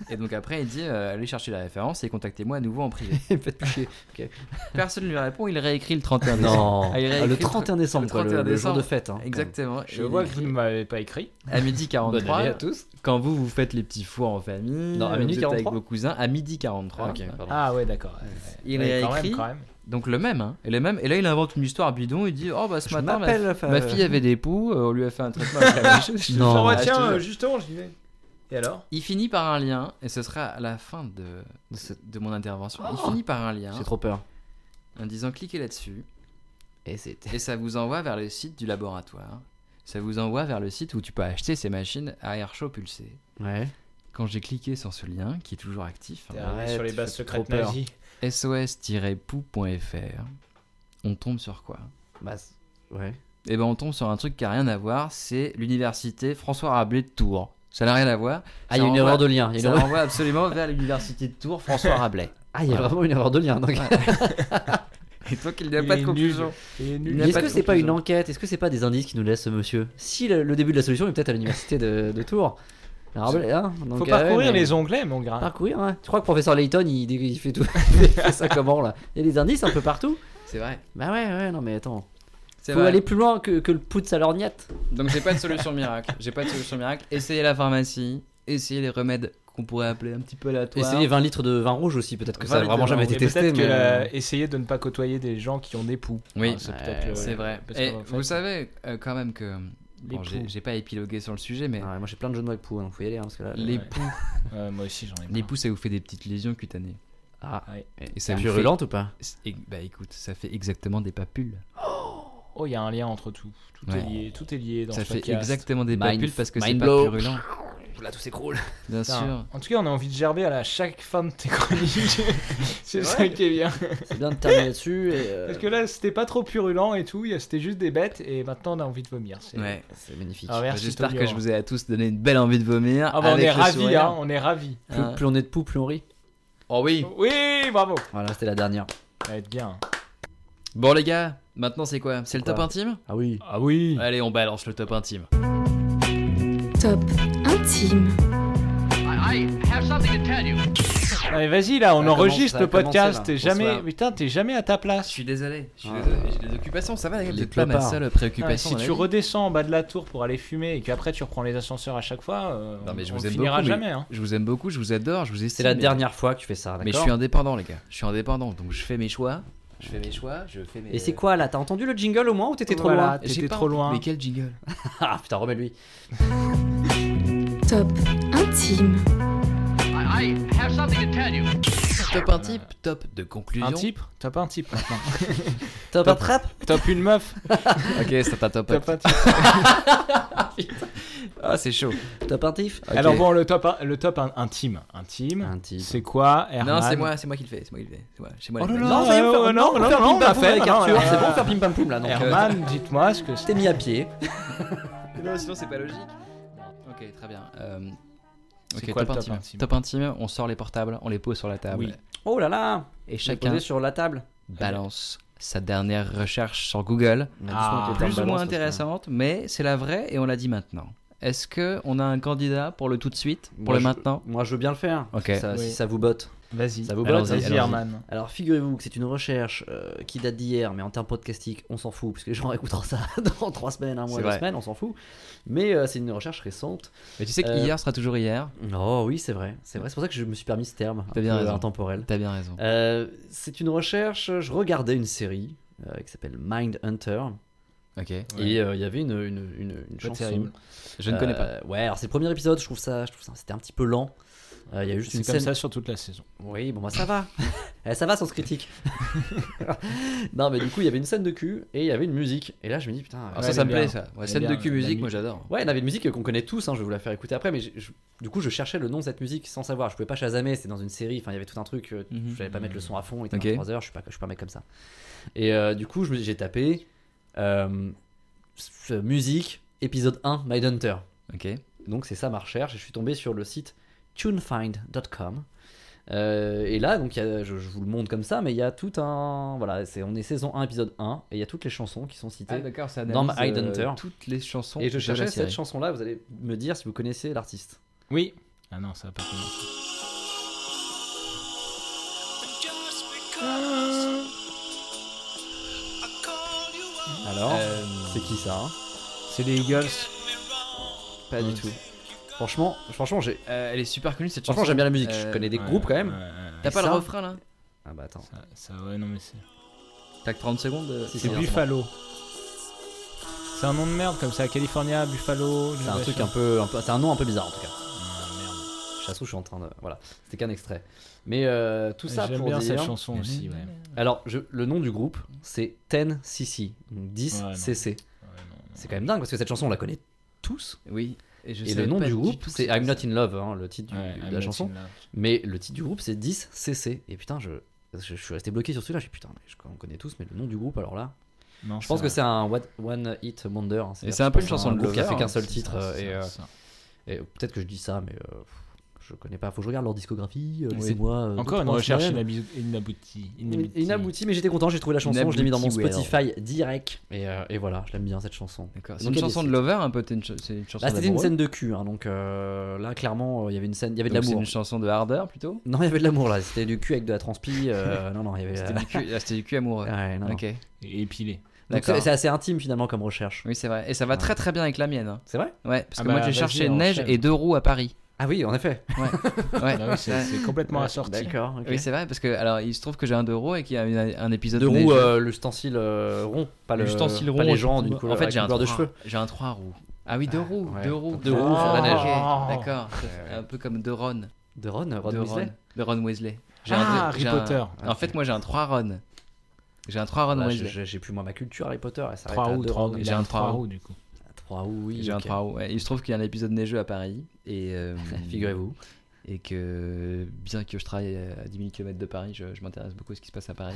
Speaker 5: Et donc après, il dit euh, allez chercher la référence et contactez-moi à nouveau en privé.
Speaker 6: Faites picher. Ok.
Speaker 5: Personne ne lui répond, il réécrit le 31 décembre.
Speaker 6: Non.
Speaker 5: Ah, il
Speaker 6: Ah,
Speaker 5: réécrit
Speaker 6: le 31 décembre,
Speaker 5: le
Speaker 6: quoi, le,
Speaker 5: 31
Speaker 6: le jour
Speaker 5: décembre.
Speaker 6: de fête. hein.
Speaker 5: Exactement.
Speaker 4: Je
Speaker 5: Et
Speaker 4: vois
Speaker 5: il
Speaker 4: que vous ne
Speaker 5: écrit
Speaker 4: m'avez pas écrit.
Speaker 5: à midi 43.
Speaker 6: Bonne année à tous.
Speaker 5: Quand vous vous faites les petits fours en famille,
Speaker 6: Non, à
Speaker 5: vous
Speaker 6: minuit
Speaker 5: êtes
Speaker 6: 43.
Speaker 5: avec vos cousins, à midi 43.
Speaker 6: Ah, ok, pardon.
Speaker 4: Ah ouais, d'accord.
Speaker 5: Il
Speaker 4: Ouais,
Speaker 5: a
Speaker 4: quand
Speaker 5: écrit,
Speaker 4: même, quand même.
Speaker 5: donc le même, hein, et le même, et là il invente une histoire bidon, il dit oh bah ce
Speaker 6: Je
Speaker 5: matin ma,
Speaker 6: m'appelle, enfin,
Speaker 5: ma fille avait des poux, euh, on lui a fait un traitement. avec la bouche. Je te
Speaker 6: Non.
Speaker 5: jure,
Speaker 4: Oh,
Speaker 5: je te
Speaker 4: tiens,
Speaker 5: jure.
Speaker 4: euh, justement, je disais. Et alors
Speaker 5: Il finit par un lien, et ce sera à la fin de, de mon intervention.
Speaker 4: Oh
Speaker 5: Il finit par un lien
Speaker 6: J'ai trop peur.
Speaker 5: en disant cliquez là-dessus,
Speaker 6: Et c'était.
Speaker 5: et ça vous envoie vers le site du laboratoire. Ça vous envoie vers le site où tu peux acheter ces machines à air chaud pulsé.
Speaker 6: Ouais.
Speaker 5: Quand j'ai cliqué sur ce lien, qui est toujours actif,
Speaker 4: T'es
Speaker 5: hein,
Speaker 4: arrivé
Speaker 6: Arrête,
Speaker 4: sur les
Speaker 6: tu
Speaker 4: bases
Speaker 6: fais trop
Speaker 4: secrètes
Speaker 6: peur.
Speaker 4: nazies.
Speaker 5: sos-pou.fr, on tombe sur quoi
Speaker 6: Bah, c'est- ouais.
Speaker 5: Eh ben, on tombe sur un truc qui a rien à voir, c'est l'université François Rabelais de Tours. Ça n'a rien à voir.
Speaker 6: Ah, il y a une erreur de lien. il y a une
Speaker 5: Ça
Speaker 6: erreur-
Speaker 5: renvoie absolument vers l'université de Tours François Rabelais.
Speaker 6: Ah, il y a vraiment une erreur de lien. donc.
Speaker 5: Et toi qu'il n'y a
Speaker 4: Il
Speaker 5: pas
Speaker 4: est
Speaker 5: de
Speaker 4: nul.
Speaker 5: conclusion.
Speaker 4: Il est
Speaker 5: Il
Speaker 4: nul.
Speaker 5: n'y a
Speaker 6: Est-ce
Speaker 5: pas
Speaker 6: que
Speaker 5: de
Speaker 6: c'est pas une
Speaker 5: conclusion.
Speaker 6: enquête Est-ce que c'est pas des indices qui nous laissent ce monsieur Si le, le début de la solution est peut-être à l'université de, de Tours. Alors, hein, donc,
Speaker 4: Faut
Speaker 6: euh,
Speaker 4: parcourir
Speaker 6: ouais, mais-
Speaker 4: les onglets, mon
Speaker 5: Ah,
Speaker 4: gars.
Speaker 6: Ah. Parcourir, ouais. Tu crois que professeur Layton, il, il fait tout il fait ça comment là Il y a des indices un peu partout
Speaker 5: C'est vrai.
Speaker 6: Bah ouais, ouais, non mais attends.
Speaker 5: C'est
Speaker 6: Faut
Speaker 5: vrai.
Speaker 6: aller plus loin que, que le pouce à lorgnette.
Speaker 5: Donc j'ai pas de solution miracle. J'ai pas de solution miracle. Essayez la pharmacie. Essayez les remèdes qu'on pourrait appeler un petit peu aléatoires.
Speaker 6: Essayez 20 litres de vin rouge aussi, peut-être que ça
Speaker 5: 20
Speaker 6: a
Speaker 5: litres
Speaker 6: vraiment
Speaker 5: de
Speaker 6: jamais
Speaker 5: vin
Speaker 6: été
Speaker 4: Et
Speaker 6: testé.
Speaker 4: peut-être que
Speaker 6: Mais... euh,
Speaker 5: euh,
Speaker 4: la- essayer de ne pas côtoyer des gens qui ont des poux.
Speaker 5: Oui.
Speaker 4: Ah, c'est
Speaker 6: Ouais,
Speaker 4: peut-être le-
Speaker 5: C'est vrai.
Speaker 4: parce
Speaker 5: Et
Speaker 4: qu'en fait-
Speaker 5: vous savez euh, quand même que
Speaker 4: Les
Speaker 5: bon, j'ai
Speaker 4: poux.
Speaker 5: j'ai pas épilogué sur le sujet, mais
Speaker 6: Ah ouais, moi j'ai plein de jeux de mots avec Pou, donc faut y aller hein, parce que là.
Speaker 5: les
Speaker 4: Ouais.
Speaker 5: poux,
Speaker 4: Ouais, euh, moi aussi, j'en ai
Speaker 5: les
Speaker 4: marre.
Speaker 5: poux, ça vous fait des petites lésions cutanées.
Speaker 6: Ah,
Speaker 5: Et
Speaker 6: c'est
Speaker 5: vous
Speaker 6: purulente ou pas
Speaker 5: fait- et- Bah écoute, ça fait exactement des papules.
Speaker 4: Oh, il y a un lien entre tout. Tout est
Speaker 5: Ouais.
Speaker 4: lié. Tout est lié dans
Speaker 5: ça
Speaker 4: ce
Speaker 5: fait
Speaker 4: podcast.
Speaker 5: exactement des
Speaker 6: Mind-
Speaker 5: papules parce que c'est
Speaker 6: mind
Speaker 5: pas
Speaker 6: blow.
Speaker 5: purulent. Là, tout s'écroule.
Speaker 8: Bien
Speaker 4: Putain,
Speaker 8: sûr.
Speaker 4: En tout cas, on a envie de gerber à la chaque fin de tes chroniques. c'est ça
Speaker 6: vrai.
Speaker 4: qui est bien.
Speaker 6: C'est bien de terminer dessus. Et, euh,
Speaker 4: Parce que là, c'était pas trop purulent et tout, il y a- c'était juste des bêtes, et maintenant on a envie de vomir. c'est-
Speaker 5: Ouais.
Speaker 6: C'est magnifique.
Speaker 4: Ah, merci,
Speaker 5: Bah, J'espère
Speaker 4: Tony,
Speaker 5: que
Speaker 4: hein.
Speaker 5: je vous ai à tous donné une belle envie de vomir.
Speaker 4: Ah bah, on
Speaker 5: avec
Speaker 4: est
Speaker 5: le
Speaker 4: ravis,
Speaker 5: sourire.
Speaker 4: hein, on est ravis.
Speaker 6: Plus, plus on est de poux, plus on rit.
Speaker 5: Oh oui.
Speaker 4: Oui, bravo.
Speaker 6: Voilà, c'était la dernière.
Speaker 4: Ça va être bien.
Speaker 5: Bon les gars, maintenant c'est quoi C'est le top
Speaker 6: Quoi
Speaker 5: intime
Speaker 6: Ah oui.
Speaker 4: Ah oui. Ah.
Speaker 5: Allez, on balance le top intime.
Speaker 7: Top intime.
Speaker 4: Non, mais vas-y, là, on
Speaker 6: Ça
Speaker 4: enregistre
Speaker 6: commence- ça
Speaker 4: le podcast,
Speaker 6: commence, là.
Speaker 4: t'es jamais.
Speaker 6: Bonsoir.
Speaker 4: Putain, t'es jamais à ta
Speaker 5: Je
Speaker 4: place.
Speaker 5: suis désolé, je suis
Speaker 6: Ah.
Speaker 5: désolé, j'ai des occupations, ça va les gars,
Speaker 6: Les
Speaker 5: vous êtes pas ma
Speaker 6: clopards.
Speaker 5: seule
Speaker 4: Ah,
Speaker 5: préoccupation.
Speaker 4: si
Speaker 5: dans la
Speaker 4: tu
Speaker 5: vie.
Speaker 4: redescends en bas de la tour pour aller fumer et qu'après tu reprends les ascenseurs à chaque fois, euh,
Speaker 5: Non mais je
Speaker 4: on
Speaker 5: vous
Speaker 4: le
Speaker 5: aime
Speaker 4: finira
Speaker 5: beaucoup. mais-
Speaker 4: jamais. Hein.
Speaker 5: Je vous aime beaucoup, je vous adore, je vous estime.
Speaker 6: C'est la
Speaker 5: mais-
Speaker 6: dernière fois que tu fais ça.
Speaker 5: Mais je
Speaker 6: d'accord
Speaker 5: suis indépendant les gars, je suis indépendant, donc je fais mes choix. Je fais mes choix, je fais mes.
Speaker 6: Et c'est quoi là T'as entendu le jingle au moins ou t'étais trop
Speaker 4: Voilà,
Speaker 6: loin
Speaker 4: T'étais
Speaker 5: J'ai pas
Speaker 4: trop
Speaker 5: entendu-
Speaker 4: loin.
Speaker 5: Mais quel jingle
Speaker 6: Ah putain, remets-lui.
Speaker 7: Top intime.
Speaker 5: Top intime, top de conclusion.
Speaker 4: Un type T'as pas un type maintenant.
Speaker 6: Top attrape
Speaker 4: Top une meuf
Speaker 5: Ok, c'est un top.
Speaker 4: Top un type.
Speaker 5: Ah c'est chaud.
Speaker 6: Top intif
Speaker 5: Ok.
Speaker 4: Alors bon, le top, un- le top un- intime. Intime.
Speaker 6: Intime.
Speaker 4: C'est quoi, Herman
Speaker 5: Non, c'est moi, c'est moi qui le fais, c'est moi qui le fais. c'est moi, Chez moi.
Speaker 4: Oh
Speaker 5: les
Speaker 4: là
Speaker 5: mecs.
Speaker 4: là.
Speaker 6: Non, ça y est, on
Speaker 4: euh,
Speaker 6: fait- on-
Speaker 4: non,
Speaker 6: on
Speaker 4: non,
Speaker 6: fait un
Speaker 4: non,
Speaker 6: pim
Speaker 4: on l'a
Speaker 6: pam poum
Speaker 4: fait,
Speaker 6: avec
Speaker 4: non,
Speaker 6: Arthur.
Speaker 4: non,
Speaker 6: C'est bon
Speaker 4: non.
Speaker 6: de faire pim pam poum là. donc, euh,
Speaker 4: Herman, dites-moi ce que c'est.
Speaker 6: T'es mis à pied.
Speaker 5: Non, sinon c'est pas logique. Ok, très bien. Euh,
Speaker 4: C'est
Speaker 5: ok,
Speaker 4: quoi
Speaker 5: top,
Speaker 4: le top
Speaker 5: intime.
Speaker 4: intime
Speaker 5: Top intime, on sort les portables, on les pose sur la table.
Speaker 4: Oui.
Speaker 6: Oh là là
Speaker 5: Et
Speaker 6: Chacun
Speaker 5: chacun
Speaker 6: posé sur la table.
Speaker 5: balance sa dernière recherche sur Google.
Speaker 4: Ah,
Speaker 6: Doucement,
Speaker 5: Plus
Speaker 6: t'es en
Speaker 5: ou
Speaker 6: balance,
Speaker 5: moins
Speaker 6: parce que-
Speaker 5: intéressante, mais c'est la vraie et on la dit maintenant. Est-ce que on a un candidat pour le tout de suite, pour
Speaker 6: Moi,
Speaker 5: le
Speaker 6: je-
Speaker 5: maintenant
Speaker 6: Moi je veux bien le faire.
Speaker 5: Ok.
Speaker 6: Si ça-
Speaker 4: Oui.
Speaker 6: Si ça vous botte.
Speaker 4: Vas-y.
Speaker 6: Ça vous botte
Speaker 4: Vas-y,
Speaker 5: allons-y,
Speaker 4: Herman.
Speaker 6: Alors figurez-vous que c'est une recherche euh, qui date d'hier, mais en termes podcastiques, on s'en fout, parce que les gens écouteront ça dans 3 semaines, un mois,
Speaker 5: C'est
Speaker 6: 2
Speaker 5: vrai.
Speaker 6: semaines, on s'en fout. Mais euh, c'est une recherche récente.
Speaker 5: Mais tu sais que
Speaker 6: Euh,
Speaker 5: hier sera toujours hier.
Speaker 6: Oh oui, c'est vrai, c'est vrai. C'est pour ça que je me suis permis ce terme, un
Speaker 5: T'as bien
Speaker 6: peu
Speaker 5: raison.
Speaker 6: intemporel.
Speaker 5: T'as bien raison.
Speaker 6: Euh, c'est une recherche, je regardais une série euh, qui s'appelle Mind Hunter,
Speaker 5: Ok.
Speaker 6: et euh, il y avait une, une, une, une
Speaker 4: Pas
Speaker 6: chanson.
Speaker 4: terrible.
Speaker 5: Je ne connais pas.
Speaker 6: Euh, ouais, alors c'est le premier épisode, je trouve ça, je trouve ça c'était un petit peu lent. Euh, Il y a juste
Speaker 4: C'est
Speaker 6: une
Speaker 4: comme
Speaker 6: scène.
Speaker 4: ça sur toute la saison.
Speaker 6: Oui, bon, bah ça va. Eh, ça va sans se critique. non, mais du coup, il y avait une scène de cul et il y avait une musique. Et là, je me dis, putain.
Speaker 5: Ah,
Speaker 6: ouais,
Speaker 5: ça,
Speaker 4: ouais,
Speaker 5: ça
Speaker 4: elle
Speaker 5: me
Speaker 4: est
Speaker 5: plaît
Speaker 4: bien.
Speaker 5: ça. Ouais,
Speaker 4: Elle est
Speaker 5: scène de
Speaker 4: bien,
Speaker 5: cul
Speaker 4: la
Speaker 5: musique,
Speaker 4: musique.
Speaker 5: moi j'adore.
Speaker 6: Ouais, il y avait une musique qu'on connaît tous, hein, je vais vous la faire écouter après, mais je- je- du coup, je cherchais le nom de cette musique sans savoir. Je pouvais pas chasamer, c'est dans une série, enfin, il y avait tout un truc, euh,
Speaker 5: Mhm.
Speaker 6: je savais pas mettre le son à fond, il était
Speaker 5: Ok.
Speaker 6: 23 heures, je suis, pas, je suis pas un mec comme ça. Et euh, du coup, je me- j'ai tapé euh, s- musique, épisode 1, My Hunter.
Speaker 5: Ok.
Speaker 6: Donc c'est ça ma recherche. Et je suis tombé sur le site tunefind.com. Euh, et là, donc, il y a- je, je vous le montre comme ça, mais il y a tout un. Voilà, c'est on est saison 1, épisode 1, et il y a toutes les chansons qui sont
Speaker 4: Ah,
Speaker 6: citées.
Speaker 5: Ah, d'accord, ça
Speaker 6: Dans analyse, My euh, Hunter.
Speaker 5: toutes les chansons.
Speaker 6: et je cherchais cette chanson-là, vous allez me dire si vous connaissez l'artiste.
Speaker 4: Oui. Ah non, ça va pas commencer.
Speaker 6: Alors,
Speaker 4: Euh,
Speaker 6: c'est qui ça hein
Speaker 4: C'est les Eagles.
Speaker 6: Pas du tout. Franchement, franchement, j'ai.
Speaker 5: Euh, elle est super connue cette chanson.
Speaker 6: Franchement, j'aime bien la musique.
Speaker 5: Euh,
Speaker 6: je connais des
Speaker 4: Euh, Ouais,
Speaker 6: groupes quand même.
Speaker 4: ouais, ouais, ouais.
Speaker 5: T'as pas le
Speaker 6: ça.
Speaker 5: refrain là
Speaker 6: Ah bah attends.
Speaker 4: Ça, ça, ouais, non, mais c'est.
Speaker 5: T'as que 30 secondes de-
Speaker 6: Si,
Speaker 4: C'est
Speaker 6: un-
Speaker 4: Buffalo. C'est un nom de merde comme ça, California, Buffalo.
Speaker 6: C'est un truc un peu, un peu- c'est un nom un peu bizarre en tout cas.
Speaker 4: Ah,
Speaker 6: Chassou, je suis en train de, voilà, c'était qu'un extrait. Mais euh, tout ça
Speaker 4: J'aime
Speaker 6: pour
Speaker 4: bien
Speaker 6: dire.
Speaker 4: cette chanson aussi, ouais. Ouais,
Speaker 6: Alors, je- le nom du groupe, c'est 10cc. Donc 10
Speaker 4: Ouais, non.
Speaker 6: CC.
Speaker 4: non, non.
Speaker 6: C'est quand même dingue parce que cette chanson, on la connaît tous.
Speaker 5: Oui. Et, je
Speaker 6: Et
Speaker 5: savais
Speaker 6: le nom
Speaker 5: pas
Speaker 6: du
Speaker 5: du
Speaker 6: groupe,
Speaker 5: tout que
Speaker 6: c'est
Speaker 5: c'était
Speaker 6: I'm Not in Love, hein, le titre du-
Speaker 4: Ouais,
Speaker 6: de
Speaker 4: I'm
Speaker 6: la
Speaker 4: not
Speaker 6: chanson.
Speaker 4: in love.
Speaker 6: Mais le titre du groupe, c'est 10cc. Et putain, je, je, je suis resté bloqué sur celui-là. J'ai dit, putain, mais je, on connaît tous, mais le nom du groupe, alors là.
Speaker 4: Non,
Speaker 6: Je pense que c'est un what- One Hit Wonder. hein.
Speaker 5: Et c'est un peu une
Speaker 6: c'est
Speaker 5: chanson de
Speaker 6: groupe qui a
Speaker 5: lover,
Speaker 6: fait qu'un
Speaker 5: hein,
Speaker 6: seul
Speaker 5: c'est
Speaker 6: titre.
Speaker 5: ça,
Speaker 6: euh,
Speaker 5: c'est
Speaker 6: et,
Speaker 5: ça,
Speaker 6: euh,
Speaker 5: c'est ça.
Speaker 6: et peut-être que je dis ça, mais euh, pff, je connais pas. Faut que je regarde leur discographie. euh,
Speaker 5: Oui.
Speaker 6: Laissez-moi. euh, deux,
Speaker 4: Encore une
Speaker 6: trois
Speaker 4: recherche
Speaker 6: semaines.
Speaker 4: inabi- inaboutie.
Speaker 6: Inabouti. mais j'étais content, j'ai trouvé la chanson, je l'ai mis dans mon
Speaker 5: Inabouti, ouais,
Speaker 6: Spotify direct. Et, euh, et voilà, je l'aime bien cette chanson.
Speaker 5: D'accord. C'est
Speaker 6: Donc,
Speaker 5: une
Speaker 6: elle
Speaker 5: chanson de
Speaker 6: est-
Speaker 5: lover un peu. t'es une ch- C'est une chanson
Speaker 6: Là, c'était une
Speaker 5: d'amoureux.
Speaker 6: scène de cul, hein, donc euh, là, clairement, euh, il y avait une scène, il y avait de
Speaker 5: Donc, C'est
Speaker 6: l'amour.
Speaker 5: une chanson de ardeur plutôt.
Speaker 6: Non, il y avait de l'amour là, c'était du cul avec de la transpi. euh, non, non, il y avait.
Speaker 5: C'était du cul- ah, c'était du cul amoureux.
Speaker 6: Ouais, non, non.
Speaker 5: Ok.
Speaker 4: Et épilé.
Speaker 6: Donc,
Speaker 5: D'accord.
Speaker 6: c'est c'est assez intime finalement comme recherche.
Speaker 5: Oui, c'est vrai. Et ça va très très bien avec la mienne. hein.
Speaker 6: C'est vrai
Speaker 5: Ouais, parce
Speaker 4: Ah
Speaker 5: que
Speaker 4: bah,
Speaker 5: moi j'ai
Speaker 4: vas-y,
Speaker 5: cherché
Speaker 4: enchaîne.
Speaker 5: neige et deux roues à Paris.
Speaker 6: Ah oui, en effet.
Speaker 5: Ouais.
Speaker 4: Ah oui, c'est c'est complètement assorti.
Speaker 6: D'accord.
Speaker 5: Oui, c'est vrai, parce que alors il se trouve que j'ai un deux roues et qu'il y a une- un épisode
Speaker 6: De roue,
Speaker 5: neigeux.
Speaker 6: euh, l'ustensile euh, rond, pas le.
Speaker 5: L'ustensile
Speaker 6: Pas
Speaker 5: rond,
Speaker 6: les
Speaker 5: je
Speaker 6: gens
Speaker 5: trouve.
Speaker 6: d'une couleur,
Speaker 5: en fait, j'ai un
Speaker 6: couleur de
Speaker 5: trois-
Speaker 6: cheveux.
Speaker 5: J'ai un 3 roues. Ah oui, deux roues,
Speaker 6: ouais.
Speaker 5: deux roues.
Speaker 6: Deux roues,
Speaker 4: faire la neige.
Speaker 5: ah, ok,
Speaker 4: Oh.
Speaker 5: D'accord. Un peu comme de Ron.
Speaker 6: De Ron, Ron
Speaker 5: de,
Speaker 6: Weasley.
Speaker 5: Ron de Ron Weasley. J'ai un deux-
Speaker 4: Ah, Harry
Speaker 5: j'ai un-
Speaker 4: Potter.
Speaker 5: En fait, moi j'ai un 3 Ron. J'ai un 3 Ron
Speaker 6: Voilà,
Speaker 5: Weasley.
Speaker 6: Ah j'ai j'ai plus moi ma culture Harry Potter, elle s'arrête
Speaker 4: Trois
Speaker 6: à
Speaker 4: roues,
Speaker 6: deux
Speaker 4: trois
Speaker 6: Ron.
Speaker 4: roues.
Speaker 5: J'ai
Speaker 4: J'ai
Speaker 5: un
Speaker 4: un
Speaker 5: trois
Speaker 4: 3
Speaker 5: roues.
Speaker 4: roues du coup.
Speaker 6: froid, oui.
Speaker 5: J'ai un
Speaker 6: ok.
Speaker 5: trou, ouais. Il se trouve qu'il y a un épisode neigeux à Paris. Et euh,
Speaker 6: Figurez-vous.
Speaker 5: Et que, bien que je travaille à 10 000 km de Paris, je, je m'intéresse beaucoup à ce qui se passe à Paris.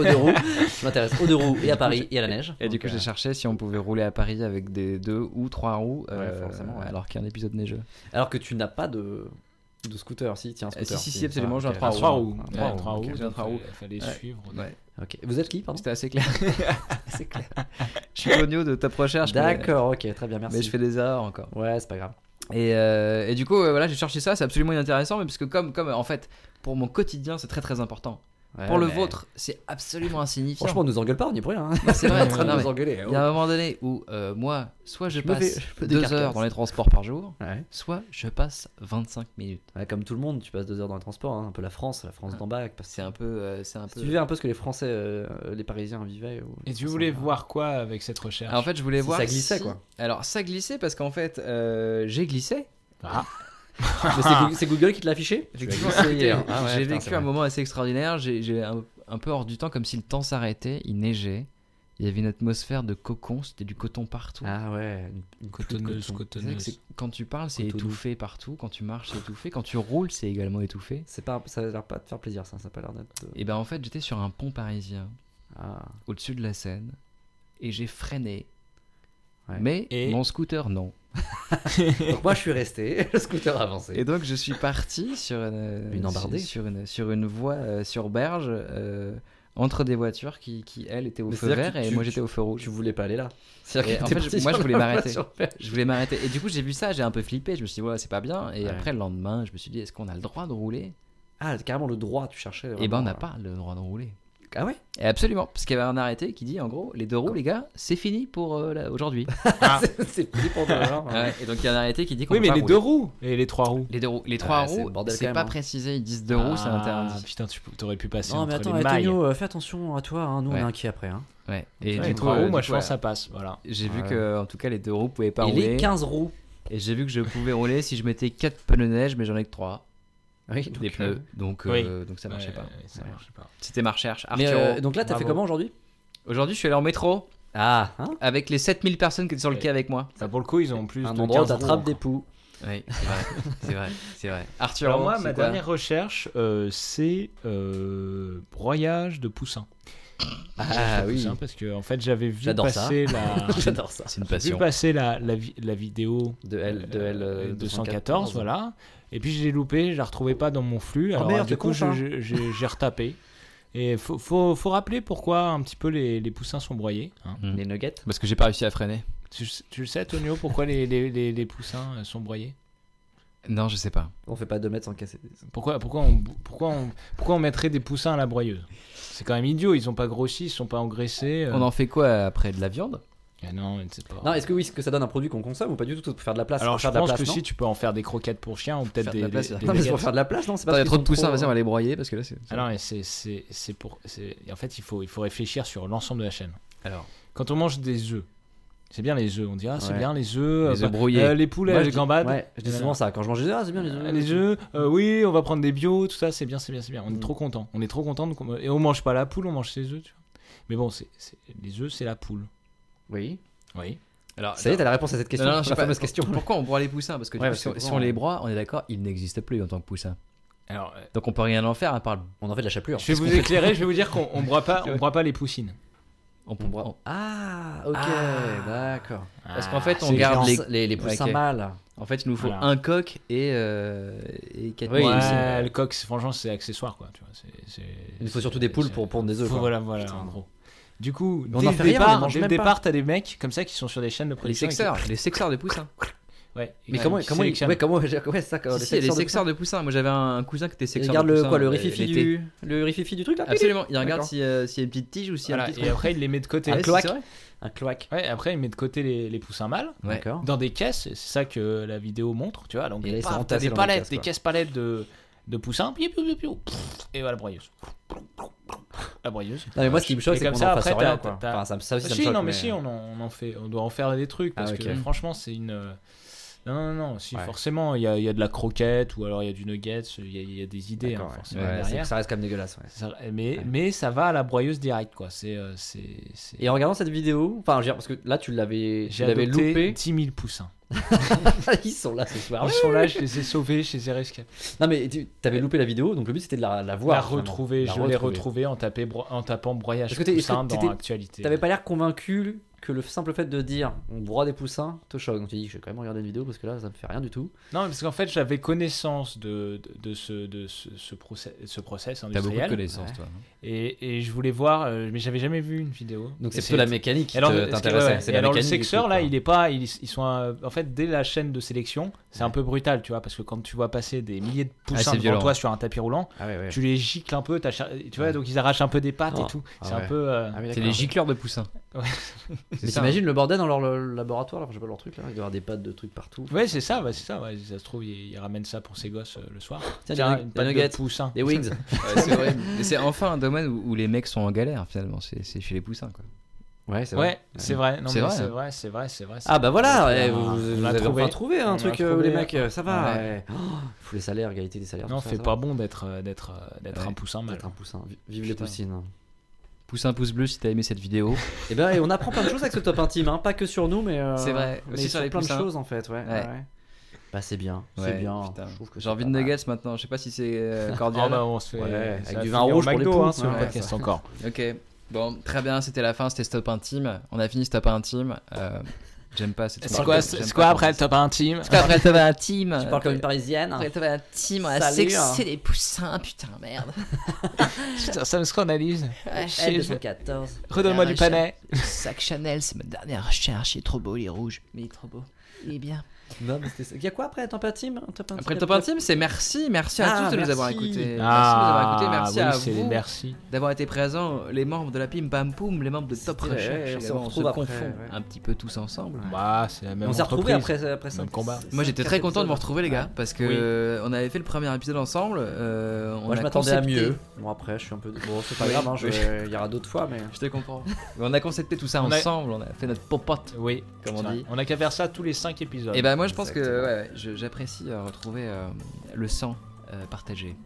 Speaker 6: aux deux roues. Je m'intéresse aux deux roues et à Paris et à la neige.
Speaker 5: Et du
Speaker 6: Donc,
Speaker 5: coup, j'ai
Speaker 6: euh,
Speaker 5: cherché si on pouvait rouler à Paris avec des deux ou trois roues, euh,
Speaker 6: forcément, ouais.
Speaker 5: alors qu'il y a un épisode neigeux.
Speaker 6: Alors que tu n'as pas de, de scooter, si, tiens, un
Speaker 5: Euh, si,
Speaker 6: scooter.
Speaker 5: si, si,
Speaker 6: c'est-
Speaker 5: absolument, j'ai un
Speaker 4: Un
Speaker 5: trois roues.
Speaker 4: Bah, trois roues.
Speaker 5: Un
Speaker 4: Ouais,
Speaker 5: trois
Speaker 4: un trois
Speaker 5: roues,
Speaker 4: roues,
Speaker 5: j'ai un
Speaker 4: donc,
Speaker 5: trois roues.
Speaker 4: euh, Fallait
Speaker 5: Ouais.
Speaker 4: suivre.
Speaker 5: Ouais.
Speaker 6: Ah, ok. Vous êtes qui, pardon
Speaker 5: C'était assez clair.
Speaker 6: C'est clair.
Speaker 5: je suis l'oignon de Top Recherche. mais-
Speaker 6: D'accord, ok, très bien,
Speaker 5: Ah, Mais,
Speaker 6: merci.
Speaker 5: je fais des erreurs encore.
Speaker 6: Ouais, c'est pas grave.
Speaker 5: Et, euh, et du coup, euh, voilà, j'ai cherché ça, c'est absolument inintéressant, mais parce que comme, comme euh, en fait, pour mon quotidien, c'est très très important. pour le vôtre, c'est absolument insignifiant.
Speaker 6: Franchement, on nous engueule pas, on n'y est pour rien. hein.
Speaker 5: Non, c'est vrai,
Speaker 6: On est en train
Speaker 5: Ah, non,
Speaker 6: de
Speaker 5: mais
Speaker 6: nous hein. engueuler.
Speaker 5: Il y a un moment donné où euh, moi, soit je
Speaker 6: Je me
Speaker 5: passe
Speaker 6: fais- je fais des
Speaker 5: deux
Speaker 6: carcasses.
Speaker 5: heures dans les transports par jour,
Speaker 6: Ouais.
Speaker 5: soit je passe 25 minutes.
Speaker 6: Ouais, comme tout le monde, tu passes deux heures dans les transports, hein, un peu la France, la France d'en bas. parce que
Speaker 5: C'est un peu, euh, c'est un
Speaker 6: Si
Speaker 5: peu.
Speaker 6: tu vivais un peu ce que les Français, euh, les Parisiens vivaient. ou-
Speaker 4: Et tu voulais voir quoi avec cette recherche
Speaker 5: Alors, en fait, je voulais
Speaker 6: Si
Speaker 5: voir
Speaker 6: ça glissait,
Speaker 5: si-
Speaker 6: quoi.
Speaker 5: Alors ça glissait parce qu'en fait, euh, j'ai glissé.
Speaker 6: Mais c'est Goo- c'est Google qui te l'a affiché
Speaker 5: Effectivement,
Speaker 6: Tu l'as
Speaker 5: c'est-
Speaker 6: glissé hier. Ah ouais,
Speaker 5: j'ai
Speaker 6: putain,
Speaker 5: vécu
Speaker 6: c'est
Speaker 5: un
Speaker 6: vrai.
Speaker 5: moment assez extraordinaire. J'ai j'ai un, un peu hors du temps, comme si le temps s'arrêtait. Il neigeait. Il y avait une atmosphère de cocon. C'était du coton partout.
Speaker 6: Ah ouais, une- une
Speaker 4: Cotonneuse,
Speaker 6: coton.
Speaker 5: C'est vrai que
Speaker 4: cotonneuse.
Speaker 5: c'est- quand tu parles, c'est
Speaker 6: Cotonneuse.
Speaker 5: étouffé partout. Quand tu marches, c'est étouffé. Quand tu roules, c'est également étouffé.
Speaker 6: C'est pas, ça a l'air pas de faire plaisir, ça. Ça a pas l'air d'être. euh,
Speaker 5: Et ben en fait, j'étais sur un pont parisien,
Speaker 6: Ah,
Speaker 5: au-dessus de la Seine, et j'ai freiné.
Speaker 6: Ouais.
Speaker 5: Mais
Speaker 4: Et-
Speaker 5: mon scooter, non.
Speaker 6: Donc moi je suis resté, le scooter a avancé.
Speaker 5: Et donc je suis parti sur une,
Speaker 6: Une embardée.
Speaker 5: sur, sur une sur une voie euh, sur berge euh, entre des voitures qui, qui elles étaient au
Speaker 6: Mais
Speaker 5: feu
Speaker 6: c'est-à-dire
Speaker 5: vert
Speaker 6: que
Speaker 5: et
Speaker 6: tu-
Speaker 5: moi
Speaker 6: tu-
Speaker 5: j'étais au feu rouge.
Speaker 6: tu voulais pas aller là.
Speaker 5: Et
Speaker 6: C'est-à-dire que
Speaker 5: en
Speaker 6: t'es
Speaker 5: fait,
Speaker 6: parti
Speaker 5: moi,
Speaker 6: sur
Speaker 5: je voulais
Speaker 6: la
Speaker 5: m'arrêter.
Speaker 6: voiture verte.
Speaker 5: Je voulais m'arrêter et du coup j'ai vu ça, j'ai un peu flippé. Je me suis dit voilà c'est pas bien et
Speaker 6: Ouais.
Speaker 5: après le lendemain je me suis dit est-ce qu'on a le droit de rouler
Speaker 6: Ah, carrément le droit, tu cherchais.
Speaker 5: Et ben on
Speaker 6: vraiment,
Speaker 5: n'a
Speaker 6: euh,
Speaker 5: pas le droit de rouler.
Speaker 6: Ah ouais
Speaker 5: Et absolument parce qu'il y avait un arrêté qui dit en gros les deux roues les gars c'est fini pour euh, là, aujourd'hui.
Speaker 6: C'est- C'est plus pour dehors. hein.
Speaker 5: Ouais, et donc il y a un arrêté qui dit qu'on
Speaker 4: Oui,
Speaker 5: peut
Speaker 4: mais
Speaker 5: pas
Speaker 4: les
Speaker 5: rouler.
Speaker 4: deux roues et les trois roues.
Speaker 5: les deux roues les trois
Speaker 6: Ah, c'est le
Speaker 5: roues
Speaker 6: bordel quand
Speaker 5: c'est
Speaker 6: même,
Speaker 5: pas
Speaker 6: hein.
Speaker 5: précisé ils disent deux roues c'est
Speaker 4: Ah,
Speaker 5: interdit.
Speaker 4: Putain, tu peux- t'aurais pu passer
Speaker 6: Non, mais
Speaker 4: entre
Speaker 6: attends,
Speaker 4: les mailles.
Speaker 6: Antonio, euh, fais attention à toi, hein, nous
Speaker 5: Ouais.
Speaker 6: on est inquiets après. hein.
Speaker 5: Ouais. Et
Speaker 4: Ouais,
Speaker 5: du
Speaker 4: les
Speaker 5: coup,
Speaker 4: trois
Speaker 5: euh,
Speaker 4: roues,
Speaker 5: du
Speaker 4: moi
Speaker 5: coup,
Speaker 4: je pense
Speaker 5: voilà.
Speaker 4: que ça passe. Voilà.
Speaker 5: J'ai vu
Speaker 6: Ouais.
Speaker 5: que, en tout cas, les deux roues pouvaient pas
Speaker 6: Et
Speaker 5: rouler.
Speaker 6: les 15 roues.
Speaker 5: Et j'ai vu que je pouvais rouler si je mettais 4 pneus de neige, mais j'en ai que 3.
Speaker 6: Oui,
Speaker 5: des
Speaker 6: euh,
Speaker 5: pneus. Donc,
Speaker 4: oui.
Speaker 5: euh, donc ça marchait
Speaker 4: Ouais,
Speaker 5: pas.
Speaker 4: ouais, Ça
Speaker 6: Ouais.
Speaker 4: marchait pas.
Speaker 5: C'était ma recherche.
Speaker 6: Mais
Speaker 5: Arturo.
Speaker 6: euh, donc là, t'as fait
Speaker 4: Bravo.
Speaker 6: comment aujourd'hui
Speaker 5: Aujourd'hui, je suis allé en métro
Speaker 6: Ah, hein
Speaker 5: avec les 7000 personnes qui étaient sur le
Speaker 4: Ouais.
Speaker 5: quai avec moi.
Speaker 4: Bah, pour le coup, ils ont plus
Speaker 6: Un
Speaker 4: de
Speaker 6: endroit où
Speaker 4: 15 roues
Speaker 6: t'attrapes des
Speaker 4: encore.
Speaker 6: poux.
Speaker 5: Oui, c'est vrai. c'est vrai. C'est vrai. Arthur,
Speaker 4: Alors moi,
Speaker 5: c'est
Speaker 4: ma
Speaker 5: quoi
Speaker 4: dernière recherche, euh, c'est euh, broyage de poussins.
Speaker 6: Ah oui,
Speaker 4: Poussins, parce que en fait, j'avais vu
Speaker 6: J'adore ça.
Speaker 4: passer la,
Speaker 6: j'adore ça.
Speaker 5: C'est une
Speaker 4: j'ai vu
Speaker 5: passion.
Speaker 4: passer la, la, vi- la vidéo
Speaker 6: De L, de L
Speaker 4: euh,
Speaker 6: euh,
Speaker 4: 214, voilà. Et puis je l'ai loupé, je la retrouvais pas dans mon flux. Alors
Speaker 6: Oh, merde, hein.
Speaker 4: du
Speaker 6: t'es
Speaker 4: coup,
Speaker 6: con,
Speaker 4: je-
Speaker 6: ça.
Speaker 4: je- j'ai j'ai retapé. Et faut, faut, faut rappeler pourquoi un petit peu les, les poussins sont broyés. hein.
Speaker 6: Les nuggets.
Speaker 5: Parce que j'ai pas réussi à freiner.
Speaker 4: Tu, tu le sais, Tonio, pourquoi les, les, les, les poussins euh, sont broyés
Speaker 5: Non, je sais pas.
Speaker 6: On fait pas 2 mètres sans casser.
Speaker 4: Pourquoi, pourquoi, on, pourquoi, on, pourquoi on mettrait des poussins à la broyeuse C'est quand même idiot, ils sont pas grossis, ils sont pas engraissés. euh.
Speaker 5: On en fait quoi après De la viande
Speaker 4: Ah non, je sais pas.
Speaker 6: Non, est-ce que oui, est-ce que ça donne un produit qu'on consomme ou pas du tout pour faire de la place
Speaker 4: Alors
Speaker 6: Pour
Speaker 4: je
Speaker 6: faire de la
Speaker 4: pense
Speaker 6: place,
Speaker 4: que
Speaker 6: non
Speaker 4: si tu peux en faire des croquettes pour chiens ou
Speaker 5: Faire
Speaker 4: peut-être
Speaker 5: de
Speaker 4: des,
Speaker 5: la place,
Speaker 4: des-
Speaker 5: ça.
Speaker 4: des
Speaker 6: Non, mais c'est pour
Speaker 4: baguettes.
Speaker 6: faire de la place, non C'est
Speaker 5: Attends, il y a
Speaker 6: pas
Speaker 5: trop de poussins, vas-y, on va les broyer parce que là, c'est.
Speaker 4: Ah non, mais c'est- c'est c'est pour. c'est- En fait, il faut, il faut réfléchir sur l'ensemble de la chaîne.
Speaker 5: Alors.
Speaker 4: Quand on mange des œufs, c'est bien les œufs. On dit, ah, c'est
Speaker 6: Ouais.
Speaker 4: bien les œufs.
Speaker 5: Les
Speaker 4: euh,
Speaker 5: œufs
Speaker 4: bah,
Speaker 5: brouillés.
Speaker 4: euh, les poulets,
Speaker 6: Moi,
Speaker 4: les
Speaker 6: je dis-
Speaker 4: gambades.
Speaker 6: Ouais, je dis souvent ça. Quand je mange des œufs, ah, c'est bien les
Speaker 4: euh,
Speaker 6: œufs.
Speaker 4: Les œufs, euh, oui, on va prendre des bio, tout ça, c'est bien, c'est bien, c'est bien. On est
Speaker 6: Mm.
Speaker 4: trop content. On est trop content. de com- Et on mange pas la poule, on mange ses œufs, tu vois. Mais bon, c'est c'est- les œufs, c'est la poule.
Speaker 6: Oui.
Speaker 4: Oui.
Speaker 5: Alors,
Speaker 6: Ça y est, t'as la réponse à cette question.
Speaker 5: Non, non, je sais
Speaker 6: la
Speaker 5: pas.
Speaker 6: fameuse question.
Speaker 5: Pourquoi on broie les poussins Parce que du
Speaker 6: Ouais,
Speaker 5: coup,
Speaker 6: parce
Speaker 5: si,
Speaker 6: que
Speaker 5: si
Speaker 6: bon,
Speaker 5: on les broie, on est d'accord, ils n'existent plus en tant que poussins.
Speaker 4: Alors, euh,
Speaker 5: Donc on peut rien en faire à part le-
Speaker 6: On en fait de la chapelure.
Speaker 4: je vais vous éclairer, je vais vous dire qu'on on broie pas, on broie pas les poussines.
Speaker 5: On peut
Speaker 6: On boit-
Speaker 5: on-
Speaker 6: Ah, ok,
Speaker 5: Ah.
Speaker 6: d'accord.
Speaker 5: Parce qu'en
Speaker 4: Ah,
Speaker 5: fait, on
Speaker 6: C'est
Speaker 5: garde les.
Speaker 6: genre les, les poussins
Speaker 5: ok.
Speaker 6: mâles.
Speaker 5: En fait, il nous faut
Speaker 4: Voilà.
Speaker 5: un coq et, euh, et quatre
Speaker 6: Oui,
Speaker 5: poussins.
Speaker 4: ouais, le coq, c'est- franchement, c'est accessoire, quoi. Tu vois, c'est- c'est-
Speaker 6: Il nous faut surtout des poules
Speaker 4: c'est-
Speaker 6: pour pondre des œufs.
Speaker 4: Faut-
Speaker 6: quoi.
Speaker 4: Voilà, voilà,
Speaker 6: Putain.
Speaker 4: en gros. Du coup,
Speaker 6: on
Speaker 4: dès
Speaker 6: en
Speaker 4: le
Speaker 6: fait rien, on les
Speaker 4: départ,
Speaker 6: mange
Speaker 4: dès le
Speaker 6: même pas.
Speaker 4: départ, t'as des mecs comme ça qui sont sur des chaînes de
Speaker 5: les
Speaker 4: production. et qui-
Speaker 5: sexeurs, les sexeurs de poussins.
Speaker 4: Ouais. et
Speaker 6: Mais
Speaker 4: qui-
Speaker 6: comment,
Speaker 4: qui
Speaker 6: comment, il-
Speaker 4: sélectionnent.
Speaker 6: ouais, comment, ouais, ça, quand
Speaker 5: Si, si, il y a les
Speaker 6: sections de-
Speaker 5: sexeurs de poussins. Moi, j'avais un un cousin qui était
Speaker 6: Il
Speaker 5: sexeur
Speaker 6: regarde
Speaker 5: de
Speaker 6: le,
Speaker 5: poussins.
Speaker 6: quoi, le
Speaker 5: euh,
Speaker 6: rififi
Speaker 5: l'été.
Speaker 6: du, le rififi du truc là
Speaker 5: Absolument, il regarde
Speaker 6: D'accord.
Speaker 5: si, euh, s'il y a une petite tige ou s'il y a
Speaker 4: Voilà,
Speaker 5: un petit
Speaker 4: et
Speaker 5: trou.
Speaker 4: après, il les met de côté.
Speaker 5: Ah,
Speaker 4: Un
Speaker 5: si,
Speaker 4: cloaque.
Speaker 5: c'est vrai.
Speaker 6: Un cloaque.
Speaker 4: Ouais, après, il met de côté les, les poussins mâles
Speaker 5: Ouais.
Speaker 6: D'accord.
Speaker 4: dans des caisses. et C'est ça que la vidéo montre, tu vois. Donc,
Speaker 6: Et là, ils
Speaker 4: paf,
Speaker 6: sont
Speaker 4: t'as
Speaker 6: entassés
Speaker 4: des
Speaker 6: dans les
Speaker 4: palettes,
Speaker 6: caisses,
Speaker 4: des
Speaker 6: quoi.
Speaker 4: caisses palettes de, de poussins. piou, piou, piou, piou, pff, et voilà, broyeuse. La broyeuse.
Speaker 6: Non, mais moi, ce qui me choque,
Speaker 4: Et
Speaker 6: c'est
Speaker 4: comme
Speaker 6: qu'on
Speaker 4: ça,
Speaker 6: en fasse
Speaker 4: après,
Speaker 6: rien,
Speaker 4: t'as-
Speaker 6: quoi.
Speaker 4: t'as-
Speaker 6: Enfin, ça, ça aussi, ça me
Speaker 4: si,
Speaker 6: choque,
Speaker 4: non, mais,
Speaker 6: mais-
Speaker 4: si, on en, on en fait, on doit en faire des trucs parce
Speaker 6: Ah, ok.
Speaker 4: que franchement, c'est une. euh, Non, non, non, si,
Speaker 6: Ouais.
Speaker 4: forcément, il y a, il y a de la croquette ou alors il y a du nuggets, il y a, il y a des idées, hein,
Speaker 6: D'accord, ouais.
Speaker 4: forcément,
Speaker 6: Ouais, c'est-
Speaker 4: derrière.
Speaker 6: ça reste quand même dégueulasse. ouais.
Speaker 4: Ça- mais,
Speaker 6: Ouais.
Speaker 4: mais ça va à la broyeuse directe, quoi. C'est. euh, c'est- c'est-
Speaker 6: Et en regardant cette vidéo, enfin, je veux dire, parce que là, tu l'avais, tu
Speaker 4: J'ai
Speaker 6: l'avais
Speaker 4: adopté
Speaker 6: loupé.
Speaker 4: 10 000 poussins.
Speaker 6: Ils sont là ce soir.
Speaker 4: Ils sont là, je les ai sauvés, je les ai rescapés.
Speaker 6: Non, mais tu avais loupé la vidéo, donc le but c'était de la, la voir.
Speaker 4: la
Speaker 6: finalement.
Speaker 4: retrouver,
Speaker 6: La
Speaker 4: je l'ai retrouvée en, tapé bro- en tapant broyage
Speaker 6: Est-ce que t'es- est-ce que
Speaker 4: poussin dans
Speaker 6: t'étais-
Speaker 4: l'actualité.
Speaker 6: T'avais pas l'air convaincu que le simple fait de dire on broie des poussins te choque. Donc tu dis, je vais quand même regarder une vidéo parce que là, ça me fait rien du tout.
Speaker 4: Non, parce qu'en fait, j'avais connaissance de, de, de ce, de ce, ce, process, ce process
Speaker 8: T'as beaucoup de
Speaker 4: industriel.
Speaker 8: connaissances,
Speaker 6: Ouais.
Speaker 8: toi.
Speaker 4: Et, et je voulais voir, euh, mais j'avais jamais vu une vidéo.
Speaker 6: Donc
Speaker 4: Et
Speaker 6: c'est plutôt la mécanique qui
Speaker 4: Et alors,
Speaker 6: te-
Speaker 4: parce que,
Speaker 6: t'intéressait.
Speaker 4: ouais,
Speaker 6: C'est
Speaker 4: et
Speaker 6: la
Speaker 4: alors le
Speaker 6: mécanique du
Speaker 4: sexeur
Speaker 6: truc,
Speaker 4: là,
Speaker 6: quoi.
Speaker 4: il est pas, ils, ils sont euh, en fait dès la chaîne de sélection, c'est un peu brutal, tu vois, parce que quand tu vois passer des milliers de poussins
Speaker 5: c'est
Speaker 4: devant
Speaker 5: violent.
Speaker 4: toi sur un tapis roulant,
Speaker 6: Ah ouais, ouais.
Speaker 4: tu les gicles un peu, t'as cha- tu vois, donc ils arrachent un peu des pattes
Speaker 6: Ah.
Speaker 4: et tout.
Speaker 6: Ah
Speaker 4: C'est
Speaker 6: ouais.
Speaker 4: un peu. euh,
Speaker 6: Ah oui,
Speaker 5: C'est
Speaker 6: d'accord.
Speaker 5: les gicleurs de poussins.
Speaker 4: Ouais.
Speaker 5: C'est
Speaker 6: Mais
Speaker 5: ça,
Speaker 6: t'imagines le bordel dans leur le- laboratoire, là, je sais pas leur truc là, il doit y avoir des pattes de trucs partout.
Speaker 4: Ouais, c'est ça, ouais, c'est ça. ouais, ça se trouve, ils, ils ramènent ça pour ses gosses euh, le soir.
Speaker 6: Tiens, des,
Speaker 4: une
Speaker 6: des
Speaker 4: patte de
Speaker 6: nuggets,
Speaker 4: poussin.
Speaker 6: des wings.
Speaker 5: hein. Ouais, c'est vrai. Mais c'est enfin un domaine où, où les mecs sont en galère finalement, c'est c'est chez les poussins quoi.
Speaker 6: ouais, c'est
Speaker 4: Ouais, c'est vrai. Non,
Speaker 5: C'est
Speaker 4: mais
Speaker 5: vrai.
Speaker 4: c'est vrai, c'est vrai, c'est vrai. c'est
Speaker 6: Ah bah voilà,
Speaker 4: vrai.
Speaker 6: eh, vous, vous
Speaker 4: On l'a
Speaker 6: avez
Speaker 4: trouvé.
Speaker 6: enfin trouvé
Speaker 4: On
Speaker 6: un
Speaker 4: l'a
Speaker 6: truc euh, où les
Speaker 4: trouvé.
Speaker 6: mecs, euh, ça va.
Speaker 4: Ouais.
Speaker 6: ouais. Oh, faut les salaires, égalité des salaires.
Speaker 4: Non,
Speaker 6: tout ça,
Speaker 4: c'est
Speaker 6: ça
Speaker 4: pas
Speaker 6: va.
Speaker 4: bon d'être euh, d'être euh, d'être
Speaker 5: Ouais.
Speaker 4: un poussin mal.
Speaker 6: Peut-être un poussin. Vi- Oh, Vive les
Speaker 5: Putain.
Speaker 6: poussines. hein.
Speaker 5: Poussin pouce bleu si t'as aimé cette vidéo.
Speaker 6: Et ben, et on apprend plein de choses avec ce top intime, hein. pas que sur nous, mais euh,
Speaker 5: C'est vrai,
Speaker 6: mais
Speaker 5: aussi sur les
Speaker 6: plein
Speaker 5: poussins.
Speaker 6: de choses en fait, ouais.
Speaker 5: Ouais.
Speaker 6: ouais. Bah c'est bien, c'est
Speaker 5: Ouais,
Speaker 6: bien.
Speaker 5: putain.
Speaker 6: Je trouve que
Speaker 5: J'ai
Speaker 6: c'est
Speaker 5: envie de
Speaker 6: pas mal.
Speaker 5: nuggets maintenant, je sais pas si c'est euh,
Speaker 4: Ah
Speaker 5: cordial.
Speaker 4: bah, on se fait
Speaker 6: Ouais,
Speaker 4: ça
Speaker 6: avec
Speaker 4: va
Speaker 6: du vin
Speaker 4: finir
Speaker 6: rouge
Speaker 4: au
Speaker 6: pour les
Speaker 4: McDo, hein,
Speaker 6: poules,
Speaker 4: ce
Speaker 6: ouais,
Speaker 4: podcast
Speaker 6: ça.
Speaker 4: encore.
Speaker 5: Ok, bon, très bien, c'était la fin, c'était Stop Intime. On a fini Stop Intime. euh, J'aime pas cette
Speaker 4: C'est
Speaker 5: marque,
Speaker 4: quoi,
Speaker 5: j'aime
Speaker 4: c'est
Speaker 5: pas
Speaker 4: quoi
Speaker 5: cette-
Speaker 4: après le top intime
Speaker 5: C'est quoi après Stop Intime
Speaker 6: Tu parles comme une parisienne.
Speaker 5: Après Stop Intime, on a
Speaker 6: Salut,
Speaker 5: sexé
Speaker 6: hein.
Speaker 5: les poussins, putain, merde.
Speaker 4: Putain, ça me scandalise.
Speaker 6: Elle
Speaker 4: Chez-
Speaker 6: 214.
Speaker 4: Redonne-moi du
Speaker 5: Machin.
Speaker 4: panais.
Speaker 5: Sac Chanel, c'est ma dernière recherche, il est trop beau, il est rouge. Mais il est trop beau. Il est bien.
Speaker 6: Non, mais c'était ça. Y a quoi après le top intime Top intime
Speaker 5: Après le top intime, c'est merci, merci à
Speaker 6: Ah,
Speaker 5: tous de nous
Speaker 6: merci.
Speaker 5: avoir écoutés. merci de nous
Speaker 4: Ah, oui,
Speaker 5: avoir écoutés, merci
Speaker 4: c'est les
Speaker 5: à vous
Speaker 4: merci.
Speaker 5: d'avoir été présents, les membres de la Pim Pam Poum, les membres de Top
Speaker 6: C'était-
Speaker 5: Recherche.
Speaker 6: ouais, on se
Speaker 5: également,
Speaker 6: retrouve après,
Speaker 5: confond
Speaker 6: ouais.
Speaker 5: un petit peu tous ensemble.
Speaker 4: Bah, c'est la même
Speaker 6: On s'est retrouvés
Speaker 4: entreprise.
Speaker 6: après, euh, après ça.
Speaker 4: Même combat.
Speaker 5: Moi j'étais très content de vous
Speaker 6: me
Speaker 5: retrouver les gars parce que
Speaker 4: Oui.
Speaker 5: euh, on avait fait le premier épisode ensemble. euh, on
Speaker 6: Moi, je
Speaker 5: a
Speaker 6: m'attendais à
Speaker 5: concepté-
Speaker 6: mieux. Bon, après, je suis un peu. Bon, c'est pas
Speaker 5: Oui.
Speaker 6: grave, hein, je- il y aura d'autres fois, mais.
Speaker 5: Je te comprends. Mais on a concepté tout ça
Speaker 4: On a-
Speaker 5: ensemble, on a fait notre popote.
Speaker 4: Oui,
Speaker 5: Comme on
Speaker 4: putain,
Speaker 5: dit.
Speaker 4: On a qu'à faire ça tous les 5 épisodes.
Speaker 5: Et ben moi je pense que
Speaker 6: Exactement.
Speaker 5: ouais, ouais, je- j'apprécie euh, retrouver euh, le sang euh, partagé.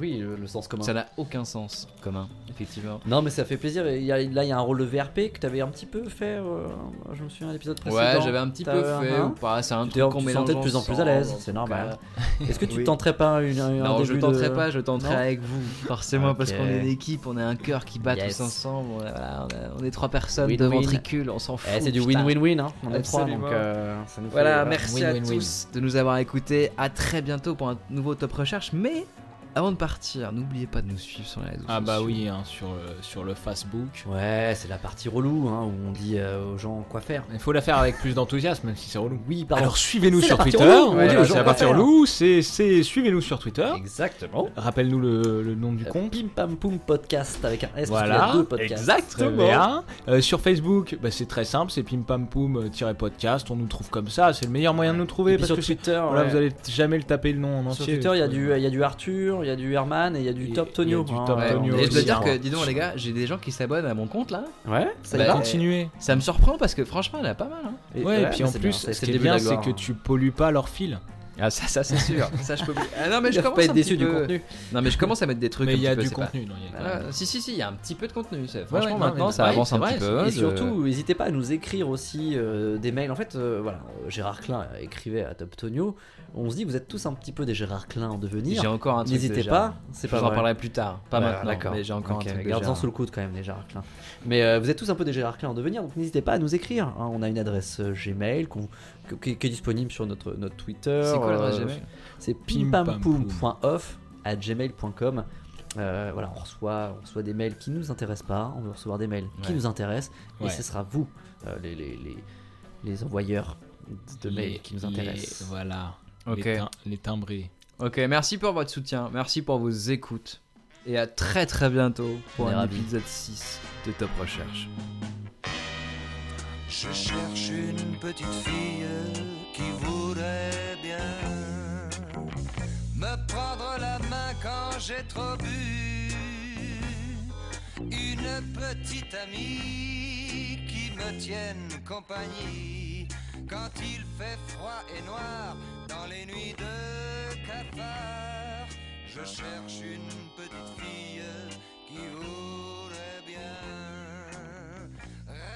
Speaker 6: Oui, le, le sens commun.
Speaker 5: Ça n'a aucun sens commun, effectivement.
Speaker 6: Non, mais ça fait plaisir. Il y a- là, il y a un rôle de VRP que t'avais un petit peu fait. euh, je me souviens à l'épisode précédent.
Speaker 5: Ouais, j'avais un petit peu
Speaker 6: T'as-
Speaker 5: fait
Speaker 6: hein
Speaker 5: ou pas, c'est un
Speaker 6: Tu t'es-
Speaker 5: truc qu'on
Speaker 6: tu te
Speaker 5: mélange
Speaker 6: sentais de plus en plus à
Speaker 5: ensemble,
Speaker 6: l'aise,
Speaker 5: en
Speaker 6: c'est
Speaker 5: tout
Speaker 6: normal.
Speaker 5: cas.
Speaker 6: Est-ce que tu
Speaker 5: Oui.
Speaker 6: tenterais pas une, un
Speaker 5: Non, je
Speaker 6: début
Speaker 5: tenterai
Speaker 6: de-
Speaker 5: pas, je tenterai
Speaker 6: Non
Speaker 5: avec vous, forcément, parce
Speaker 6: Ok.
Speaker 5: qu'on est une équipe, on a un cœur qui bat
Speaker 6: Yes.
Speaker 5: tous ensemble, on, a- voilà, on a- on est trois personnes,
Speaker 6: Win-win.
Speaker 5: deux ventricules, on s'en fout.
Speaker 6: Eh, c'est du
Speaker 5: putain.
Speaker 6: win-win-win, hein. on est trois,
Speaker 4: Absolument.
Speaker 6: donc euh, ça nous fait-
Speaker 5: Voilà, merci à
Speaker 4: win-win-win.
Speaker 5: tous de nous avoir écoutés. À très bientôt pour un nouveau top recherche. Mais avant de partir, n'oubliez pas de nous suivre sur les réseaux
Speaker 4: Ah
Speaker 5: sociaux.
Speaker 4: bah oui, hein, sur, euh, sur le Facebook.
Speaker 6: Ouais, c'est la partie relou, hein, où on dit euh, aux gens quoi faire.
Speaker 4: Il faut la faire avec plus d'enthousiasme, même si c'est relou.
Speaker 6: Oui, pardon.
Speaker 4: Alors suivez-nous
Speaker 6: C'est
Speaker 4: sur
Speaker 6: la partie
Speaker 4: Twitter.
Speaker 6: relou,
Speaker 4: Ouais,
Speaker 6: on dit aux
Speaker 4: c'est
Speaker 6: gens
Speaker 4: la
Speaker 6: quoi
Speaker 4: partie
Speaker 6: faire.
Speaker 4: relou, c'est c'est- suivez-nous sur Twitter.
Speaker 6: Exactement.
Speaker 4: Rappelle-nous le, le nom du
Speaker 6: Euh,
Speaker 4: compte.
Speaker 6: Pim Pam Poum Podcast avec un S,
Speaker 4: Voilà,
Speaker 6: parce qu'il y a deux podcasts.
Speaker 4: Très bien. Euh, sur Facebook, bah, c'est très simple, c'est pim pam poum euh, podcast. On nous trouve comme ça, c'est le meilleur moyen de nous trouver
Speaker 6: Et puis
Speaker 4: parce
Speaker 6: sur
Speaker 4: que c'est-
Speaker 6: Twitter,
Speaker 4: voilà,
Speaker 6: ouais.
Speaker 4: vous allez t- jamais le taper le nom en
Speaker 6: sur
Speaker 4: entier.
Speaker 6: Twitter, il y, a du- il y a du Arthur, il y a du Herman et il y a
Speaker 4: Et-
Speaker 6: du Top
Speaker 4: il y
Speaker 6: Tonio.
Speaker 4: a du Top
Speaker 5: Ouais,
Speaker 4: Antonio
Speaker 5: et je dois
Speaker 4: aussi,
Speaker 5: dire
Speaker 4: hein.
Speaker 5: que, dis donc les gars, j'ai des gens qui s'abonnent à mon compte là.
Speaker 6: Ouais, ça y
Speaker 5: Bah,
Speaker 6: va.
Speaker 4: Continuez.
Speaker 5: Ça me surprend parce que franchement, elle a pas mal. Hein.
Speaker 4: Ouais, et puis en plus, ce qui est bien, c'est que tu pollues pas leur fil.
Speaker 5: Ah ça, ça c'est sûr. ça je peux. oublier. Ah, non mais je
Speaker 6: Je
Speaker 5: commence
Speaker 6: pas
Speaker 5: un
Speaker 6: être
Speaker 5: petit
Speaker 6: déçu du
Speaker 5: peu-
Speaker 6: contenu.
Speaker 5: Non mais je commence à mettre des trucs.
Speaker 4: Mais
Speaker 5: un
Speaker 4: il y a
Speaker 5: petit peu,
Speaker 4: du
Speaker 5: c'est pas-
Speaker 4: contenu. non, il
Speaker 6: Bah,
Speaker 4: y a quand même-
Speaker 5: Ah, si si si, il y a un petit peu de contenu. c'est- Franchement
Speaker 4: ouais, non,
Speaker 5: maintenant
Speaker 4: mais-
Speaker 5: ça
Speaker 4: ouais,
Speaker 5: avance un
Speaker 4: c'est
Speaker 5: petit
Speaker 4: vrai,
Speaker 5: peu.
Speaker 6: Et
Speaker 5: je-
Speaker 6: surtout, n'hésitez pas à nous écrire aussi euh, des mails. En fait, euh, voilà, euh, Gérard Klein écrivait à Top Tonio. On se dit, vous êtes tous un petit peu des Gérard Klein en devenir.
Speaker 5: j'ai encore un truc.
Speaker 6: N'hésitez
Speaker 5: déjà.
Speaker 6: pas, c'est
Speaker 5: Je vous
Speaker 6: pas
Speaker 5: en
Speaker 6: vrai.
Speaker 5: parlerai plus tard. Pas
Speaker 6: Ouais,
Speaker 5: maintenant.
Speaker 6: d'accord.
Speaker 5: Mais j'ai encore
Speaker 6: Ok,
Speaker 5: un truc.
Speaker 6: Gardez-en
Speaker 5: déjà.
Speaker 6: sous le coude quand même, les Gérard Klein. Mais euh, vous êtes tous un peu des Gérard Klein en devenir, donc n'hésitez pas à nous écrire. hein. On a une adresse euh, Gmail qu'on- que- qui, qui est disponible sur notre, notre Twitter.
Speaker 5: C'est quoi l'adresse
Speaker 6: euh,
Speaker 5: Gmail
Speaker 6: C'est
Speaker 4: Pimpampoum.
Speaker 6: pimpampoum.off à gmail.com. Euh, voilà, on reçoit, on reçoit des mails qui nous intéressent pas, on veut recevoir des mails qui
Speaker 5: Ouais.
Speaker 6: nous intéressent,
Speaker 4: Ouais.
Speaker 6: et ce sera vous, euh, les, les, les, les envoyeurs de
Speaker 4: Les-
Speaker 6: mails qui nous
Speaker 4: les-
Speaker 6: intéressent.
Speaker 4: Voilà.
Speaker 5: Ok.
Speaker 4: Les, tim- les timbrés.
Speaker 5: Ok, merci pour votre soutien, merci pour vos écoutes. Et à très très bientôt pour
Speaker 6: On est
Speaker 5: un
Speaker 6: ravis.
Speaker 5: épisode 6 de Top Recherche.
Speaker 9: Je cherche une petite fille qui voudrait bien me prendre la main quand j'ai trop bu. Une petite amie qui me tienne compagnie quand il fait froid et noir dans les nuits de cafard. Je cherche une petite fille qui voudrait bien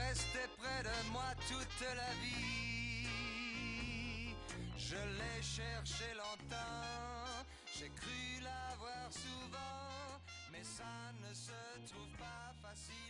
Speaker 9: rester près de moi toute la vie. Je l'ai cherchée longtemps, j'ai cru l'avoir souvent, mais ça ne se trouve pas facilement. Oh